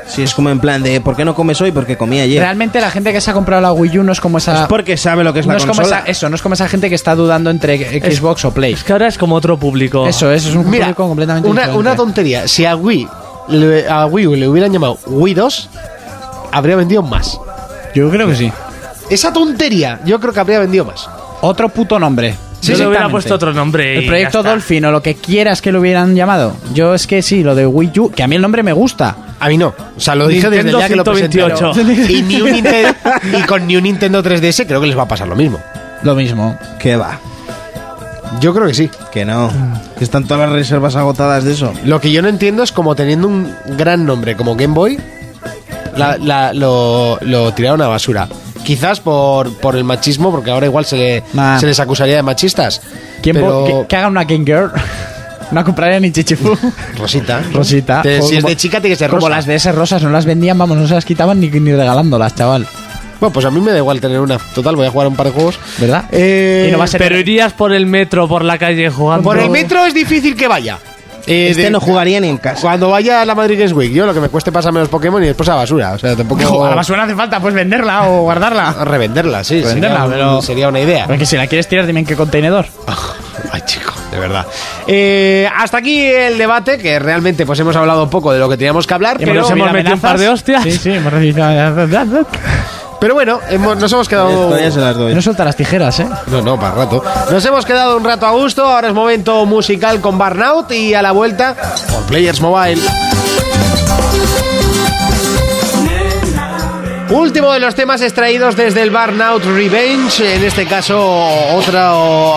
S5: Sí, es como en plan de ¿por qué no comes hoy? Porque comí ayer.
S4: Realmente la gente que se ha comprado la Wii U no es como esa.
S5: Es Pues porque sabe lo que es la
S4: Ah, no es como
S5: consola.
S4: esa, eso, no es como esa gente que está dudando entre Xbox o Play.
S6: Es Oh. que ahora es como otro público.
S4: Eso, eso es un
S2: Mira,
S4: público completamente
S2: una,
S4: diferente.
S2: una tontería. Si a Wii, le- a Wii U le hubieran llamado Wii 2, habría vendido más.
S4: Yo creo que sí.
S2: Esa tontería, yo creo que habría vendido más.
S4: Otro puto nombre.
S6: Yo le hubiera
S4: Directamente.
S6: puesto otro nombre. y
S4: El proyecto
S6: ya está.
S4: Dolphin o lo que quieras que lo hubieran llamado. Yo es que sí, lo de Wii U, que a mí el nombre me gusta.
S2: A mí no. O sea, lo dije desde el
S6: Nintendo
S2: día que lo
S6: 128.
S2: presentaron. Y, ni un Nintendo- y con ni un Nintendo 3DS creo que les va a pasar lo mismo.
S4: Lo mismo.
S5: Que va,
S2: Yo creo que sí.
S5: que no. Que están todas las reservas agotadas de eso.
S2: Lo que yo no entiendo es como teniendo un gran nombre como Game Boy, la- la- lo, lo tiraron a basura. Quizás por, por el machismo, porque ahora igual se, le-
S4: Nah.
S2: se les acusaría de machistas.
S4: Ah. ¿Quién
S2: pero-
S4: po- que, que haga una Game Girl. <laughs> No compraría ni chichifu.
S2: Rosita.
S4: Rosita.
S2: Te-
S4: Joder,
S2: si es
S4: como-
S2: de chica, tiene que ser
S4: Como
S2: rosa.
S4: las de esas rosas no las vendían, vamos, no se las quitaban ni, ni regalándolas, chaval.
S2: Bueno, pues a mí me da igual tener una. Total, voy a jugar un par de juegos.
S4: ¿Verdad?
S2: Eh,
S4: Y no va a ser-
S6: Pero irías por el metro, por la calle jugando.
S2: Por el metro es difícil que vaya. Eh,
S5: Este
S2: de-
S5: no jugaría ni en casa.
S2: Cuando vaya a la Madrid Games Week, yo lo que me cueste pasarme los Pokémon y después a la basura. O sea,
S4: <laughs>
S2: tampoco.
S4: a la basura hace falta pues venderla o guardarla.
S2: A Ah, Revenderla, sí.
S4: Revenderla,
S2: sería, un-
S4: pero-
S2: sería una idea. <laughs>
S4: Porque si la quieres tirar, dime en qué contenedor.
S2: Ay, chico, de verdad. Eh, hasta aquí el debate, que realmente pues hemos hablado un poco de lo que teníamos que hablar,
S6: Hemos
S2: pero,
S6: recibido
S4: metido
S6: metido un par de hostias.
S4: Sí, sí, hemos recibido amenazas.
S2: pero bueno, hemos- nos hemos quedado...
S5: Esto ya se las doy.
S4: No suelta las tijeras, ¿eh?
S2: No, no, para rato. Nos hemos quedado un rato a gusto, ahora es momento musical con Burnout y a la vuelta por Players Mobile. Último de los temas extraídos desde el Burnout Revenge, en este caso otro,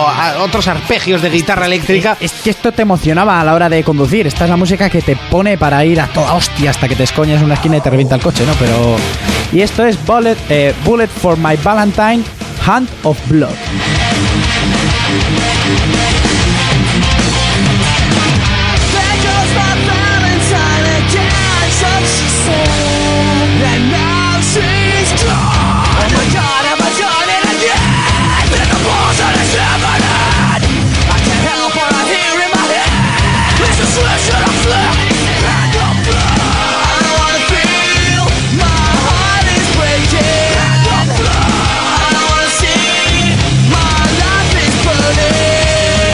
S2: a- otros arpegios de guitarra eléctrica.
S4: Es que esto te emocionaba a la hora de conducir. Esta es la música que te pone para ir a toda hostia hasta que te escoñas en una esquina y te revienta el coche, ¿no? Pero. Y esto es Bullet, eh, Bullet for My Valentine, Hand of Blood.
S11: Burning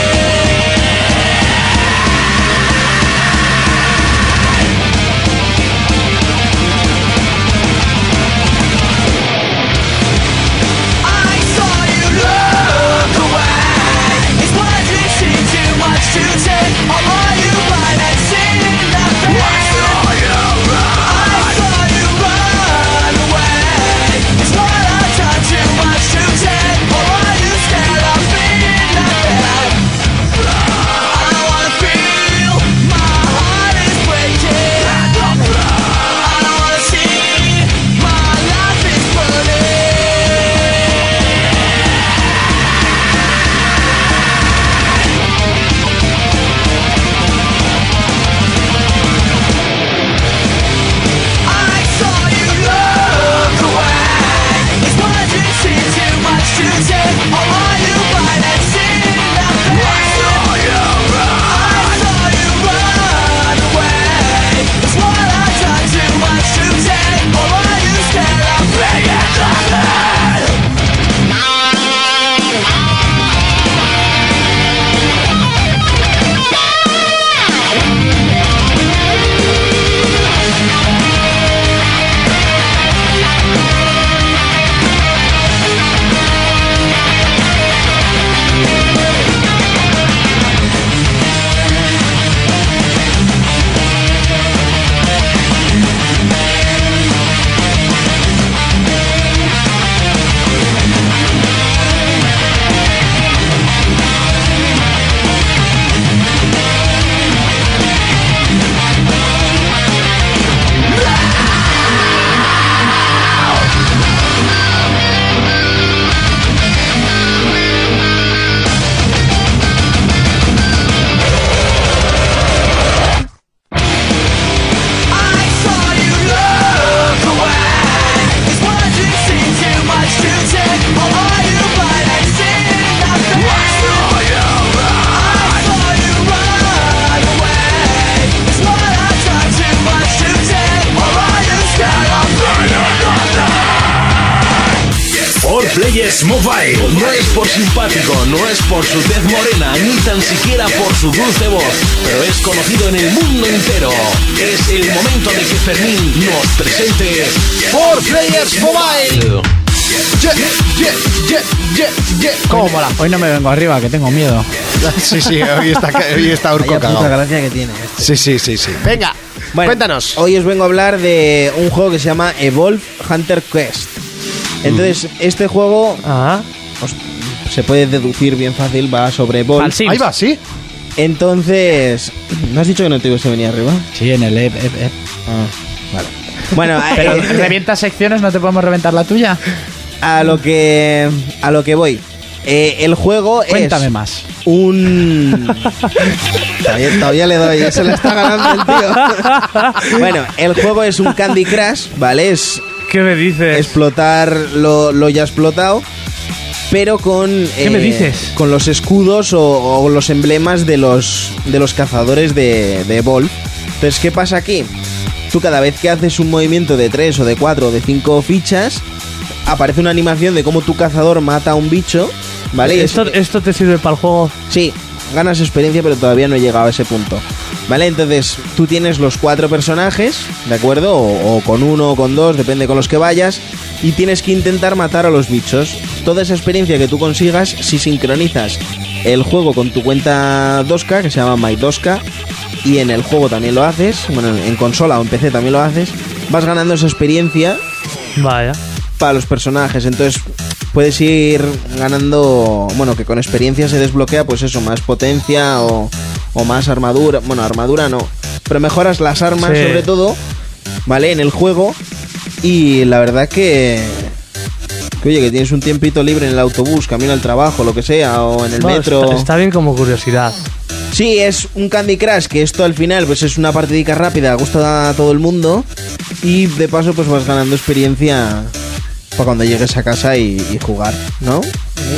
S1: Reyes Mobile. No es por simpático, no es por su tez morena, ni tan siquiera por su dulce voz, pero es conocido en el mundo entero. Es el momento de que Fermín nos presente For Players Mobile.
S2: Yeah, yeah, yeah, yeah, yeah. ¿Cómo mola?
S4: Hoy no me vengo arriba, que tengo miedo.
S2: Sí, sí, hoy está, hoy está Urco
S5: Vaya puta
S2: cagao.
S5: gracia que tiene.
S2: Sí, sí, sí, sí. Venga,
S5: Bueno,
S2: cuéntanos.
S5: Hoy os vengo a hablar de un juego que se llama Evolve Hunter Quest. Entonces, este juego
S6: Ah,
S5: os- se puede deducir bien fácil, va sobre Evolve.
S6: Al Sims.
S2: Ahí va, ¿sí?
S5: Entonces, ¿no has dicho que no te ibas a venir arriba?
S4: Sí, en el...
S5: Ah. Vale. Bueno,
S4: <laughs>
S5: a-
S4: Pero
S5: eh,
S4: revientas secciones, ¿no te podemos reventar la tuya?
S5: a lo que a lo que voy. Eh, el juego
S4: Cuéntame
S5: es
S4: más.
S5: un todavía, todavía le doy, eh, se la está ganando el
S6: <laughs>
S5: tío. bueno, el juego es un Candy Crush, ¿vale? Es
S6: ¿Qué me dices?
S5: explotar lo, lo ya explotado, pero con eh,
S6: me dices?
S5: con los escudos o, o los emblemas de los de los cazadores de, de Evolve. Entonces, ¿qué pasa aquí? Tú cada vez que haces un movimiento de 3 o de 4 o de 5 fichas, aparece una animación de cómo tu cazador mata a un bicho, ¿vale? Y
S6: ¿Esto,
S5: es-
S6: esto te sirve para el juego.
S5: Sí, ganas experiencia, pero todavía no he llegado a ese punto. Vale, entonces tú tienes los cuatro personajes, ¿de acuerdo? O, o con uno o con dos, depende con los que vayas. Y tienes que intentar matar a los bichos. Toda esa experiencia que tú consigas, si sincronizas el juego con tu cuenta 2K, que se llama My 2K, y en el juego también lo haces, bueno, en consola o en PC también lo haces, vas ganando esa experiencia
S6: Vaya.
S5: para los personajes. Entonces puedes ir ganando, bueno, que con experiencia se desbloquea, pues eso, más potencia o, o más armadura. Bueno, armadura no, pero mejoras las armas
S6: Sí.
S5: sobre todo, ¿vale? En el juego. Y la verdad que... Que oye, que tienes un tiempito libre en el autobús, camino al trabajo, lo que sea, o en el
S6: Bueno,
S5: metro.
S6: Ah, Está, está bien como curiosidad.
S5: Sí, es un Candy Crush, que esto al final pues es una partidica rápida, gusta a todo el mundo. Y de paso pues vas ganando experiencia para cuando llegues a casa y, y jugar, ¿no?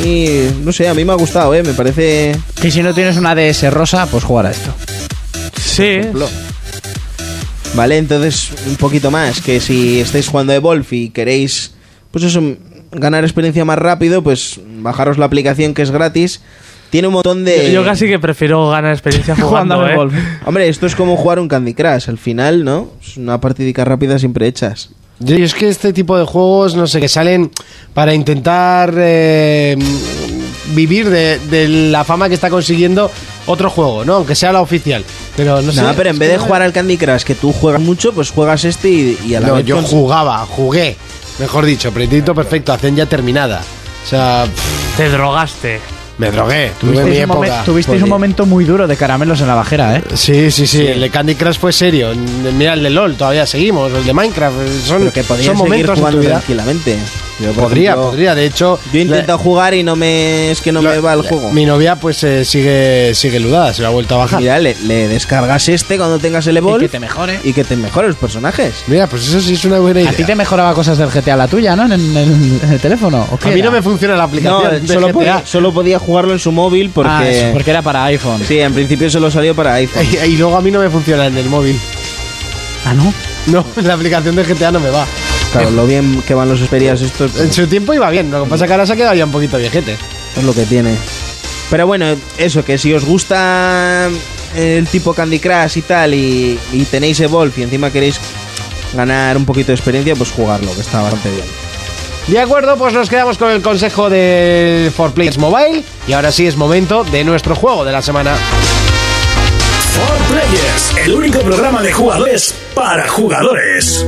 S5: Y no sé, a mí me ha gustado, ¿eh? Me parece...
S4: Y si no tienes una DS rosa, pues jugar a esto.
S6: Sí.
S5: Vale, entonces un poquito más, que si estáis jugando a Evolve y queréis, pues eso, ganar experiencia más rápido, pues bajaros la aplicación que es gratis. Tiene un montón
S6: Yo,
S5: de...
S6: yo casi que prefiero ganar experiencia jugando,
S4: <laughs> Jugando a
S6: ¿eh?
S4: golf.
S5: Hombre, esto es como jugar un Candy Crush, al final, ¿no? Es una partidica rápida siempre hechas.
S2: Yo es que este tipo de juegos, no sé, que salen para intentar eh, vivir de, de la fama que está consiguiendo otro juego, ¿no? Aunque sea la oficial. Pero no sé.
S5: Nada, pero en
S2: es
S5: vez
S2: que
S5: de
S2: no-
S5: jugar al Candy Crush, que tú juegas mucho, pues juegas este y, y a la
S2: No,
S5: vez
S2: yo
S5: con-
S2: jugaba, jugué. Mejor dicho, pretito perfecto, hacen ya terminada. O sea, pff,
S6: Te drogaste.
S2: me drogué. Tuve mi
S4: Tuvisteis, un,
S2: época.
S4: momen- tuvisteis un
S2: Porque-
S4: momento muy duro de caramelos en la bajera, ¿eh?
S2: Sí, sí, sí, el de Candy Crush fue serio. Mira el de LOL, todavía seguimos. El de Minecraft, eh, son,
S5: Pero que podrías
S2: son
S5: seguir
S2: momentos de tu
S5: jugando
S2: vida.
S5: tranquilamente. Yo, por
S2: Podría,
S5: ejemplo,
S2: podría. De hecho,
S5: Yo he intentado jugar y no me es que no
S2: la-
S5: me va el juego.
S2: mi novia pues eh, sigue sigue ludada, se la ha vuelto a bajar. Mira.
S5: Mira, le, le descargas este cuando tengas el Evolve.
S4: Y que te mejore.
S5: Y que te mejore los personajes.
S2: pues eso sí es una buena idea.
S4: A ti te mejoraba cosas del GTA la tuya, ¿no? En, en el, en el teléfono. ¿o qué
S2: A mí
S4: era?
S2: no me funciona la aplicación,
S5: el
S2: solo
S5: PGP
S2: podía.
S5: solo podía jugarlo en su móvil porque.
S4: Ah, eso, porque era para iPhone.
S5: Sí, en principio solo salió para iPhone.
S2: <laughs> Y, y luego a mí no me funciona en el móvil.
S4: Ah, ¿no?
S2: No, <laughs> la aplicación de GTA no me va.
S5: Claro, lo bien que van los esperías estos
S2: En
S5: es
S2: su tiempo iba bien, lo que pasa es que ahora se ha quedado ya un poquito viejete.
S5: lo que tiene. Pero bueno, eso, que si os gusta eh, el tipo Candy Crush y tal, y, y tenéis Evolve y encima queréis ganar un poquito de experiencia, pues jugarlo, que está bastante bien.
S2: De acuerdo, pues nos quedamos con el consejo del For Players Mobile y ahora sí es momento de nuestro juego de la semana.
S11: For Players, el único programa de jugadores para jugadores.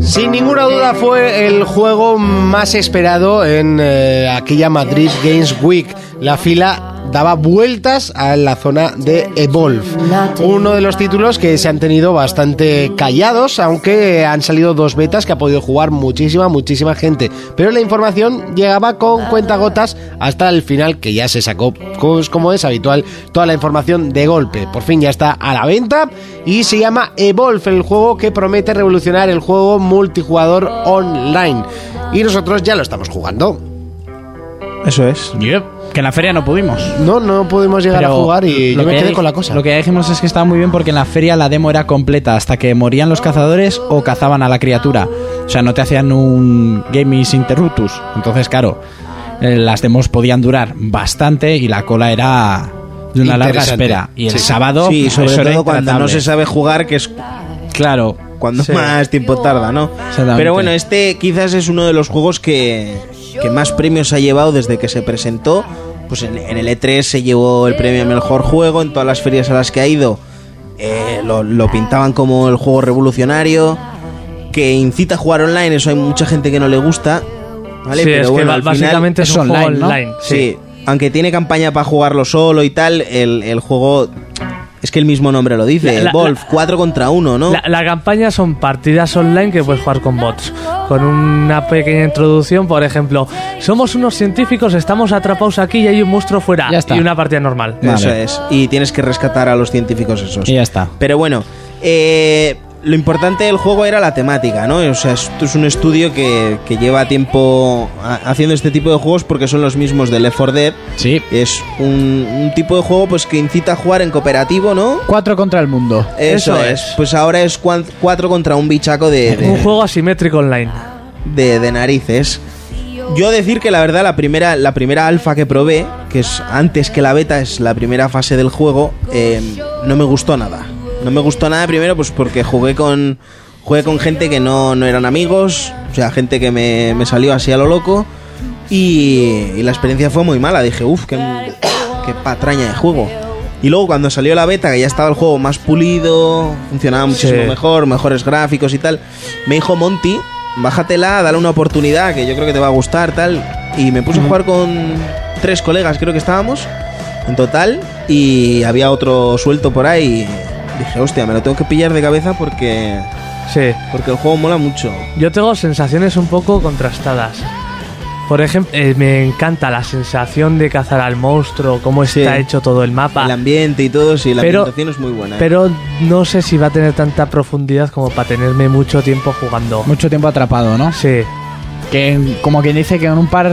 S2: Sin ninguna duda fue el juego más esperado en eh, aquella Madrid Games Week. La fila daba vueltas a la zona de Evolve. Uno de los títulos que se han tenido bastante callados, aunque han salido dos betas que ha podido jugar muchísima, muchísima gente. Pero la información llegaba con cuentagotas hasta el final que ya se sacó, pues, como es habitual, toda la información de golpe. Por fin ya está a la venta y se llama Evolve, el juego que promete revolucionar el juego multijugador online. Y nosotros ya lo estamos jugando.
S5: Eso es.
S4: Yep. Que en la feria no pudimos.
S2: No, no pudimos llegar
S4: Pero
S2: a jugar y
S4: lo
S2: yo me
S4: que
S2: quedé
S4: ya-
S2: con la cosa.
S4: Lo que ya dijimos es que estaba muy bien porque en la feria la demo era completa hasta que morían los cazadores o cazaban a la criatura. O sea, no te hacían un gamis interruptus. Entonces, claro, eh, las demos podían durar bastante y la cola era de una larga
S2: Interesante.
S4: espera. Y el
S2: Sí.
S4: sábado,
S5: Sí,
S4: pf,
S5: sobre
S4: eso era
S5: todo cuando no
S4: intratable.
S5: se sabe jugar, que es
S4: Claro.
S5: cuando
S4: Sí.
S5: más tiempo tarda, ¿no?
S4: Exactamente.
S5: Pero bueno, este quizás es uno de los juegos que, que más premios ha llevado desde que se presentó. Pues en, en el E3 se llevó el premio a mejor juego, en todas las ferias a las que ha ido eh, lo, lo pintaban como el juego revolucionario, que incita a jugar online, eso hay mucha gente que no le gusta. ¿vale?
S6: Sí,
S5: Pero
S6: es que
S5: bueno,
S6: ba-
S5: al final-
S6: básicamente es,
S4: es
S6: un
S4: online,
S6: juego
S4: ¿no?
S6: online.
S5: Sí, aunque tiene campaña para jugarlo solo y tal, el, el juego... Es que el mismo nombre lo dice,
S6: La- la-
S5: Wolf, 4 contra 1, ¿no?
S6: La, la campaña son partidas online que puedes jugar con bots. Con una pequeña introducción, por ejemplo, somos unos científicos, estamos atrapados aquí y hay un monstruo fuera.
S4: Ya está.
S6: Y una partida normal.
S4: Vale.
S5: Eso es. Y tienes que rescatar a los científicos esos.
S4: Y pues ya está.
S5: Pero bueno, eh, lo importante del juego era la temática, ¿no? O sea, esto es un estudio que, que lleva tiempo ha- haciendo este tipo de juegos porque son los mismos del Left 4 Dead.
S4: Sí.
S5: Es un, un tipo de juego pues que incita a jugar en cooperativo, ¿no?
S4: Cuatro contra el mundo.
S5: Eso,
S6: Eso
S5: es.
S6: es.
S5: Pues ahora es 4 contra un bichaco de, de-
S6: Un juego asimétrico online.
S5: de, de narices. Yo decir que la verdad la primera, la primera alfa que probé, que es antes que la beta, es la primera fase del juego, eh, no me gustó nada. No me gustó nada primero pues porque jugué con, jugué con gente que no, no eran amigos, o sea, gente que me, me salió así a lo loco. Y, y la experiencia fue muy mala. Dije, uff, qué, qué patraña de juego. Y luego cuando salió la beta, que ya estaba el juego más pulido, funcionaba muchísimo
S6: Sí.
S5: mejor, mejores gráficos y tal, me dijo Monty, bájatela, dale una oportunidad, que yo creo que te va a gustar, tal. Y me puse a jugar con tres colegas, creo que estábamos, en total, y había otro suelto por ahí. y Dije, hostia, me lo tengo que pillar de cabeza porque,
S6: Sí.
S5: porque el juego mola mucho.
S6: Yo tengo sensaciones un poco contrastadas. Por ejemplo, eh, me encanta la sensación de cazar al monstruo, cómo
S5: Sí.
S6: está hecho todo el mapa.
S5: El ambiente y todo, sí, la
S6: Pero-
S5: ambientación es muy buena. ¿eh?
S6: Pero no sé si va a tener tanta profundidad como para tenerme mucho tiempo jugando.
S4: Mucho tiempo atrapado, ¿no?
S6: Sí,
S4: Que como quien dice que en un par.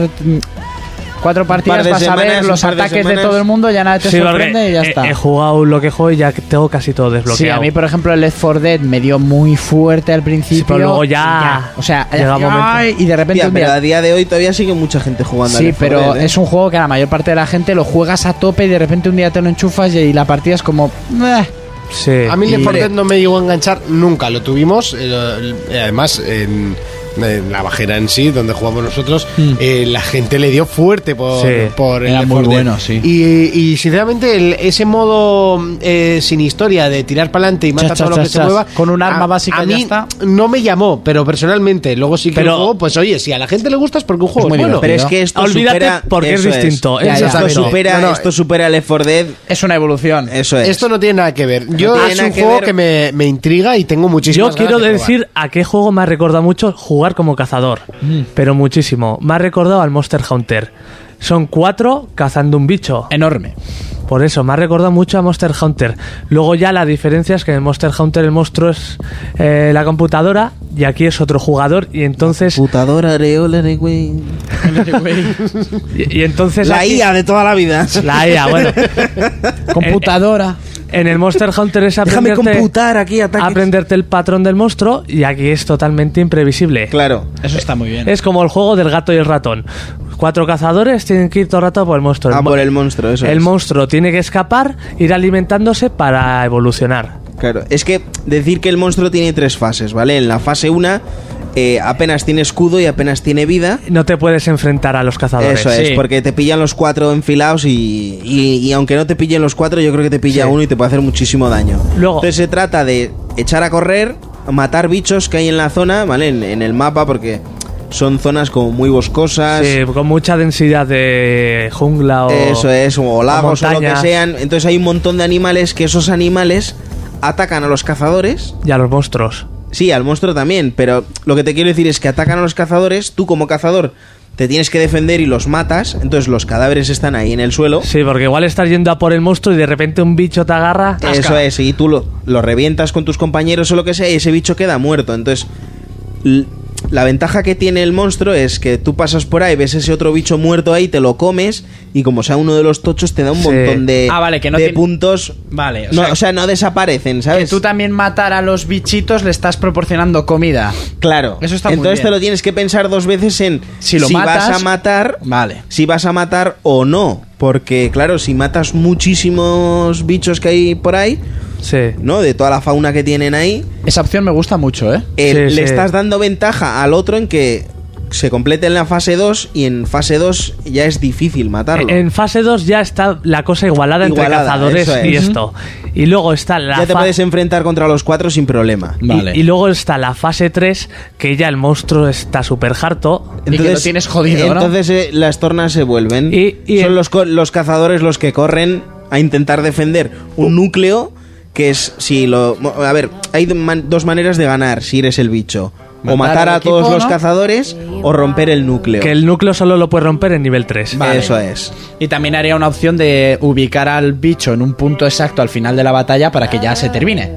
S4: Cuatro partidas
S5: de
S4: vas a
S5: semanas,
S4: ver
S5: un
S4: los
S5: par de
S4: ataques de
S5: semanas.
S4: todo el mundo, ya nada te
S6: sí porque eh,
S4: sorprende y ya
S6: he-
S4: está.
S6: He, jugado lo que juego y ya que tengo casi todo
S4: Sí,
S6: desbloqueado.
S4: a mí, por ejemplo, el Left 4 Dead me dio muy fuerte al principio.
S6: Sí, pero luego ya-
S4: O sea,
S6: llega un momento.
S4: ay, y de repente
S5: Tía,
S4: un
S5: pero
S4: día.
S5: a día de hoy todavía sigue mucha gente jugando al
S4: Sí,
S5: Left 4
S4: pero
S5: Dead, ¿eh?
S4: es un juego que la mayor parte de la gente lo juegas a tope y de repente un día te lo enchufas y, y la partida es como. "Meh".
S6: sí.
S2: A mí el
S5: Eh, Y-
S2: Fortnite no me llegó a enganchar nunca, lo tuvimos, eh, eh, además en, en la bajera en sí, donde jugamos nosotros, eh, la gente le dio fuerte por,
S6: Sí,
S2: por el
S4: Mm. era
S2: Left
S4: muy
S2: 4 Dead.
S4: bueno, sí.
S2: Y, y sinceramente el- ese modo eh, sin historia de tirar para adelante y matar
S4: Chas,
S2: todo lo
S4: chas,
S2: que
S4: chas,
S2: se
S4: chas.
S2: mueva,
S4: Con un arma
S2: a-
S4: básica
S2: a
S4: ya
S2: mí
S4: está.
S2: no me llamó, pero personalmente luego sí que
S6: Pero-
S2: lo juego, pues oye, si a la gente le gusta es porque un
S4: Es
S2: juego es,
S4: muy
S2: bueno.
S5: Pero
S4: divertido.
S5: es que esto
S6: Olvídate
S5: supera,
S6: porque es
S5: eso
S6: distinto,
S5: Esto
S2: exactamente.
S5: supera,
S2: No, no,
S5: esto supera Left 4 Dead.
S4: Es una evolución.
S5: Eso es.
S2: Esto no tiene nada que ver. Yo
S5: tiene
S2: es
S5: nada
S2: un
S5: que
S2: juego
S5: ver.
S2: que me, me intriga y tengo muchísimo.
S6: Yo quiero decir a qué juego me ha recordado mucho jugar como cazador,
S5: Mm.
S6: pero muchísimo. Me ha recordado al Monster Hunter. Son cuatro cazando un bicho.
S4: <laughs> Enorme.
S6: Por eso, me ha recordado mucho a Monster Hunter. Luego ya la diferencia es que en el Monster Hunter el monstruo es eh, la computadora y aquí es otro jugador y entonces...
S5: Putadora, areola, are- güey.
S6: Y, y entonces
S5: La
S6: aquí-
S5: IA de toda la vida.
S6: <laughs> La IA,
S5: <laughs>
S6: bueno.
S4: Computadora.
S6: En el Monster Hunter es
S5: Déjame
S6: aprenderte,
S5: computar aquí ataques.
S6: aprenderte el patrón del monstruo y aquí es totalmente imprevisible.
S5: Claro.
S4: Eso está muy bien.
S6: Es como el juego del gato y el ratón. Cuatro cazadores tienen que ir todo el rato por el monstruo.
S5: Ah,
S6: mo-
S5: por el monstruo, eso
S6: el
S5: es.
S6: monstruo tiene que escapar, ir alimentándose para evolucionar.
S5: Claro, es que decir que el monstruo tiene tres fases, ¿vale? En la fase 1 apenas tiene escudo y apenas tiene vida.
S6: No te puedes enfrentar a los cazadores.
S5: Eso es,
S4: sí.
S5: porque te pillan los cuatro enfilados y, y- y aunque no te pillen los cuatro, yo creo que te pilla
S6: Sí.
S5: uno y te puede hacer muchísimo daño.
S6: Luego-
S5: Entonces se trata de echar a correr, matar bichos que hay en la zona, ¿vale? En, en el mapa, porque son zonas como muy boscosas.
S6: Sí, con mucha densidad de jungla o...
S4: Oh,
S5: Eso es, o lagos o, lo que
S6: montañas.
S5: sean. Entonces hay un montón de animales que esos animales atacan a los cazadores.
S6: Y a los monstruos.
S5: Sí, al monstruo también, pero lo que te quiero decir es que atacan a los cazadores, tú como cazador te tienes que defender y los matas, entonces los cadáveres están ahí en el suelo.
S6: Sí, porque igual estás yendo a por el monstruo y de repente un bicho te agarra.
S5: Eso es, y tú lo, lo revientas con tus compañeros o lo que sea, y ese bicho queda muerto. Entonces, l- La ventaja que tiene el monstruo es que tú pasas por ahí, ves ese otro bicho muerto ahí, te lo comes y como sea uno de los tochos te da un
S4: Sí.
S5: montón de,
S4: Ah, vale, que no
S5: de
S4: tiene-
S5: puntos.
S4: Vale, o
S5: no,
S4: sea-
S5: o sea, no desaparecen, ¿sabes?
S4: Tú también matar a los bichitos le estás proporcionando comida.
S5: Claro.
S4: Eso está muy
S5: Entonces
S4: bien.
S5: te lo tienes que pensar dos veces en
S4: Si lo
S5: vas
S4: matas-
S5: a matar,
S4: Vale.
S5: si vas a matar o no, porque claro, si matas muchísimos bichos que hay por ahí,
S6: Sí.
S5: ¿no? De toda la fauna que tienen ahí,
S4: Esa opción me gusta mucho, ¿eh?
S5: el-
S6: Sí,
S5: le
S6: sí.
S5: estás dando ventaja al otro en que se complete en la fase 2 y en fase 2 ya es difícil matarlo.
S6: En fase 2 ya está la cosa igualada, entre
S5: Igualada,
S6: cazadores
S5: eso es.
S6: y
S5: Ujú.
S6: esto. Y luego está la
S5: ya te
S6: fa-
S5: puedes em- enfrentar contra los cuatro sin problema.
S6: y-
S4: Vale.
S6: y, luego está la fase 3, que ya el monstruo está súper harto.
S4: Y que lo tienes jodido, ¿no?
S5: Entonces eh, las tornas se vuelven.
S6: Y- y
S5: Son
S6: el-
S5: los, co- los cazadores los que corren a intentar defender
S4: Uh.
S5: un núcleo que es si lo mo- a ver, hay do- man- dos maneras de ganar si eres el bicho.
S4: Matar
S5: o matar
S4: al
S5: a
S4: equipo,
S5: todos los
S4: ¿no?
S5: cazadores o romper el núcleo.
S6: Que el núcleo solo lo puedes romper en nivel 3.
S4: Vale.
S5: Eso es.
S4: Y también haría una opción de ubicar al bicho en un punto exacto al final de la batalla para que ya se termine.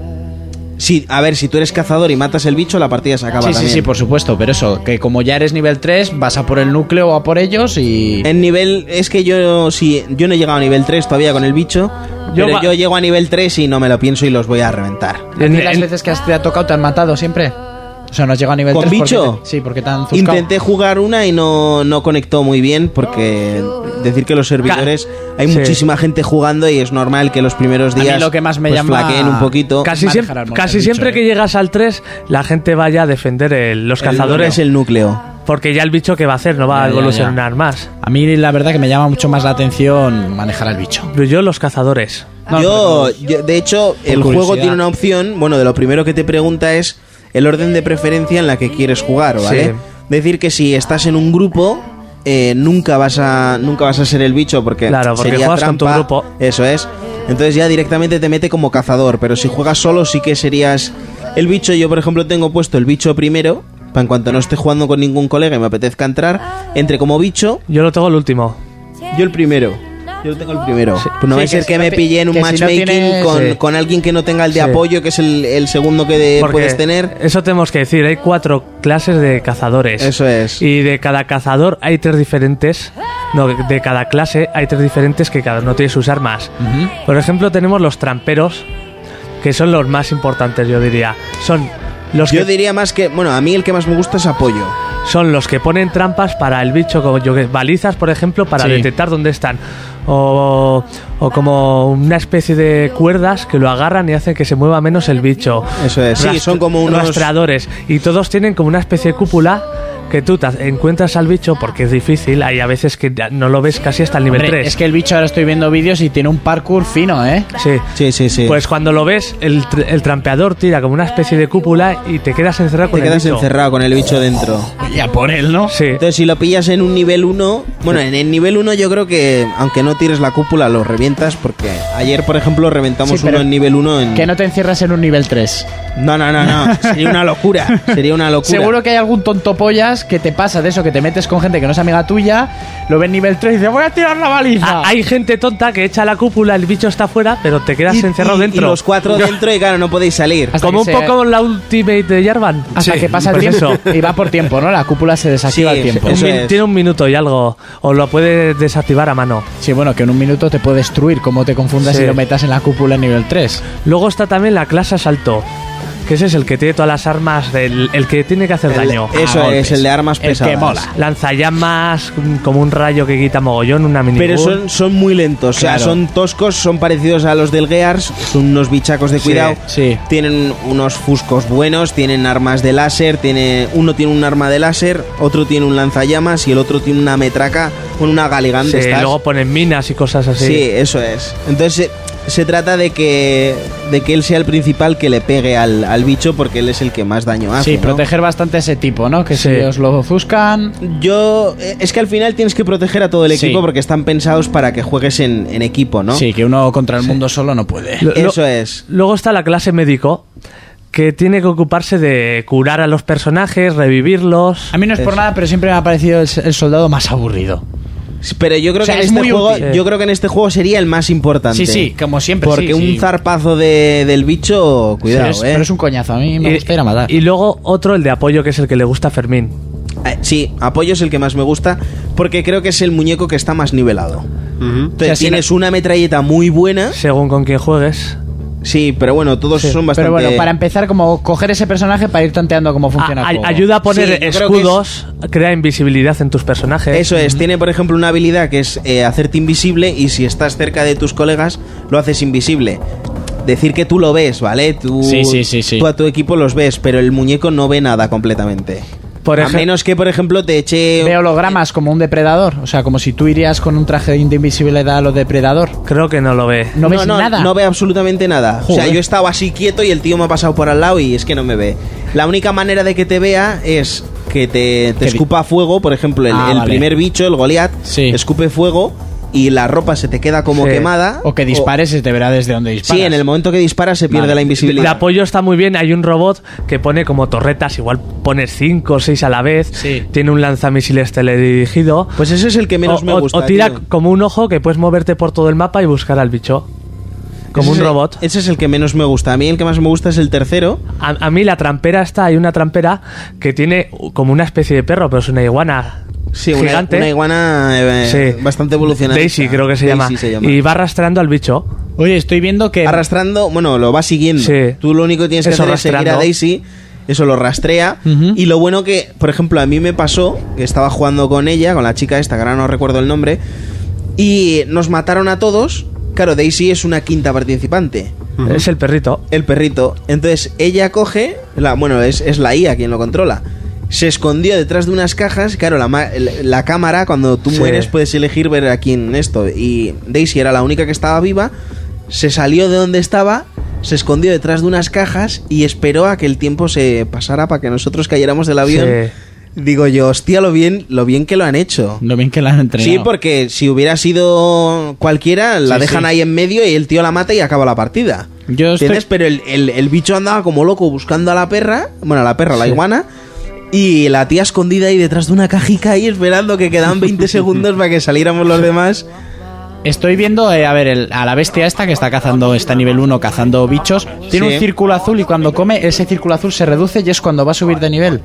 S5: Sí, a ver, si tú eres cazador y matas el bicho, la partida se acaba
S4: sí, sí,
S5: Ah, también.
S4: sí, por supuesto, pero eso, que como ya eres nivel 3, vas a por el núcleo o a por ellos y...
S5: En nivel. Es que yo. Si, yo no he llegado a nivel 3 todavía con el bicho.
S6: Yo
S5: pero
S6: va-
S5: yo llego a nivel 3 y no me lo pienso y los voy a reventar.
S4: ¿A
S6: En-
S4: ti las
S6: en-
S4: veces que has- te ha tocado te han matado siempre? O sea, no has llegado a nivel
S5: ¿Con
S4: 3
S5: bicho?
S4: Porque te- sí, porque te han zuzcao.
S5: Intenté jugar una y no, no conectó muy bien porque decir que los servidores hay
S6: Sí.
S5: muchísima gente jugando y es normal que los primeros
S4: mí
S5: días
S4: lo que más me
S5: pues,
S4: llama-
S5: flaqueen un poquito.
S6: Casi,
S4: Manejar
S6: siempre-
S4: al monstruo,
S6: casi
S4: bicho,
S6: siempre
S4: eh.
S6: que llegas al 3, la gente vaya a defender el- los cazadores.
S5: es el núcleo.
S6: Porque ya el bicho que va a hacer no va
S4: Ya,
S6: a
S4: ya,
S6: evolucionar más.
S4: A mí la verdad que me llama mucho más la atención manejar al bicho.
S6: Pero yo los cazadores.
S5: yo, yo- de hecho, el juego
S4: curiosidad.
S5: tiene una opción. Bueno, de lo primero que te pregunta es el orden de preferencia en la que quieres jugar, ¿vale?
S6: Sí.
S5: Decir que si estás en un grupo. eh, nunca vas a nunca vas a ser el bicho porque
S6: Claro, porque
S5: sería
S6: juegas con tu
S5: trampa.
S6: grupo.
S5: eso es entonces ya directamente te mete como cazador pero si juegas solo sí que serías el bicho yo por ejemplo tengo puesto el bicho primero para en cuanto no esté jugando con ningún colega y me apetezca entrar entre como bicho
S6: Yo lo tengo el último.
S5: yo el primero. Yo tengo el primero. Pues no
S4: Sí,
S5: va a
S4: que
S5: ser
S4: si
S5: que,
S4: no
S5: me
S4: ti-
S5: pillé en un
S4: que si no
S5: matchmaking
S4: tienes-
S5: con,
S6: Sí.
S5: con alguien que no tenga el de
S6: Sí.
S5: apoyo, que es el, el segundo que de-
S6: Porque
S5: puedes tener.
S6: Eso tenemos que decir, hay cuatro clases de cazadores.
S5: Eso es.
S6: Y de cada cazador hay tres diferentes. No, de cada clase hay tres diferentes que cada uno tiene sus armas. Por ejemplo, tenemos los tramperos, que son los más importantes, yo diría. Son los
S5: Yo
S6: que
S5: diría más que, bueno, a mí el que más me gusta es apoyo.
S6: son los que ponen trampas para el bicho, como yo que balizas, por ejemplo, para
S4: Sí.
S6: detectar dónde están. O, o como una especie de cuerdas que lo agarran y hacen que se mueva menos el bicho.
S5: Eso es. Sí,
S6: Rast-
S5: son como unos-
S6: Rastreadores. Y todos tienen como una especie de cúpula que tú te encuentras al bicho porque es difícil. Hay a veces que ya no lo ves casi hasta el nivel
S4: Hombre,
S6: 3.
S4: es que el bicho ahora estoy viendo vídeos y tiene un parkour fino, ¿eh?
S6: Sí.
S5: Sí, sí, sí.
S6: Pues cuando lo ves, el, tr- el trampeador tira como una especie de cúpula y te quedas encerrado con
S5: te
S6: el
S5: quedas
S6: bicho.
S5: encerrado con el bicho dentro.
S4: Ya por él, ¿no?
S6: Sí.
S5: Entonces, si lo pillas en un nivel 1, bueno, en el nivel 1 yo creo que, aunque no tires la cúpula, lo revientas, porque ayer, por ejemplo, reventamos
S4: Sí, pero
S5: uno en nivel 1 en...
S4: Que no te encierras en un nivel 3.
S5: no, no, no, no, sería una locura, sería una locura.
S4: Seguro que hay algún tontopollas que te pasa de eso, que te metes con gente que no es amiga tuya, lo ven nivel 3 y dice, voy a tirar la baliza.
S6: Ah, hay gente tonta que echa la cúpula, el bicho está fuera, pero te quedas
S5: Y-
S6: encerrado
S5: y-
S6: dentro.
S5: Y los cuatro dentro y claro, no podéis salir.
S4: Hasta
S6: Como un
S4: que se-
S6: poco la ultimate de Jarvan.
S4: Hasta que pasa el
S6: pues
S4: tiempo.
S6: eso.
S4: Y va por tiempo, ¿no? La cúpula se desactiva
S5: Sí,
S4: al tiempo.
S5: sí,
S6: <laughs> Un
S5: Eso
S6: min-
S5: es.
S6: Tiene un minuto y algo. O lo puedes desactivar a mano.
S4: Sí, bueno, que en un minuto te puede destruir, como te confundas
S6: Sí.
S4: y lo metas en la cúpula en nivel 3.
S6: Luego está también la clase asalto. Que ese es el que tiene todas las armas, del, el que tiene que hacer
S5: El-
S6: daño. Ah,
S4: A
S5: Eso es,
S4: golpes.
S5: el de armas
S4: Ah, El que
S5: pesadas.
S4: mola.
S6: Lanzallamas, mm, como un rayo que quita mogollón, una mini.
S5: Pero son, son muy lentos, o sea,
S4: Claro.
S5: son toscos, son parecidos a los del Gears, son unos bichacos de cuidado.
S4: sí.
S5: Tienen unos fuscos buenos, tienen armas de láser, tiene uno tiene un arma de láser, otro tiene un lanzallamas y el otro tiene una metraca con una galigán de estas.
S6: luego ponen minas y cosas así.
S5: sí. eso es. Entonces se, se trata de que de que él sea el principal que le pegue al, al bicho porque él es el que más daño hace.
S4: sí,
S5: ¿no?
S4: proteger bastante a ese tipo, ¿no? Que
S6: Sí.
S4: si os lo ofuscan...
S5: Yo. eh, Es que al final tienes que proteger a todo el
S4: Sí.
S5: equipo porque están pensados para que juegues en, en equipo, ¿no?
S4: Sí, que uno contra el mundo solo no puede.
S6: Lo- lo-
S5: Eso es.
S6: Luego está la clase médico, que tiene que ocuparse de curar a los personajes, revivirlos.
S4: A mí no es por
S5: Eso.
S4: nada, pero siempre me ha parecido el, el soldado más aburrido.
S5: Pero yo creo
S4: O sea,
S5: que en
S4: es
S5: este
S4: muy
S5: juego,
S4: útil.
S5: yo creo que en este juego sería el más importante.
S4: Sí, sí, como siempre,
S5: Porque
S4: sí,
S5: un
S4: sí.
S5: zarpazo de- del bicho, cuidado,
S4: pero, es,
S5: eh.
S4: pero es un coñazo, a mí me gusta ir a matar.
S6: Y luego otro, el de apoyo, que es el que le gusta a Fermín.
S5: Eh, Sí, apoyo es el que más me gusta porque creo que es el muñeco que está más nivelado. Entonces,
S6: O sea, si
S5: tienes una metralleta muy buena.
S6: Según con quién juegues.
S5: Sí, pero bueno, todos
S4: Sí,
S5: son bastante.
S4: Pero bueno, para empezar, como coger ese personaje para ir tanteando cómo funciona. el
S6: Ay-
S4: juego.
S6: ayuda a
S5: Sí,
S6: poner
S5: yo creo que es-
S6: escudos, crea invisibilidad en tus personajes.
S5: Eso es, tiene por ejemplo una habilidad que es eh, hacerte invisible y si estás cerca de tus colegas lo haces invisible. Decir que tú lo ves, ¿vale? Tú,
S4: Sí, sí, sí, sí.
S5: tú a tu equipo los ves, pero el muñeco no ve nada completamente.
S6: Por
S5: a
S6: ejem-
S5: menos que, por ejemplo, te eche...
S4: Ve hologramas como un depredador. O sea, como si tú irías con un traje de invisibilidad a lo depredador.
S6: Creo que no lo ve.
S4: No, ves nada.
S5: no ve absolutamente nada. O sea,
S4: Joder.
S5: yo he estado así quieto y el tío me ha pasado por al lado y es que no me ve. La única manera de que te vea es que te, te
S4: Que-
S5: escupa fuego, por ejemplo, el,
S4: Ah,
S5: el
S4: vale.
S5: primer bicho, el Goliath,
S4: Sí.
S5: escupe fuego y la ropa se te queda como
S6: Sí.
S5: quemada.
S4: o que dispares y te verá desde donde disparas.
S5: Sí, en el momento que dispara se pierde
S4: Vale.
S5: la
S6: El
S5: invisibilidad.
S6: apoyo está muy bien. Hay un robot que pone como torretas, igual pones 5 o 6 a la vez.
S4: Sí.
S6: Tiene un lanzamisiles teledirigido.
S5: Pues eso es el que menos
S6: o,
S5: me
S6: o-
S5: gusta.
S6: o tira
S5: tío.
S6: como un ojo que puedes moverte por todo el mapa y buscar al bicho. Como
S5: Ese
S6: un
S5: es el-
S6: robot.
S5: Ese es el que menos me gusta. A mí el que más me gusta es el tercero.
S6: A, a mí la trampera está, hay una trampera que tiene como una especie de perro, pero es una iguana.
S5: Sí, una,
S6: gigante.
S5: una iguana eh,
S6: Sí.
S5: bastante evolucionada.
S6: Daisy creo que se,
S5: Daisy
S6: llama. Y va arrastrando al bicho.
S4: Oye, estoy viendo que.
S5: arrastrando, bueno, lo va siguiendo.
S6: Sí.
S5: Tú lo único que tienes que
S6: Eso,
S5: hacer es seguir a
S6: arrastrando.
S5: Daisy, eso lo rastrea.
S4: Ujú.
S5: Y lo bueno que, por ejemplo, a mí me pasó que estaba jugando con ella, con la chica esta, que ahora no recuerdo el nombre, y nos mataron a todos. Claro, Daisy es una quinta participante.
S6: Es el perrito.
S5: el perrito. Entonces ella coge, la, bueno, es, es la IA quien lo controla. Se escondió detrás de unas cajas. Claro, la, ma- el- la cámara, cuando tú
S6: Sí.
S5: mueres, puedes elegir ver a quién esto. Y Daisy era la única que estaba viva. Se salió de donde estaba, se escondió detrás de unas cajas y esperó a que el tiempo se pasara para que nosotros cayéramos del avión.
S6: Sí.
S5: Digo yo, hostia, lo bien, lo bien que lo han hecho.
S4: Lo bien que la han entrenado.
S5: Sí, porque si hubiera sido cualquiera, la
S4: Sí,
S5: dejan
S4: sí.
S5: ahí en medio y el tío la mata y acaba la partida.
S4: Yo estoy-
S5: ¿Entiendes? Pero el, el- el bicho andaba como loco buscando a la perra, bueno, a la perra, a la
S6: Sí.
S5: iguana, y la tía escondida ahí detrás de una cajica ahí esperando
S4: <laughs>
S5: que quedaban 20 segundos para que saliéramos los demás.
S4: Estoy viendo, eh, a ver, el- a la bestia esta que está cazando, está nivel 1 cazando bichos. Tiene
S5: Sí.
S4: un círculo azul y cuando come, ese círculo azul se reduce y es cuando va a subir de nivel.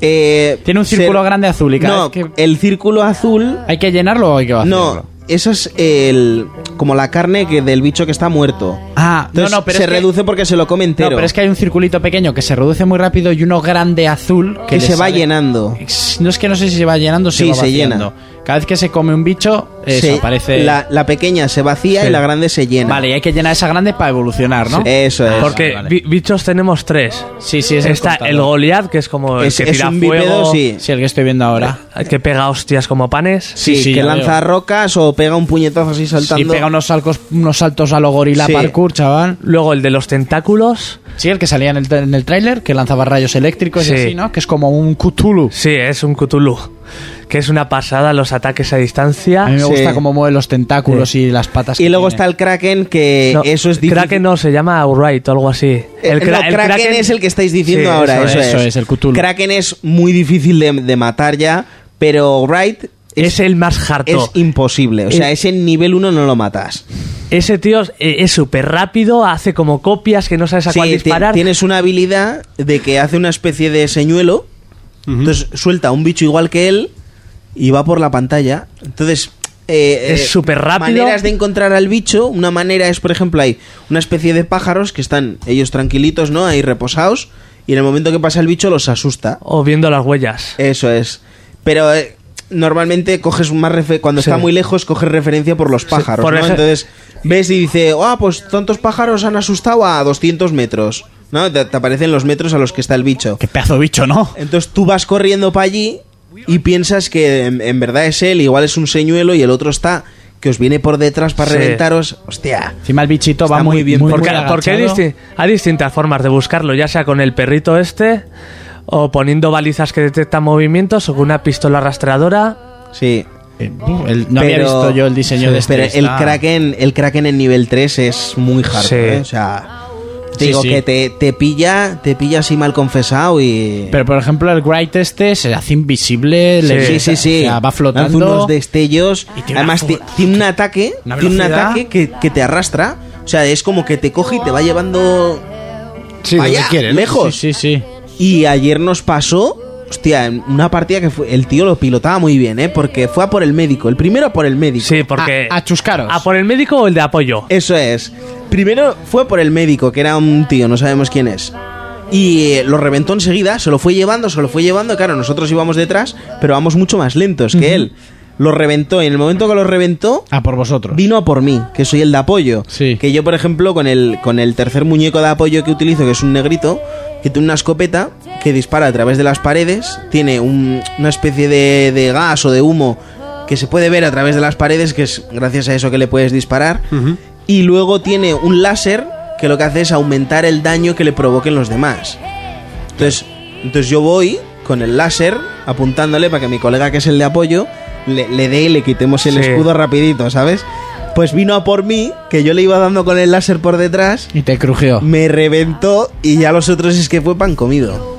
S5: Eh,
S4: Tiene un círculo
S5: se-
S4: grande azul y cada
S5: No,
S4: vez que- Ah,
S5: el círculo azul...
S4: ¿Hay que llenarlo o hay que vaciarlo?
S5: No, eso es el, como la carne que, del bicho que está muerto.
S4: Ah, no,
S5: Entonces,
S4: no, pero
S5: se
S4: es que-
S5: reduce porque se lo come entero.
S4: No, pero es que hay un circulito pequeño que se reduce muy rápido y uno grande azul que
S5: que
S4: le
S5: se va
S4: sale-
S5: llenando.
S4: No es que no sé si se va llenando, o
S5: Sí,
S4: va
S5: se
S4: vaciando. Cada vez que se come un bicho, eh,
S5: se-
S4: desaparece.
S5: La, la pequeña se vacía
S6: Sí.
S5: y la grande se llena.
S4: Vale, y hay que llenar esa grande para evolucionar, ¿no?
S5: Eso es.
S6: Porque
S4: vale.
S6: bi- bichos tenemos tres.
S4: Sí, sí, es el
S6: Está el,
S4: contador.
S6: Goliath, que es como el
S5: Es-
S6: que
S5: es
S6: tira
S5: un
S6: fuego,
S5: bípedo, sí.
S4: Sí, el que estoy viendo ahora.
S6: que pega hostias como panes.
S5: Sí,
S4: Sí, sí,
S5: que
S4: ya
S5: lanza rocas o pega un puñetazo así
S4: Y
S5: saltando.
S4: pega unos, salcos, unos saltos a lo gorila
S5: Sí.
S4: parkour, chaval.
S6: Luego el de los tentáculos.
S4: Sí, el que salía en el, en el tráiler, que lanzaba rayos eléctricos y
S6: Sí.
S4: así, ¿no? Que es como un Cthulhu.
S6: Sí, es un Cthulhu. Que es una pasada los ataques a
S4: A
S6: distancia.
S4: mí me
S5: Sí.
S4: gusta cómo mueve los tentáculos
S6: Sí.
S4: y las patas.
S5: Y
S4: que
S5: luego
S4: tiene.
S5: está el Kraken, que
S6: No,
S5: Eh, eso es difícil.
S6: Kraken no, se llama Outright o algo así.
S5: El,
S6: Kra- el
S5: Kraken, es el que estáis diciendo
S6: Sí,
S5: ahora,
S6: eso
S5: eso,
S4: es,
S5: es.
S4: eso es, el Cthulhu.
S5: Kraken es muy difícil de, de matar ya, pero Wright
S6: es.
S5: es,
S6: Es el más harto.
S5: es imposible. O sea,
S6: El-
S5: ese nivel 1 no lo matas.
S6: Ese tío es- eh, es súper rápido, hace como copias que no sabes a
S5: Sí,
S6: cuál
S5: ti-
S6: disparar.
S5: tienes una habilidad de que hace una especie de señuelo. Entonces suelta un bicho igual que él y va por la pantalla. Entonces. eh,
S6: Es
S5: eh,
S6: súper rápido.
S5: Maneras de encontrar al bicho. Una manera es, por ejemplo, hay una especie de pájaros que están ellos tranquilitos, ¿no? Ahí reposados. Y en el momento que pasa el bicho los asusta.
S6: O viendo las huellas.
S5: Eso es. Pero eh, normalmente coges más refe- cuando
S6: Sí.
S5: está muy lejos coges referencia por los pájaros,
S6: por
S5: ¿no?
S6: ej-
S5: Entonces ves y dice, "Ah, pues tantos pájaros han asustado a 200 metros." ¿No? Te, te aparecen los metros a los que está el bicho.
S4: Qué pedazo de bicho, ¿no?
S5: Entonces tú vas corriendo para allí y piensas que en, en verdad es él, igual es un señuelo y el otro está que os viene por detrás para
S6: Sí.
S5: reventaros. Hostia.
S4: Encima el bichito
S5: Está
S4: va muy,
S5: muy bien
S4: muy,
S6: Porque,
S4: muy
S6: porque hay,
S4: agachado.
S6: disti- hay distintas formas de buscarlo, ya sea con el perrito este, o poniendo balizas que detectan movimientos, o con una pistola rastreadora.
S5: Sí.
S4: Eh, el- no había
S5: Pero-
S4: visto yo el
S5: <laughs>
S4: diseño
S5: sí,
S4: de este.
S5: Pero el
S4: está-
S5: Kraken, el Kraken en nivel 3 es muy hard.
S6: Sí.
S5: O sea, Te
S4: Sí,
S5: digo
S4: sí.
S5: que te, te pilla, te pilla así mal confesado y.
S4: Pero por ejemplo, el Gright este se hace invisible,
S5: Sí,
S4: le-
S5: sí, sí, sí.
S4: o sea, va
S5: Lanza unos
S4: flotando.
S5: destellos.
S4: tiene una
S5: Además,
S4: fu-
S5: ti- tiene un ataque.
S4: Una
S5: Tiene un
S4: velocidad.
S5: ataque que, que te arrastra. O sea, es como que te coge y te va llevando
S2: Sí,
S5: Vaya,
S2: donde quieren.
S5: lejos.
S4: Sí, sí, sí.
S5: Y ayer nos pasó, hostia, en una partida que fue- el tío lo pilotaba muy bien, ¿eh? Porque fue a por el médico, el primero a por el médico.
S6: Sí, porque.
S4: A, a chuscaros.
S6: ¿A por el médico o el de apoyo?
S5: Eso es. Primero fue por el médico, que era un tío, no sabemos quién es. Y eh, lo reventó enseguida, se lo fue llevando, se lo fue llevando. Claro, nosotros íbamos detrás, pero vamos mucho más lentos que él. Lo reventó y en el momento que lo reventó,
S4: A por vosotros.
S5: vino a por mí, que soy el de apoyo.
S4: Sí.
S5: Que yo, por ejemplo, con el, con el tercer muñeco de apoyo que utilizo, que es un negrito, que tiene una escopeta que dispara a través de las paredes, tiene un- una especie de, de gas o de humo que se puede ver a través de las paredes, que es gracias a eso que le puedes disparar. Y luego tiene un láser que lo que hace es aumentar el daño que le provoquen los demás. Entonces, entonces yo voy con el láser apuntándole para que mi colega, que es el de apoyo, le, le dé y le quitemos el
S6: Sí.
S5: escudo rapidito, ¿sabes? Pues vino a por mí, que yo le iba dando con el láser por detrás,
S4: Y te crujió.
S5: me reventó y ya los otros es que fue pan comido.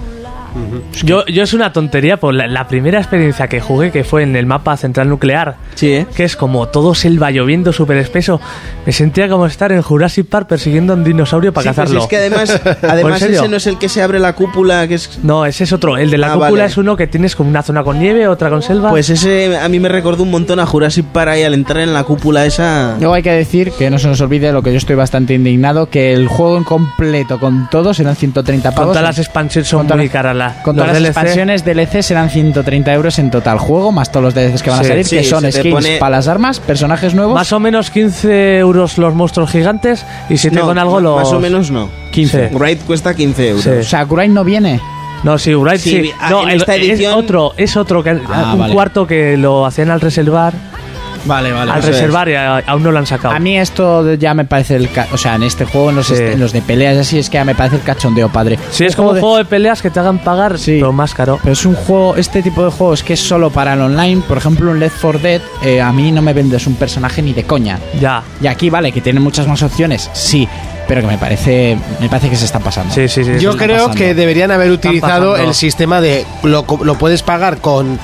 S6: Yo, yo es una tontería, por la, la primera experiencia que jugué, que fue en el mapa central nuclear,
S5: Sí, ¿eh?
S6: que es como todo selva lloviendo súper espeso, me sentía como estar en Jurassic Park persiguiendo a un dinosaurio para
S5: Sí, pues
S6: cazarlo.
S5: es que
S6: <laughs>
S5: además,
S6: ¿O en
S5: además
S6: serio?
S5: ese no es el que se abre la cúpula, que es...
S6: No, ese es otro. El de la
S5: Ah,
S6: cúpula
S5: vale.
S6: es uno que tienes como una zona con nieve, otra con selva.
S5: Pues ese a mí me recordó un montón a Jurassic Park y al entrar en la cúpula esa...
S4: Luego hay que decir que no se nos olvide lo que yo estoy bastante indignado: que el juego en completo con todos eran 130
S6: con
S4: pavos.
S6: todas las expansiones son
S4: con todas
S6: muy
S4: las-
S6: caras. la-
S4: Con
S6: los
S4: todas las
S6: DLC.
S4: expansiones DLC serán 130 euros en total juego, más todos los DLCs que van
S6: Sí,
S4: a salir,
S5: sí,
S4: que son
S5: se te
S4: skins
S5: pone-
S4: para las armas, personajes nuevos.
S6: Más o menos 15 euros los monstruos gigantes y si te
S5: No,
S6: con algo los...
S5: Más o menos no.
S6: 15.
S5: Raid cuesta 15 euros.
S6: Sí.
S4: o sea, Grind no viene.
S6: No, sí, Wright
S5: Sí,
S6: sí.
S5: ah,
S6: No,
S5: en
S6: el-
S5: esta edición-
S6: es otro, es otro que
S4: Ah,
S6: un
S4: vale.
S6: cuarto que lo hacían al reservar,
S4: Vale, vale.
S6: al
S5: eso es.
S6: reservar y a- aún no lo han sacado.
S4: A mí esto de- ya me parece el... ca- O sea, en este juego, en los,
S6: Sí.
S4: este- en los de peleas así, es que ya me parece el cachondeo, padre.
S6: sí,
S4: Un
S6: es como un
S4: de-
S6: juego de peleas que te hagan pagar,
S4: Sí.
S6: pero más caro.
S4: Pero es un juego, este tipo de juegos que es solo para el online, por ejemplo, un Left 4 Dead, eh, a mí no me vendes un personaje ni de coña.
S6: Ya.
S4: Y aquí, vale, que tiene muchas más opciones, sí, pero que me parece, me parece que se están pasando.
S6: Sí, sí, sí.
S4: Eso
S2: Yo
S4: está
S2: creo
S4: pasando.
S2: que deberían haber
S6: Están
S2: utilizado
S6: pasando.
S2: el sistema de lo, co- lo puedes pagar con,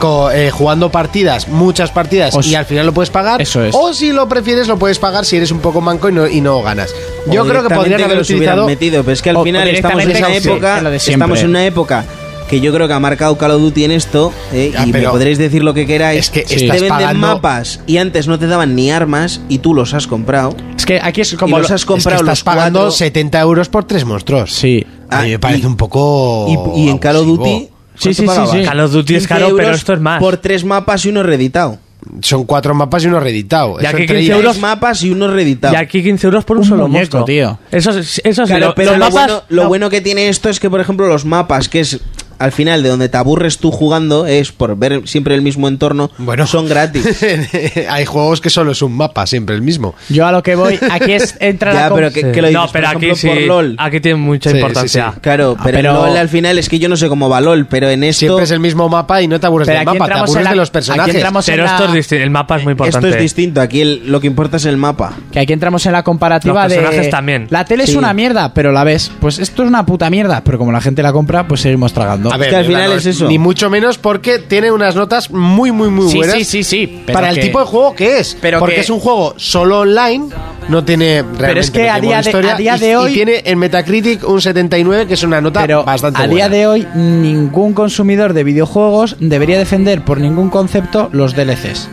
S2: co- eh, jugando partidas, muchas partidas,
S4: O
S2: y
S4: si-
S2: al final lo puedes pagar.
S4: Eso es.
S2: O si lo prefieres, lo puedes pagar si eres un poco manco y no, y no ganas. Yo creo que
S5: O directamente
S2: podrían haber
S5: los hubieran
S2: utilizado.
S5: metido, pero es que
S4: o-
S5: al
S4: o
S5: final estamos en
S4: directamente
S5: una
S4: que sí,
S5: época,
S4: que lo de siempre.
S5: estamos en una época que yo creo que ha marcado Call of Duty en esto eh,
S2: Ya,
S5: y me
S2: pero-
S5: podréis decir lo que queráis.
S2: Es que
S5: Te
S2: estás
S5: venden
S2: pagando-
S5: mapas y antes no te daban ni armas y tú los has comprado.
S4: Es que aquí es como...
S5: Y los
S4: lo-
S5: has
S2: Es que
S5: comprado
S2: estás
S5: los cuatro-
S2: pagando 70 euros por tres monstruos.
S4: Sí.
S2: A mí
S5: Ah,
S2: me parece
S5: y-
S2: un poco.
S5: Y, y en Call of
S2: abusivo.
S5: Duty
S4: Sí, sí, sí, sí.
S6: Call of Duty es
S5: 15
S6: caro, pero
S5: euros
S6: esto es más.
S5: Por tres mapas y uno reeditado.
S2: Son cuatro mapas y uno reeditado.
S6: Ya
S2: Eso
S6: que
S2: entre
S6: 15
S2: ellas-
S6: euros
S5: Tres mapas y uno reeditado.
S6: Y aquí 15 euros por un,
S4: Un
S6: solo
S4: muñeco,
S6: monstruo.
S4: tío.
S6: Eso, es- eso sí,
S5: Claro,
S6: lo-
S5: pero
S6: los
S5: lo,
S6: mapas-
S5: bueno, lo
S6: no.
S5: bueno que tiene esto es que, por ejemplo, los mapas, que es al final de donde te aburres tú jugando, es por ver siempre el mismo entorno,
S2: Bueno.
S5: son gratis.
S2: <laughs> Hay juegos que solo es un mapa, siempre el mismo.
S4: Yo a lo que voy, aquí es entra
S5: <laughs> Ya,
S4: la... com-
S5: pero que-
S4: Sí.
S5: que lo
S6: No,
S5: dices,
S6: pero
S5: por
S6: aquí
S5: ejemplo, por
S6: sí.
S5: LOL.
S6: Aquí tiene mucha
S2: Sí, sí,
S6: importancia.
S2: sí.
S5: Claro,
S4: Ah,
S5: pero,
S4: pero-
S5: LOL al final es que yo no sé cómo va LOL, pero en esto
S2: Siempre es el mismo mapa y no te aburres
S4: Pero
S2: del
S4: aquí
S2: mapa, te
S4: entramos en
S2: aburres
S4: la-
S2: de los
S4: aquí
S2: personajes.
S4: entramos en
S6: Pero esto es
S4: la-
S6: distinto, el mapa es muy
S5: esto
S6: importante.
S5: es distinto. Aquí el- lo que importa es el mapa.
S4: Que aquí entramos en la comparativa
S6: Los
S4: de.
S6: personajes también.
S4: La tele es
S5: Sí.
S4: una mierda, pero la ves. Pues esto es una puta mierda, pero como la gente la compra, pues seguimos tragando.
S2: A ver,
S5: que al
S2: Iván,
S5: final
S2: no
S5: es eso.
S2: Ni mucho menos porque tiene unas notas muy, muy, muy
S4: Sí,
S2: buenas.
S4: sí, sí, sí, pero
S2: para el
S4: que-
S2: tipo de juego que es.
S4: pero
S2: porque
S4: que-
S2: es un juego solo online. No tiene realmente
S4: es que
S2: no tiene
S4: a día
S2: modo
S4: de-
S2: historia
S4: a día
S2: y-
S4: de
S2: y
S4: hoy-
S2: tiene en Metacritic un 79, que es una nota
S4: pero
S2: bastante
S4: a
S2: buena.
S4: día de hoy, ningún consumidor de videojuegos debería defender por ningún concepto los DLCs.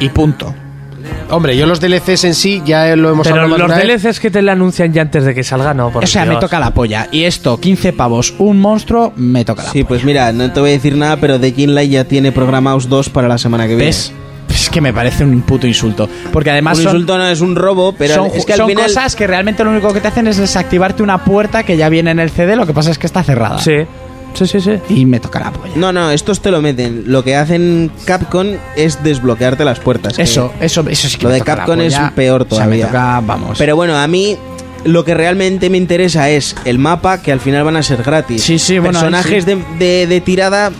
S4: Y punto.
S2: Hombre, yo los DLCs en sí ya lo hemos
S6: Pero
S2: hablado más
S6: los
S2: una vez.
S6: DLCs que te le anuncian ya antes de que salga, no. por
S4: o sea, me
S6: Dios.
S4: toca la polla. Y esto, 15 pavos, un monstruo, me toca la
S5: Sí, pues mira, no te voy a decir nada, pero The King Light ya tiene programados dos para la semana que viene.
S4: ¿Ves? Es que me parece un puto insulto. Porque además
S5: Un
S4: son-
S5: insulto no es un robo, pero
S4: son,
S5: es que al
S4: son
S5: final
S4: cosas que realmente lo único que te hacen es desactivarte una puerta que ya viene en el CD, lo que pasa es que está cerrada.
S6: Sí. Sí, sí, sí.
S4: Y me toca la polla.
S5: No, no, estos te lo meten. Lo que hacen Capcom es desbloquearte las puertas. que-
S4: Eso, eso, eso sí que
S5: Lo
S4: me
S5: de
S4: toca la
S5: Capcom es
S4: polla.
S5: peor
S4: O sea, me
S5: todavía.
S4: toca, vamos.
S5: Pero bueno, a mí lo que realmente me interesa es el mapa, que al final van a ser gratis.
S4: Sí, sí, bueno, ahí
S5: Personajes de, de- de tirada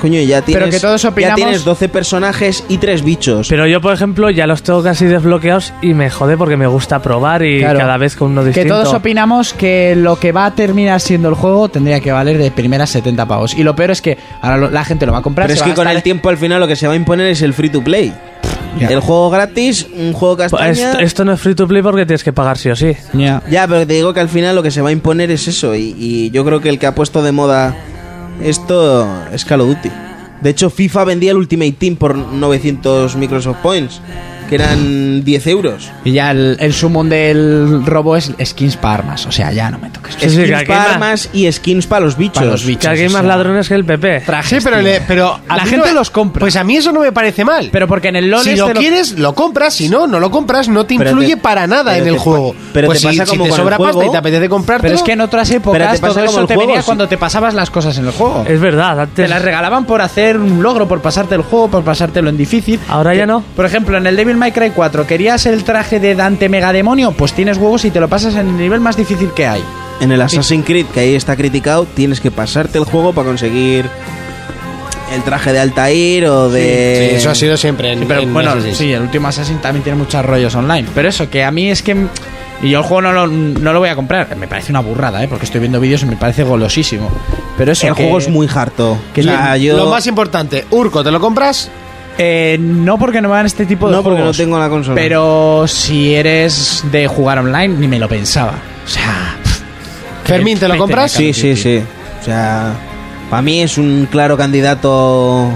S5: Coño, ya tienes,
S4: Pero que todos
S5: ya
S4: opinamos-
S5: tienes 12 personajes y 3 bichos.
S6: Pero yo, por ejemplo, ya los tengo casi desbloqueados y me jode porque me gusta probar y
S4: Claro.
S6: cada vez con uno
S4: Que
S6: distinto.
S4: todos opinamos que lo que va a terminar siendo el juego tendría que valer de primeras 70 pavos. Y lo peor es que ahora lo- la gente lo va a comprar.
S5: Pero
S4: se
S5: es
S4: va
S5: que
S4: a
S5: con
S4: gastar-
S5: el tiempo al final lo que se va a imponer es el free to play.
S4: Ya.
S5: El juego gratis, un juego castaña.
S6: Pues esto, esto no es free to play porque tienes que pagar sí o sí.
S4: Ya.
S5: Ya, pero te digo que al final lo que se va a imponer es eso. Y, y yo creo que el que ha puesto de moda esto es Call of Duty. De hecho, FIFA vendía el Ultimate Team por 900 Microsoft Points, que eran 10 euros.
S4: Y ya el, el sumón del robo es skins para armas. O sea, ya no me toques.
S6: Sí, sí,
S5: skins
S6: que aquí
S5: para
S6: hay más-
S5: armas y skins para los bichos.
S4: Para los bichos.
S6: Que aquí hay
S4: o
S6: más
S4: sea.
S6: ladrones que el PP.
S2: Sí, pero, le- pero a
S4: La
S2: mí
S4: gente
S2: no-
S4: los compra.
S2: Pues a mí eso no me parece mal.
S4: Pero porque en el LoL
S2: si
S4: este
S2: lo quieres, lo compras. Si no, no lo compras, no te
S5: Pero
S2: influye
S5: te-
S2: para nada
S5: pero
S2: en el
S5: te pa-
S2: juego.
S5: pero
S2: pues
S5: te
S2: si,
S5: pasa
S2: si
S5: como
S2: te
S5: con el
S2: sobra pasta
S5: juego.
S2: y te apetece comprarte.
S4: Pero es que en otras
S5: Pero
S4: épocas
S5: te pasa
S4: todo
S5: como
S4: eso
S5: el
S4: te
S5: juego,
S4: venía
S5: sí.
S4: cuando te pasabas las cosas en el juego.
S6: Es verdad, antes.
S4: Te las regalaban por hacer un logro, por pasarte el juego, por pasártelo en difícil.
S6: Ahora
S4: Te-
S6: ya no.
S4: Por ejemplo, en el Devil May Cry 4, ¿querías el traje de Dante Megademonio? Pues tienes huevos y te lo pasas en el nivel más difícil que hay.
S5: En el Assassin's Creed, que ahí está criticado, tienes que pasarte el juego para conseguir el traje de Altair o de...
S2: Sí, eso ha sido siempre. en-
S4: Pero
S2: en
S4: bueno,
S2: Assassin's.
S4: sí, el último Assassin también tiene muchos rollos online. Pero eso, que a mí es que. m- Y yo el juego no lo, no lo voy a comprar. Me parece una burrada, ¿eh? Porque estoy viendo vídeos y me parece golosísimo. Pero eso.
S5: El
S4: que-
S5: juego es muy harto.
S4: que
S5: O sea, yo-
S2: Lo más importante, Urco, ¿te lo compras?
S4: Eh, no porque no me dan este tipo de
S5: No, porque
S4: juegos.
S5: no tengo la consola.
S4: Pero si eres de jugar online, ni me lo pensaba. O sea.
S2: Fermín, ¿te lo
S4: Vete,
S2: compras?
S5: Sí, sí, sí. O sea, para mí es un claro candidato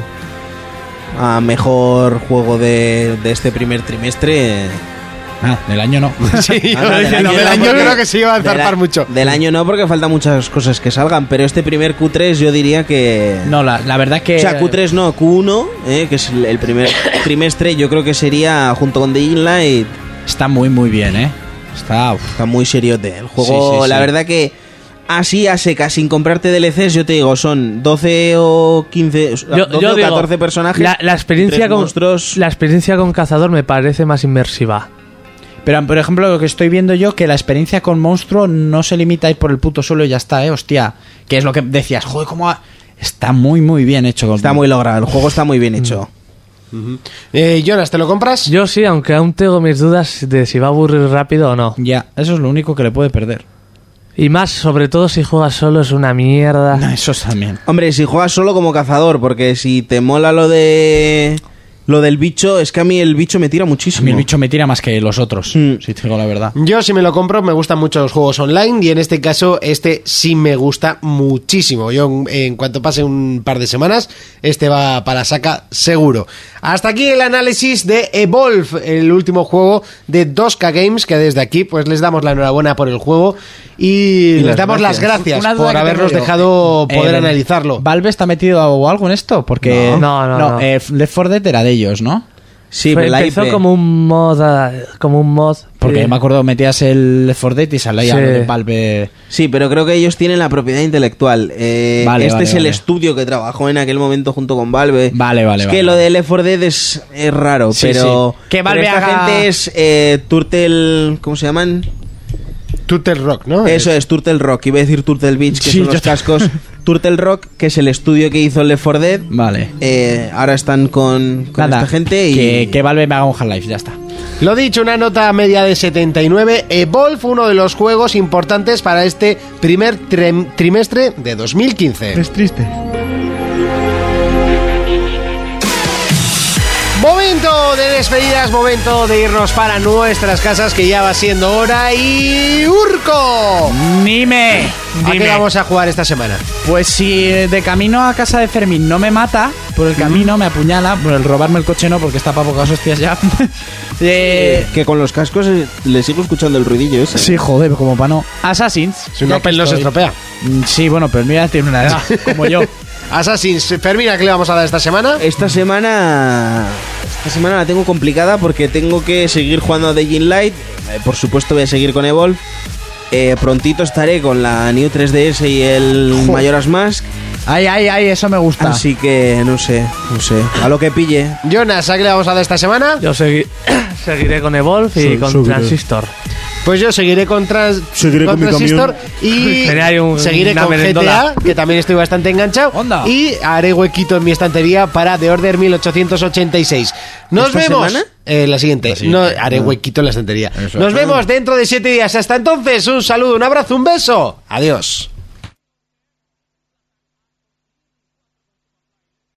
S5: a mejor juego de, de este
S2: <laughs>
S5: primer trimestre.
S4: Ah, del año
S5: <laughs>
S4: no.
S2: Sí,
S5: Ah, no,
S2: del año,
S5: porque-
S2: creo que sí va a
S5: del
S2: zarpar
S5: a-
S2: mucho.
S5: Del año no, porque faltan muchas cosas que salgan, pero este primer Q3 yo diría que...
S4: No, la, la verdad que.
S5: O sea, Q3 no, Q1, eh, que es el- el primer trimestre, yo creo que sería, junto con The Inlight,
S4: Está muy, muy bien, ¿eh? Está. uf.
S5: Está muy seriote. El juego,
S4: Sí, sí, sí.
S5: la verdad que así a secas, sin comprarte DLCs, yo te digo, son 12 o 15, o sea,
S6: Yo-
S5: 12
S6: yo
S5: o
S6: digo,
S5: 14 personajes.
S6: La, la experiencia
S5: tres
S6: con
S5: monstruos.
S6: la experiencia con cazador me parece más inmersiva.
S4: Pero, por ejemplo, lo que estoy viendo yo, que la experiencia con monstruo no se limita a ir por el puto suelo y ya está, ¿eh? Hostia. Que es lo que decías, joder, cómo. ha- Está muy, muy bien hecho.
S5: Está muy logrado, el juego está muy bien hecho.
S2: Eh, Jonas, ¿te lo compras?
S6: Yo sí, aunque aún tengo mis dudas de si va a aburrir rápido o no.
S4: Ya, eso es lo único que le puede perder.
S6: Y más, sobre todo si juegas solo, es una mierda.
S4: Ah, Eso también.
S5: <laughs> Hombre, si juegas solo como cazador, porque si te mola lo de lo del bicho, es que a mí el bicho me tira
S4: A
S5: muchísimo.
S4: mí el bicho me tira más que los otros,
S5: Mm.
S4: si te digo la verdad.
S2: Yo si me lo compro me gustan mucho los juegos online y en este caso este sí me gusta muchísimo. Yo en, en cuanto pase un par de semanas este va para saca seguro. Hasta aquí el análisis de Evolve, el último juego de 2K Games que desde aquí pues les damos la enhorabuena por el juego y, les
S5: las
S2: damos las gracias
S5: gracias.
S4: Una
S2: por
S4: duda que
S2: habernos
S4: tengo yo.
S2: dejado
S4: Eh,
S2: poder analizarlo.
S4: ¿Valve está metido o algo en esto? Porque.
S6: No, no, no.
S4: eh, Left 4 Dead era de ellos, ¿no?
S5: Sí,
S6: Fue-
S5: pero la
S6: empezó
S5: IP.
S6: como un mod, ah, como un mod.
S4: Porque
S6: eh,
S4: me acuerdo, metías el Left 4 Dead y salía
S6: Sí.
S4: lo de Valve.
S5: Sí, pero creo que ellos tienen la propiedad intelectual. Eh,
S4: Vale,
S5: este
S4: vale,
S5: es el
S4: vale.
S5: estudio que trabajó en aquel momento junto con Valve.
S4: Vale, vale,
S5: Es
S4: vale,
S5: que lo
S4: vale.
S5: de Left 4 Dead es, es raro,
S4: Sí,
S5: pero.
S4: sí. Que
S5: pero
S4: Valve
S5: esta
S4: haga-
S5: gente es eh, Turtle. ¿Cómo se llaman?
S2: Tutel Rock, ¿no?
S5: Eso es, Turtle Rock. Iba a decir Turtle Beach, que
S4: Sí,
S5: son los
S4: yo-
S5: cascos.
S4: <laughs>
S5: Turtle Rock, que es el estudio que hizo Left 4 Dead.
S4: Vale.
S5: Eh, ahora están con, con
S4: Nada,
S5: esta gente y.
S4: que, que Valve me haga un Half-Life, ya está.
S2: Lo dicho, una nota media de 79. Evolve, uno de los juegos importantes para este primer trim- trimestre de 2015. Es triste. Momento de despedidas, momento de irnos para nuestras casas, que ya va siendo hora. Y Urco,
S4: ¡Nime!
S2: ¿a qué vamos a jugar esta semana?
S4: Pues si de camino a casa de Fermín no me mata, por el camino me apuñala, por el robarme el coche no, porque está para pocas hostias ya. <laughs> eh,
S5: Que con los cascos eh, le sigo escuchando el ruidillo ese.
S4: sí, joder, como para no. Assassins.
S2: Si un
S4: ya que
S2: Opel no se
S4: estoy.
S2: estropea.
S4: Mm, Sí, bueno, pero mira, tiene una edad, como yo.
S2: Assassin's, Fermín, ¿a qué le vamos a dar esta semana?
S5: Esta semana. Esta semana la tengo complicada porque tengo que seguir jugando a The Gin Light. Eh, por supuesto, voy a seguir con Evolve. Eh, prontito estaré con la New 3DS y el Mayoras Mask.
S4: Ay, ay, ay, eso me gusta.
S5: Así que no sé, no sé. A lo que pille.
S6: <coughs>
S2: Jonas, ¿a qué le vamos a dar esta semana?
S6: Yo segui- seguiré con Evolve y con Transistor.
S2: Pues yo seguiré con, trans,
S12: Seguiré con mi
S2: Transistor
S12: <laughs>
S2: y
S6: Tenía un-
S2: seguiré
S6: una
S2: con
S6: merendola.
S2: GTA, que también estoy bastante enganchado. Y haré huequito en mi estantería para The Order 1886. Nos
S5: ¿Esta
S2: vemos.
S5: semana?
S2: Eh, la siguiente. Ah. No, haré huequito en la estantería. Nos vemos dentro de siete días. Hasta entonces, un saludo, un abrazo, un beso. Adiós.